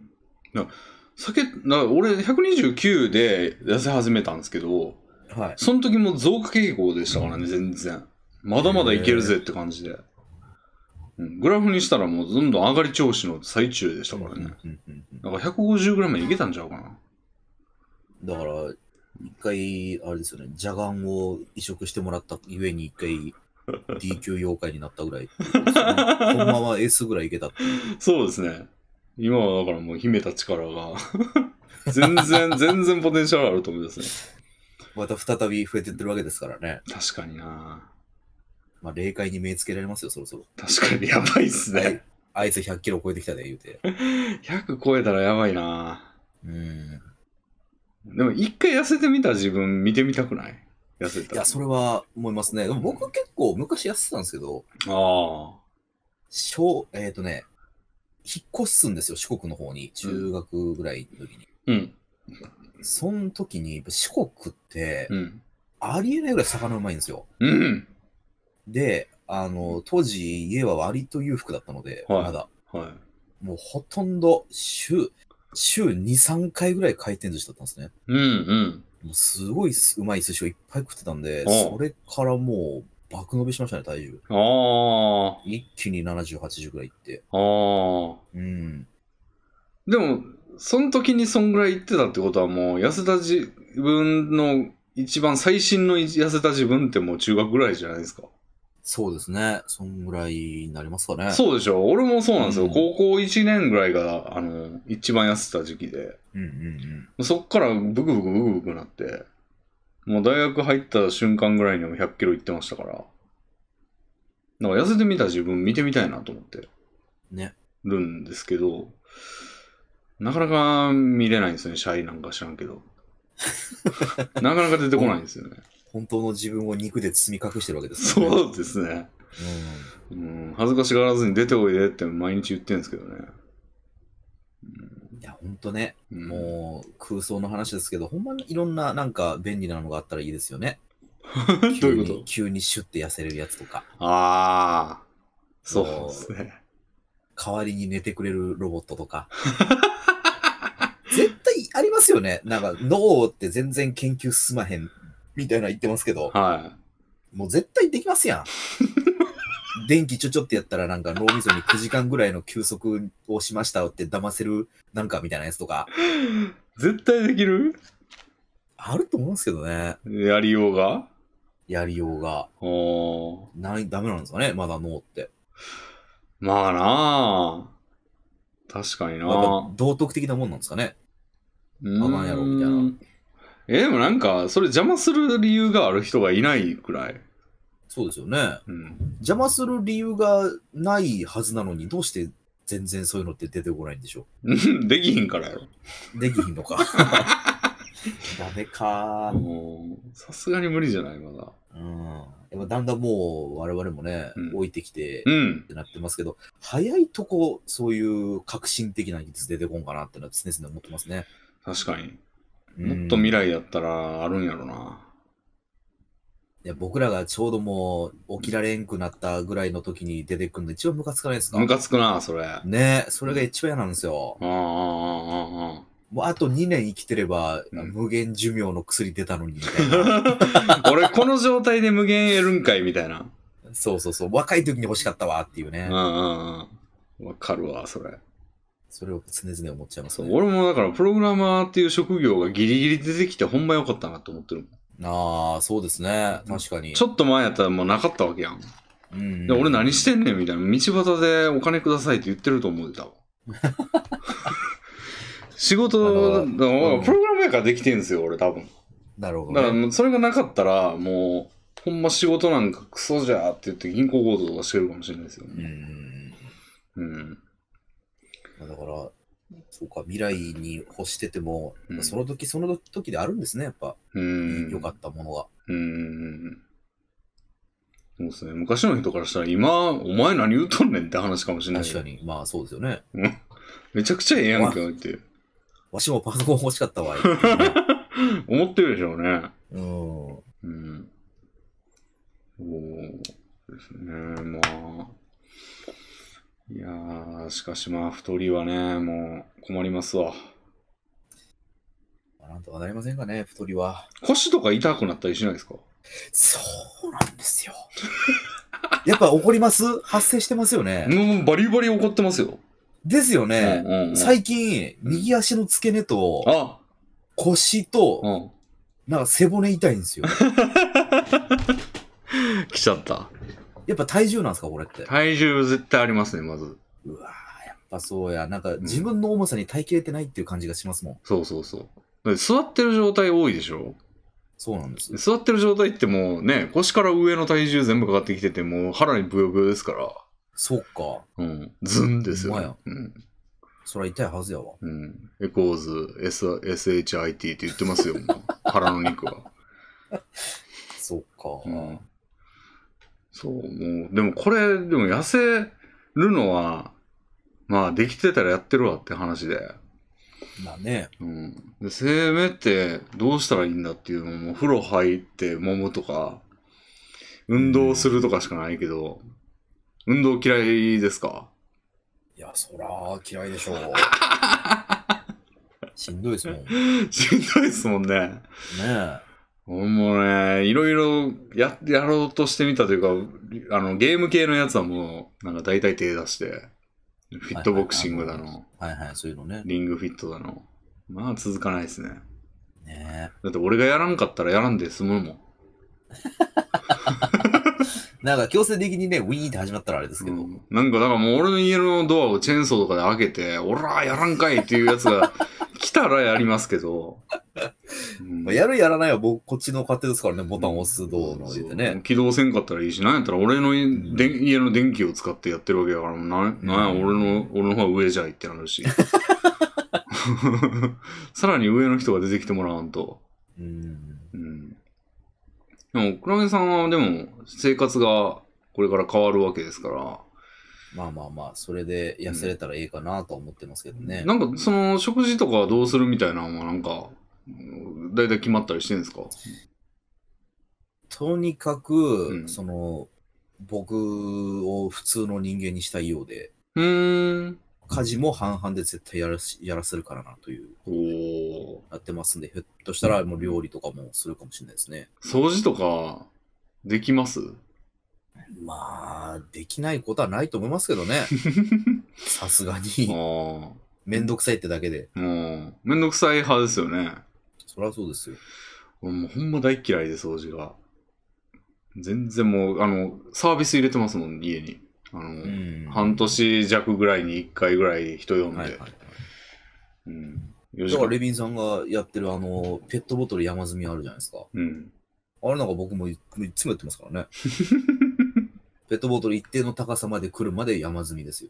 S1: だ酒、だ俺129で痩せ始めたんですけど、
S2: はい。
S1: その時も増加傾向でしたからね、全然。まだまだいけるぜって感じで。うん、グラフにしたらもうどんどん上がり調子の最中でしたからね。
S2: うんうんうん
S1: なんか150ぐらいまでいけたんちゃうかな。
S2: だから、一回、あれですよね、ジャガンを移植してもらったゆえに一回、D 級妖怪になったぐらいっていうことですよね、ほんまは S ぐらいいけたっていう。
S1: そうですね。今はだからもう秘めた力が、全 然、全然ポテンシャルあると思いますね。
S2: また再び増えてってるわけですからね。
S1: 確かにな
S2: まあ、霊界に目つけられますよ、そろそろ。
S1: 確かにやばいっす
S2: は
S1: ね
S2: い。あいつ100キロ超えてきたで、言うて。
S1: 100超えたらやばいな
S2: うん。
S1: でも一回痩せてみた自分見てみたくない痩せた
S2: いや、それは思いますね。でも僕結構昔やってたんですけど、
S1: あ
S2: 小、えっ、とね、引っ越すんですよ、四国の方に。中学ぐらいの時に。
S1: あ。うん。
S2: その時に、四国って、
S1: うん。
S2: ありえないぐらい魚うまいんですよ。
S1: うん。
S2: で、あの、当時家は割と裕福だったので、
S1: はい
S2: まだ。
S1: はい。
S2: もうほとんど週、週2、3回ぐらい回転寿司だったんですね。
S1: うんうん。
S2: もうすごいうまい寿司をいっぱい食ってたんで、
S1: おう
S2: それからもう爆伸びしましたね、体重。
S1: あ
S2: 一気に70、80ぐらいいって。
S1: あ。ああ。
S2: うん。
S1: でも、その時にそんぐらい行ってたってことはもう、痩せた自分の一番最新の痩せた自分ってもう中学ぐらいじゃないですか。
S2: そうですね。そんぐらいになりますかね。
S1: そうでしょ俺もそうなんですよ。
S2: うん
S1: 高校1年ぐらいが、あの、一番痩せた時期で。
S2: う。うんうん
S1: そっからブクブクブクブクなって、もう大学入った瞬間ぐらいには100キロ行ってましたから。だから痩せてみた自分見てみたいなと思って
S2: うん。ね。
S1: るんですけど、なかなか見れないんですよね、シャイなんか知らんけ ど。なかなか出てこないんですよね。
S2: 本当の自分を肉で包み隠してるわけですからね。
S1: そうですね。
S2: う
S1: うん、恥ずかしがらずに出ておいでって毎日言ってるんですけどね。
S2: ん。いや、本当ね。
S1: うん
S2: もう空想の話ですけど、ほんまにいろんななんか便利なのがあったらいいですよね。
S1: どういうこ
S2: 急に急にシュッて痩せれるやつとか、
S1: とああ、そうですね。
S2: 代わりに寝てくれるロボットと か。絶対ありますよね。なんか脳って全然研究進まへんみたいな言ってますけど、
S1: は
S2: もう絶対できますや ん。電気ちょちょってやったらなんか脳みそに9時間ぐらいの休息をしましたって騙せるなんかみたいなやつとか、
S1: い。絶対できる
S2: あると思うんですけどね。
S1: やりようが
S2: やりようが。
S1: おー
S2: ない、ダメなんですかねまだ脳って。
S1: まあなあ。確かにな
S2: やっぱ道徳的なもんなんですかね。
S1: うー
S2: あかんやろみたいな。
S1: え、でもなんか、それ邪魔する理由がある人がいないくらい。
S2: そうですよね。
S1: うん。
S2: 邪魔する理由がないはずなのに、どうして全然そういうのって出てこないんでしょ
S1: できひん からやろ。
S2: う。できひ んのか。ダメか。
S1: うんさすがに無理じゃない、まだ。
S2: うん。やっぱだんだんもう我々もね、
S1: うん
S2: 置いてきて、
S1: う
S2: っ
S1: ん。
S2: てなってますけど、早いとこ、そういう革新的な技術出てこんかなってのは常々思ってますね。
S1: 確かに。
S2: うん
S1: もっと未来やったらあるんやろな。
S2: いや僕らがちょうどもう起きられんくなったぐらいの時に出てくるの一番ムカつかないですか
S1: ムカつくな、それ。ああ、ああ、
S2: ねそれが一番嫌なんですよ。
S1: ああ、あ
S2: もうあと2年生きてれば、
S1: うん
S2: 無限寿命の薬出たのにみたい な。
S1: あ。俺、この状態で無限得るんかい、みたいな。
S2: そうそうそう。若い時に欲しかったわってい う
S1: う
S2: ね
S1: ん。うんうん。わかるわ、それ。
S2: それを常々思っちゃいます
S1: そう、
S2: ね。
S1: 俺もだから、プログラマーっていう職業がギリギリ出てきて、ほんま良かったなと思ってるもん。
S2: ああ、そうですね。確かに。
S1: ちょっと前やったらもうなかったわけやん。
S2: うん
S1: で俺何してんねんみたいな。道端でお金くださいって言ってると思うでた わ。仕事、
S2: あの
S1: だから
S2: うん
S1: プログラムやからできてんですよ、俺多分。
S2: なるほ
S1: だから
S2: ど、ね。
S1: もうそれがなかったら、もう、ほんま仕事なんかクソじゃーって言って銀行強盗とかしてるかもしれないですよ。
S2: うん。
S1: うん。
S2: だから、そうか、未来に欲してても、
S1: うん
S2: その時その時であるんですね、やっぱ。
S1: うん。
S2: 良かったものが。
S1: うん。そうですね。昔の人からしたら、今、お前何言うとんねんって話かもしれない
S2: 確
S1: け
S2: か
S1: ど。
S2: に。まあそうですよね。
S1: めちゃくちゃええやんけ、っていう。
S2: わしもパソコン欲しかったわ。っていう ね
S1: 思ってるでしょうね。
S2: うん。
S1: うん。そうですね、まあ。いやー、しかしまあ、太りはね、もう困りますわ。
S2: まあなんとかなりませんかね、太りは。
S1: 腰とか痛くなったりしないですか
S2: そうなんですよ。 やっぱ怒ります発生してますよね。
S1: もうバリバリ怒ってますよ。
S2: ですよ
S1: うん
S2: ね。
S1: うんうん、
S2: 最近、右足の付け根と
S1: あ
S2: 腰と、
S1: うん。
S2: なんか背骨痛いんで すよ。
S1: 来ちゃった。
S2: やっぱ体重なんですか、これって。
S1: 体重絶対ありますね、まず。
S2: うわぁ、やっぱそうや。なんか自分の重さに耐えきれてないっていう感じがしますもん。
S1: そうそうそう。だって座ってる状態多いでしょ
S2: そうなんです。
S1: 座ってる状態ってもうね、腰から上の体重全部かかってきてて、もう腹にブヨブヨですから。
S2: そっか。
S1: うん。ズンですよ、
S2: ほんまや
S1: うん。
S2: そりゃ痛いはずやわ。
S1: うん。エコーズ、S、SHIT って言ってますよ、もう 腹の肉は。
S2: そっか。
S1: うんそう、もう、でもこれ、でも痩せるのは、まあ、できてたらやってるわって話で。
S2: まあね。
S1: うん。で、生命ってどうしたらいいんだっていうのも、お風呂入って揉むとか、運動するとかしかないけど、運動嫌いですか
S2: いいや、そら、嫌いでしょう。しんどいですもん。ね
S1: しんどいですもんね。
S2: え。
S1: 俺もね、いろいろややろうとしてみたというか、あのゲーム系のやつはもう、なんか大体手出して、フィットボクシングだ
S2: はい
S1: の、
S2: はいはい、そういうのね。
S1: リングフィットだの、まあ続かないですね。
S2: ね
S1: だって俺がやらんかったらやらんで済むもん。
S2: え。なんか強制的にね、ウィーンって始まったらあれですけど、
S1: うんなんかだからもう俺の家のドアをチェーンソーとかで開けて、おらやらんかいっていうやつが来たらやりますけ ど。うん
S2: まあやるやらないは僕、こっちの勝手ですからね、ボタン押すどうの言うて
S1: そ
S2: ね。
S1: 起動せんかったらいいし、なんやったら俺のい、
S2: ん
S1: で家の電気を使ってやってるわけだから、もうなんなんや、
S2: う
S1: 俺の、俺の方が上じゃいってなるし。 さらに上の人が出てきてもらわんと。
S2: うん。
S1: うん。でも、クラゲさんはでも、生活がこれから変わるわけですから、
S2: まあまあまあ、それで痩せれたらいいかなとは思ってますけどね。
S1: なんかその食事とかはどうするみたいなのはなんか、うん大体決まったりしてるんですか
S2: とにかく、
S1: うん
S2: その、僕を普通の人間にしたいようで、
S1: うーん。
S2: 家事も半々で絶対やらしやらせるからなという、
S1: おー。
S2: やってますんで、ひょっとしたらもう料理とかもするかもしれないですね。
S1: 掃除とか、できます
S2: まあ、できないことはないと思いますけどね。さすが
S1: あ
S2: に、
S1: あ。
S2: めんどくさいってだけで。
S1: もう、めんどくさい派ですよね。
S2: そりゃそうですよ。
S1: 俺もうほんま大嫌いで、掃除が。全然もう、あの、サービス入れてますもん、家に。あの、
S2: うん
S1: 半年弱ぐらいに1回ぐらい人呼んで。
S2: はいはいはい。
S1: うん。4
S2: だからレビンさんがやってるあの、ペットボトル山積みあるじゃないですか。
S1: うん。
S2: あれなんか僕もいいつもやってま すからね。ペットボトル一定の高さまで来るまで山積みですよ。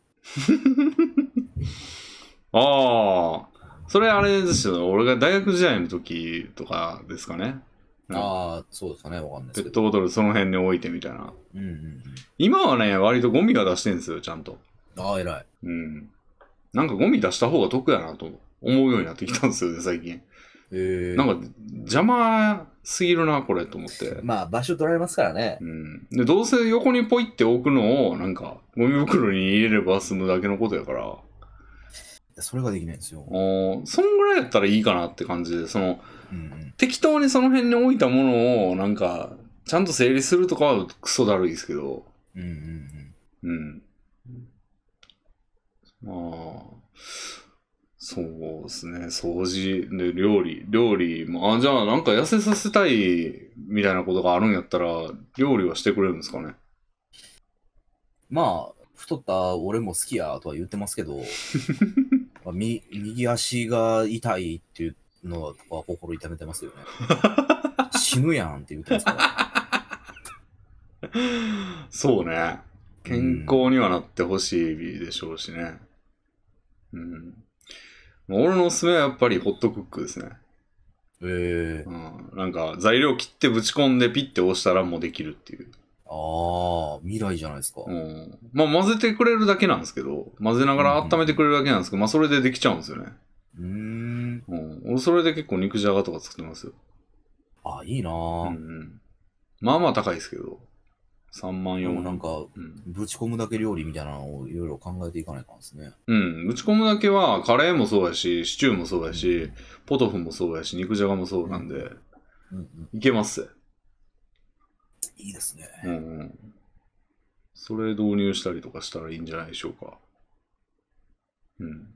S1: ああ。それあれですよ。俺が大学時代の時とかですかね。うん
S2: ああ、そうですかね、わかんないで
S1: ペ
S2: すけ
S1: ッ
S2: ど。
S1: トボトルその辺に置いてみたいな。
S2: うんうんうん。
S1: 今はね、割とゴミは出してるんですよ、ちゃんと。
S2: ああ、偉い。
S1: うん。なんかゴミ出した方が得やなと思うようになってきたんですよね、最近。
S2: ええ
S1: なんか邪魔すぎるな、これと思って。
S2: まあ、場所取られますからね
S1: う。ん。で、どうせ横にポイって置くのを、なんか、ゴミ袋に入れれば済むだけのことやから、
S2: それができないんですよ。
S1: おそんぐらいやったらいいかなって感じで、その、
S2: うんうん。
S1: 適当にその辺に置いたものを、なんか、ちゃんと整理するとかはクソだるいですけど、
S2: うんうんうん。
S1: うん。まあ、そうですね。掃除で料理、料理も、あ、じゃあなんか痩せさせたいみたいなことがあるんやったら、料理はしてくれるんですかね。
S2: まあ、太った俺も好きやとは言ってま すけど、まあ、み右足が痛いっていうのは心痛め てますよね。死ぬやんって言ってますから。
S1: そうね。健康にはなってほしいでしょうしね。うん。俺のおすすめはやっぱりホットクックですね。
S2: ええ
S1: うん。なんか材料切ってぶち込んでピッて押したらもうできるっていう。
S2: ああ、未来じゃないですか。
S1: うん、まあ混ぜてくれるだけなんですけど混ぜながら温めてくれるだけなんですけど、まあそれでできちゃうんですよね、
S2: うーん。
S1: うん、俺それで結構肉じゃがとか作ってますよ、
S2: あ、いいな
S1: うんう
S2: ぁ、
S1: ん、まあまあ高いですけど3万
S2: で
S1: 4
S2: も
S1: 万
S2: なんか、
S1: うん、
S2: ぶち込むだけ料理みたいなのをいろいろ考えていかないかんですね。
S1: うん、打ち込むだけはカレーもそうやしシチューもそうやし、ポトフもそうやし肉じゃがもそうなんで、
S2: うんうん。
S1: いけます
S2: いいですね。
S1: うんうんそれ導入したりとかしたらいいんじゃないでしょうか。うん。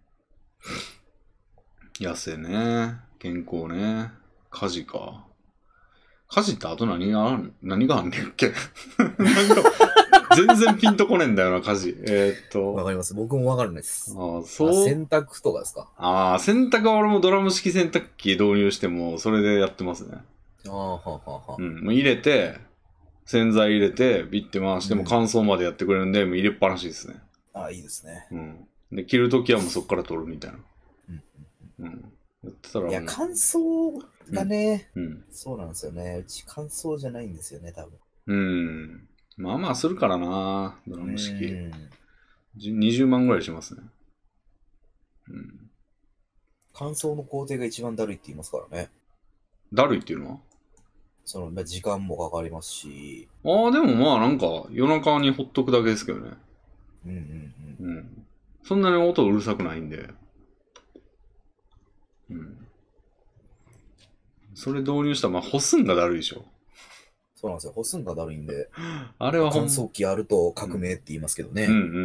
S1: 痩せね。健康ね。家事か。家事ってあと何があん、何があんねんっけ なんか全然ピンとこねえんだよな、家事。えーっ
S2: わ
S1: と。
S2: かります。僕もわかるんないです。
S1: あー
S2: あ
S1: そう。
S2: 洗濯とかですか
S1: ああ、洗濯は俺もドラム式洗濯機導入しても、それでやってますね。
S2: ああ、はあはあはあ
S1: う。ん、もう入れて、洗剤入れて、ビッて回して、もう乾燥までやってくれるんで、もう入れっぱなしですね。
S2: あいいですね。
S1: うん。で、着るときはもうそこから取るみたいな。
S2: うん
S1: うん。やってたらもう
S2: いや、乾燥がね、
S1: うん。
S2: そうなんですよね。うち乾燥じゃないんですよね、多分。
S1: うん。まあまあするからな、ドラム式。
S2: うん
S1: じ20万ぐらいしますね。うん。
S2: 乾燥の工程が一番だるいって言いますからね。
S1: だるいっていうの
S2: その、まあ時間もかかりますし、
S1: はああ、でもまあなんか夜中にほっとくだけですけどね。
S2: うんうんうん。
S1: うん。そんなに音うるさくないんで。うん。それ導入したら、まあ、干すんがだるいでしょ。
S2: そうなんですよ。干すんがだるいんで、
S1: あれはほん
S2: 乾燥機あると革命って言いますけどね。
S1: うんうんうん。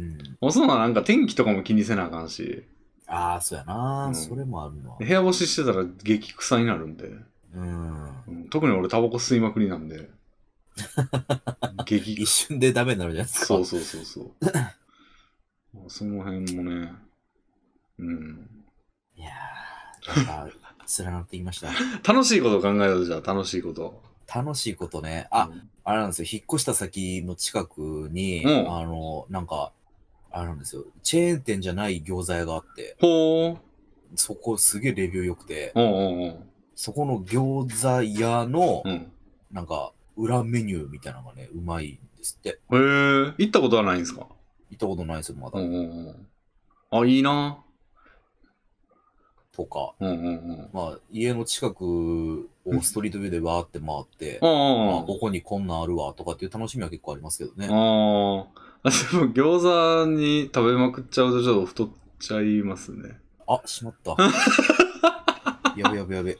S2: うん
S1: 干すのはなんか天気とかも気にせなあかんし、
S2: ああ、そうやな、
S1: うん
S2: それもあるな
S1: 部。屋干ししてたら激臭になるんで。
S2: うん。
S1: うん特に俺タバコ吸いまくりなん で。激
S2: 一瞬でダメになるじゃないですか。
S1: そうそうそうそう。その辺もね、うん。
S2: いやー、なんか、連なってきました。
S1: 楽しいことを考えようじゃあ、楽しいこと。
S2: 楽しいことね。あ、あれなんですよ。引っ越した先の近くに、
S1: うん
S2: あの、なんか、あれなんですよ。チェーン店じゃない餃子屋があって、
S1: ほ
S2: そこすげえレビュー良くて
S1: う。、うんうん
S2: そこの餃子屋の
S1: う、ん。
S2: なんか、裏メニューみたいなのがね、うまいんですって。
S1: うん。へえ、行ったことはないんですか
S2: 行ったことないですよ、ま
S1: う
S2: だ。
S1: んうんうん。あ、いいな。
S2: とか。
S1: うんうんうん。
S2: まあ、家の近くをストリートビューでわーって回って、
S1: あ
S2: まあ、
S1: あ
S2: ここにこんなんあるわとかっていう楽しみは結構ありますけどね。
S1: ああ。あ、でも餃子に食べまくっちゃうとちょっと太っちゃいますね。
S2: あ、し まった。やべやべや べ。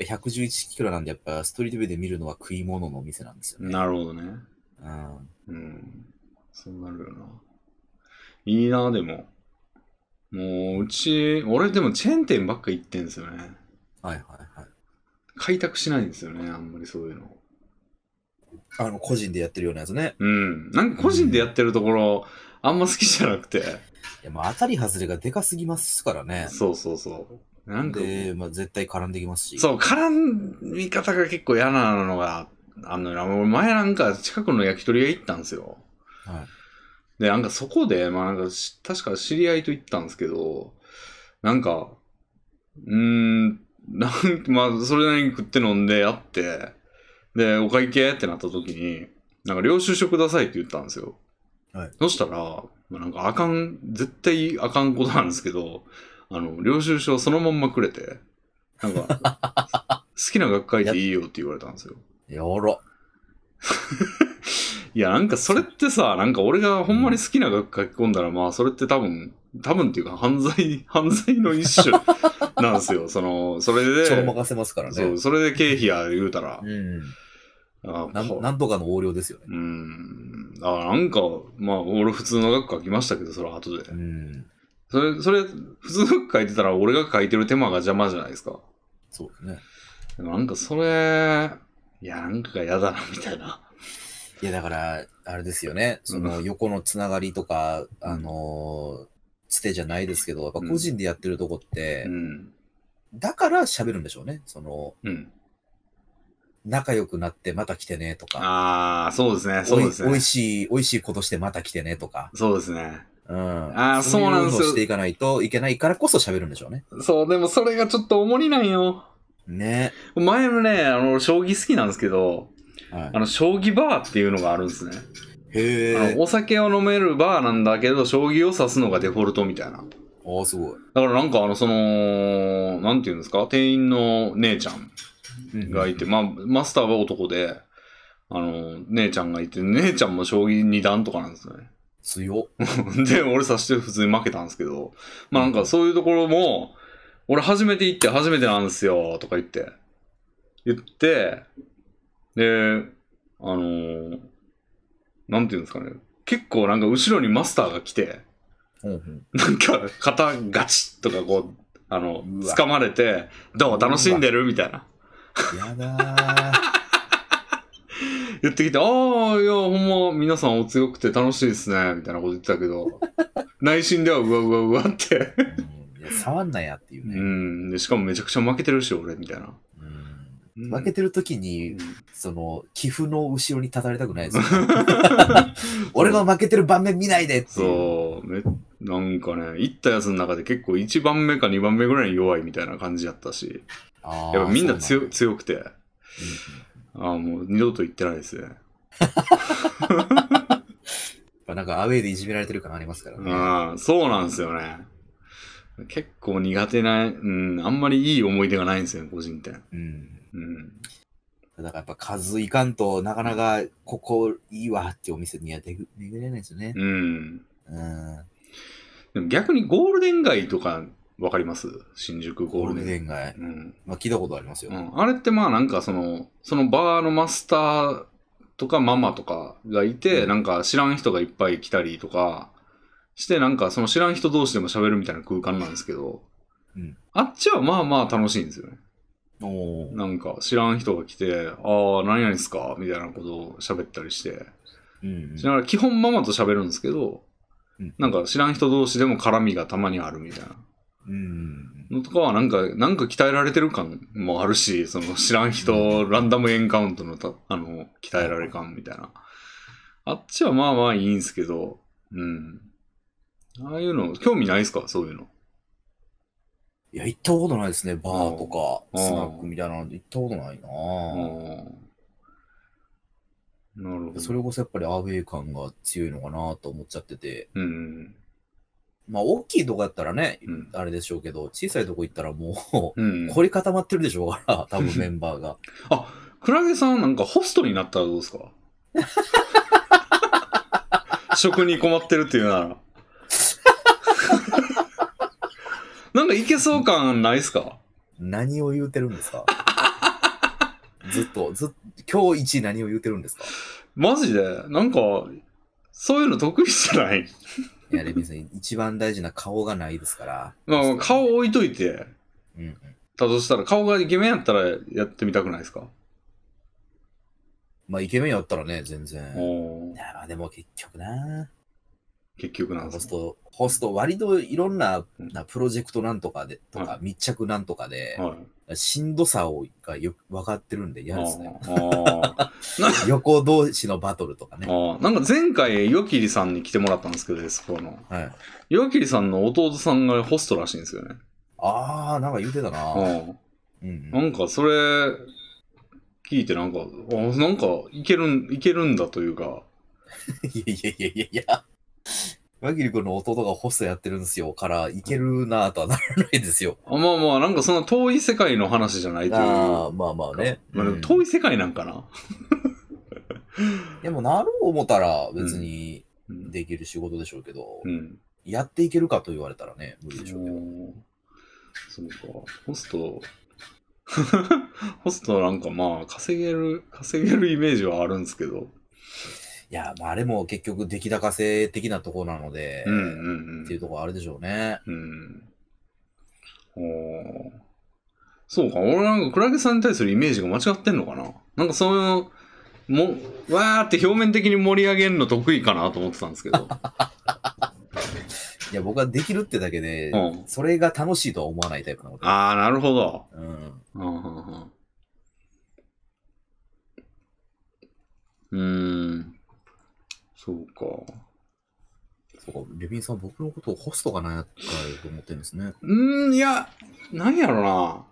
S2: 111キロなんで、やっぱストリートビューで見るのは食い物のお店なんですよね。
S1: なるほどね。
S2: うん。
S1: うん。そうなるよな。いいな、でも。もう、うち、俺でもチェーン店ばっか行ってんですよね。
S2: はいはいはい。
S1: 開拓しないんですよね、あんまりそういうの。
S2: あの、個人でやってるようなやつね。
S1: うん。なんか個人でやってるところ、あんま好きじゃなくて。
S2: いや、まあ、当たり外れがでかすぎますからね。
S1: そうそうそう。なんか、
S2: で、まあ、絶対絡んできますし。
S1: そう、絡み方が結構嫌なのがあんのよな。俺前なんか近くの焼き鳥屋行ったんですよ。
S2: はい。
S1: で、なんかそこで、まあなんかし、確か知り合いと行ったんですけど、なんか、うーん、なんまあ、それなりに食って飲んでやって、で、お会計ってなった時に、なんか、領収書くださいって言ったんですよ。
S2: はい
S1: そしたら、まあなんか、あかん、絶対あかんことなんですけど、あの、領収書そのまんまくれて、なんか、 好きな学会でいいよって言われたんですよ。
S2: やら。
S1: いや、なんかそれってさ、なんか俺がほんまに好きな楽書き込んだら、まあそれって多分、多分っていうか犯罪、 犯罪の一 種なんですよ。その、それで、
S2: ちょろまかせますからね。
S1: そう、それで経費や言うたら、
S2: うん。
S1: あ
S2: な
S1: こ
S2: んなんとかの横領ですよね。
S1: うん、あなんか、まあ俺普通の学科書きましたけど、それは後で
S2: う。ん。
S1: それ、それ、普通の学科書いてたら俺が書いてる手間が邪魔じゃないですか。
S2: そうですね。
S1: でもなんかそれ、いや、なんか嫌だな、みたいな。
S2: いや、だから、あれですよね。その横のつながりとか、あのーつてじゃないですけど、やっぱ個人でやってるとこって
S1: う、ん。
S2: だから喋るんでしょうね。その、
S1: うん。
S2: 仲良くなってまた来てねとか、
S1: ああ、そうですね、
S2: お
S1: そう
S2: い
S1: ですね。
S2: おいしい、おいしいことしてまた来てねとか、
S1: そうですね。
S2: うん。
S1: あーそうなんですよ
S2: いのをしていかないといけないからこそ喋るんでしょうね。
S1: そう、でもそれがちょっと重りなんよ。
S2: ね。
S1: 前のね、あの、将棋好きなんですけど、
S2: は
S1: あの、将棋バーっていうのがあるんですね。
S2: い、へ
S1: あの
S2: え。
S1: お酒を飲めるバーなんだけど、将棋を指すのがデフォルトみたいな。
S2: おーすごい。
S1: だからなんかあの、その、なんていうんですか、店員の姉ちゃん
S2: うん
S1: がいて、まあ、マスターは男で、あの、姉ちゃんがいて、姉ちゃんも将棋二段とかなんですね。
S2: 強。
S1: で、俺指して普通に負けたんですけど、まあなんかそういうところも、俺初めて行って初めてなんですよ、とか言って、言って、で、あのーなんていうんですかね、結構なんか後ろにマスターが来て、
S2: うんうん
S1: なんか肩ガチッとかこう、あの、
S2: うわ
S1: 掴まれて、どう楽しんでるみたいな。
S2: やだー。
S1: 言ってきて、ああ、いや、ほんま、皆さんお強くて楽しいですね、みたいなこと言ってたけ ど、内心ではうわうわうわって。
S2: うんいや触んなやっていう
S1: う
S2: ね。
S1: ん、でしかもめちゃくちゃ負けてるし、俺、みたいな。
S2: うん
S1: うん
S2: 負けてる時に
S1: うん
S2: その、寄付の後ろに立たれたくないです よね。俺の負けてる場面見ないでっていう。
S1: そう、めなんかね、行ったやつの中で結構1番目か2番目ぐらいに弱いみたいな感じやったし、
S2: あー
S1: やっぱみんな
S2: そ
S1: 強
S2: う
S1: 強くて、
S2: なんだうんうん
S1: ああ、もう二度と行ってないですね。
S2: やっぱなんかアウェイでいじめられてる感ありますからね。
S1: うん、そうなんですよね。結構苦手な、うん、あんまりいい思い出がないんですよね、個人店。
S2: うん。
S1: うん。
S2: だからやっぱ数いかんとなかなかここいいわってお店には出ぐ巡れないですよね。
S1: うん。
S2: うん
S1: でも逆にゴールデン街とかわかります新宿ゴー
S2: ゴー
S1: ル
S2: ル
S1: デン
S2: デン街。
S1: うん
S2: まあ、聞いたことありますよ。
S1: うん、あれってまあなんかそのそのバーのマスターとかママとかがいて、
S2: うん
S1: なんか知らん人がいっぱい来たりとかしてなんかその知らん人同士でも喋るみたいな空間なんですけど、
S2: うん
S1: あっちはまあまあ楽しいんですよね
S2: おー
S1: なんか知らん人が来て「ああ何々っすか?」みたいなことを喋ったりして
S2: うんうん
S1: しながら基本ママと喋るんですけど
S2: うん
S1: なんか知らん人同士でも絡みがたまにあるみたいな
S2: うん
S1: のとかはなんか、なんか鍛えられてる感もあるし、その知らん人、ランダムエンカウントのた、あの、鍛えられ感みたいな。あっちはまあまあいいんすけど、うん。ああいうの、興味ないですかそういうの。
S2: いや、行ったことないですね。バーと
S1: うん
S2: か、スナックみたいなの行ったことないなぁ
S1: あーなるほど。
S2: それこそやっぱりアウェー感が強いのかなと思っちゃってて。
S1: うん。
S2: まあ、大きいとこやったらね、
S1: うん。
S2: あれでしょうけど、小さいとこ行ったらも
S1: うん
S2: う、、 凝り固まってるでしょうから、多分メンバ ーが。
S1: あ、クラゲさんなんかホストになったらどう ですか食に困ってるっていうなら。なんかいけそう感ないっすか
S2: 何を言うてるんですかずっと、ずっ今日一何を言うてるんですか
S1: マジでなんか、そういうの得意じゃない
S2: いや、レミさん、一番大事な顔がないですから。
S1: まあ顔置いといて、
S2: うんうん。
S1: だとしたら顔がイケメンやったらやってみたくないですか、
S2: まあ、イケメンやったらね、全然。い
S1: おー
S2: や、まあでも結局な
S1: 結局なん
S2: ホ
S1: で
S2: ス
S1: す
S2: ト、ホスト、割といろんな
S1: うん
S2: なプロジェクトなんとかで、と
S1: は
S2: か、密着なんとかで
S1: か、はい。
S2: しんどさをがよく分かってるんで嫌ですね。
S1: あーあー
S2: 横同士のバトルとかね。
S1: あーなんか前回、よきりさんに来てもらったんですけど、そこの。
S2: はい。
S1: 岩切さんの弟さんがホストらしいんですよね。
S2: あー、なんか言うてたな。
S1: うん
S2: うんう、
S1: なんんかそれ聞いてなんか、あなんかいけるん、いけるんだというか、
S2: いやいやいやいやいや。マギリ君の弟がホストやってるんですよから、いけるなぁとはならないですよ。
S1: あまあまあ、なんかそんな遠い世界の話じゃないという
S2: あ
S1: か
S2: ー、まあまあね。
S1: まあ、でも
S2: う
S1: 遠
S2: ん
S1: い世界なんかな。
S2: でもなろう思ったら別に
S1: うん。
S2: できる仕事でしょうけど、
S1: うん、
S2: やっていけるかと言われたらね、無理でしょうけ
S1: お
S2: ど。
S1: ーそうか、ホスト、 ホストなんかまあ、稼げる、稼げるイメージはあるんですけど、
S2: いや、まああれも結局出来高性的なとこなので、
S1: うんうんうん。
S2: っていうとこあるでしょうね。
S1: うん。おーそうか、俺なんかクラゲさんに対するイメージが間違ってんのかななんかそういう、も、わーって表面的に盛り上げるの得意かなと思ってたんですけど。
S2: いや、僕はできるってだけで、
S1: うん
S2: それが楽しいとは思わないタイプなので。
S1: あー、なるほど。
S2: うん。
S1: うんうんうんうーん。そうか。
S2: そうか、レビンさん、僕のことをホストがなんやったらと思ってるんですね。
S1: うーん、いや、なんやろな。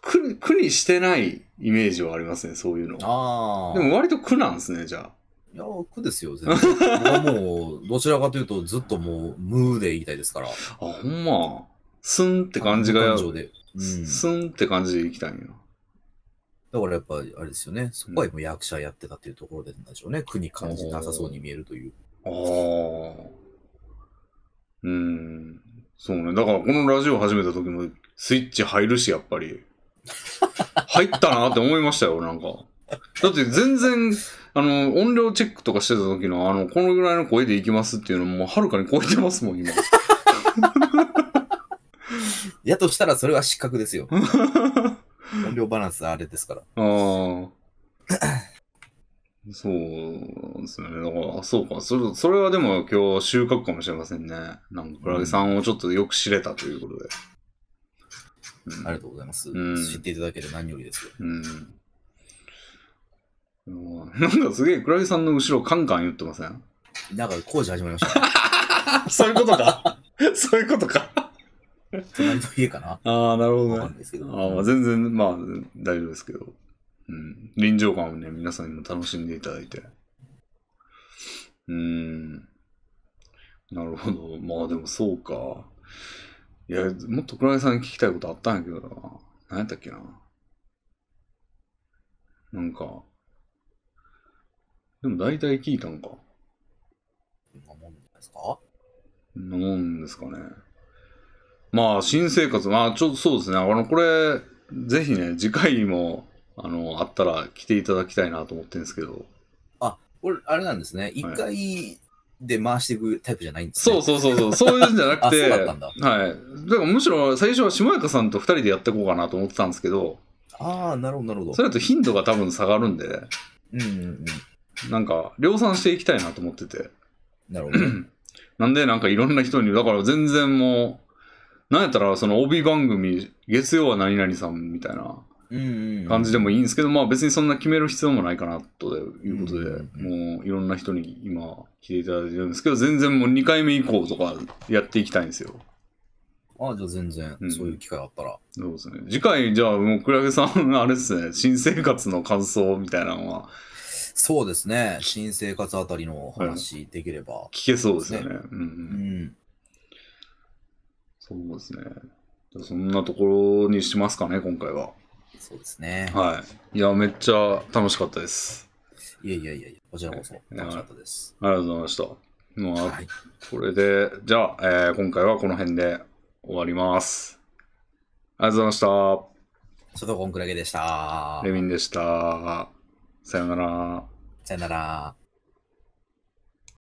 S1: 苦苦にしてないイメージはありますね、そういうの。
S2: あ
S1: で
S2: でも、
S1: も割と苦なんですね、じゃあ。
S2: いや、苦ですよ、全然。僕はもう、どちらかというと、ずっともう、無で言いたいですから。っ
S1: あ、ほんま。スンって感じが、
S2: 感情で。うん。
S1: スンって感じでいきたいんや。
S2: だからやっぱ、あれですよね。そこは今役者やってたっていうところでなんでしょうね。苦に感じなさそうに見えるという。
S1: ああ。うん。そうね。だからこのラジオ始めた時もスイッチ入るし、やっぱり。入ったなって思いましたよ、なんか。だって全然、あの、音量チェックとかしてた時の、あの、このぐらいの声でいきますっていうのも、もうはるかに超えてますもん、今。
S2: やとしたら、それは失格で すよ。音量バランスあれですから。
S1: ああ。そうなんですよね。だから、あそうか。それ、それはでも今日収穫かもしれませんね。なんか、クラゲさんをちょっとよく知れたということで。
S2: ありがとうございます。
S1: うん
S2: 知っていただけて何よりですよ。
S1: うん。うんなんかすげえ、クラゲさんの後ろカンカン言ってません
S2: なんか工事始まりましたね。
S1: そういうことか。そういうことか。
S2: 隣の家かな
S1: ああ、なるほ
S2: わ
S1: ど
S2: かん
S1: ね
S2: ない。ですけ
S1: あ
S2: ど。
S1: ーまあ全然、まあ、大丈夫ですけど。うん。臨場感をね、皆さんにも楽しんでいただいて。うーん。なるほど。まあでもそうか。いや、もっと倉井さんに聞きたいことあったんやけどな。何やったっけな。なんか。でも大体聞いたんか。
S2: こんなもんですか
S1: なんですかね。まあ、新生活、まあ、ちょっとそうですね。あの、これ、ぜひね、次回も、あの、あったら来ていただきたいなと思ってるんですけど。
S2: あ、これ、あれなんですね。一回で回していくタイプじゃないんですね。
S1: そうそうそう そう、そういうんじゃなくて、
S2: あそうだったんだ
S1: はい。だからむしろ最初は下中さんと二人でやっていこうかなと思ってたんですけど、
S2: ああ、なるほど、なるほ
S1: そ
S2: ど。
S1: れだと頻度が多分下がるんで、
S2: うんうんうん。
S1: なんか、量産していきたいなと思って て。
S2: なるほどね。
S1: なんで、なんかいろんな人に、だから全然もう、なんやったら、その帯番組、月曜は何々さんみたいな
S2: うんうんうん。
S1: 感じでもいいんですけど、まあ別にそんな決める必要もないかな、ということで、
S2: うんう
S1: もういろんな人に今来ていただいてるんですけど、全然もう2回目以降とかやっていきたいんですよ。
S2: ああ、じゃあ全然
S1: うん、
S2: そういう機会あったら。
S1: そうですね。次回、じゃあもうクラゲさん、あれですね、 新生活の感想みたいなのは
S2: そうですね。新生活あたりの話できれば。
S1: 聞けそうですよね。うんう
S2: うんん。
S1: そうですね。じゃあそんなところにしますかね、今回は。
S2: そうですね。
S1: はい。いや、めっちゃ楽しかったです。
S2: いやいやいやいや、こちらこそ楽しかったです。
S1: ありがとうございました。まあ、
S2: はい。
S1: これで、じゃあ、えー今回はこの辺で終わります。ありがとうございまし
S2: 佐藤コンクラゲでした
S1: た。レ。ミンでした。さようなら。
S2: さよなら。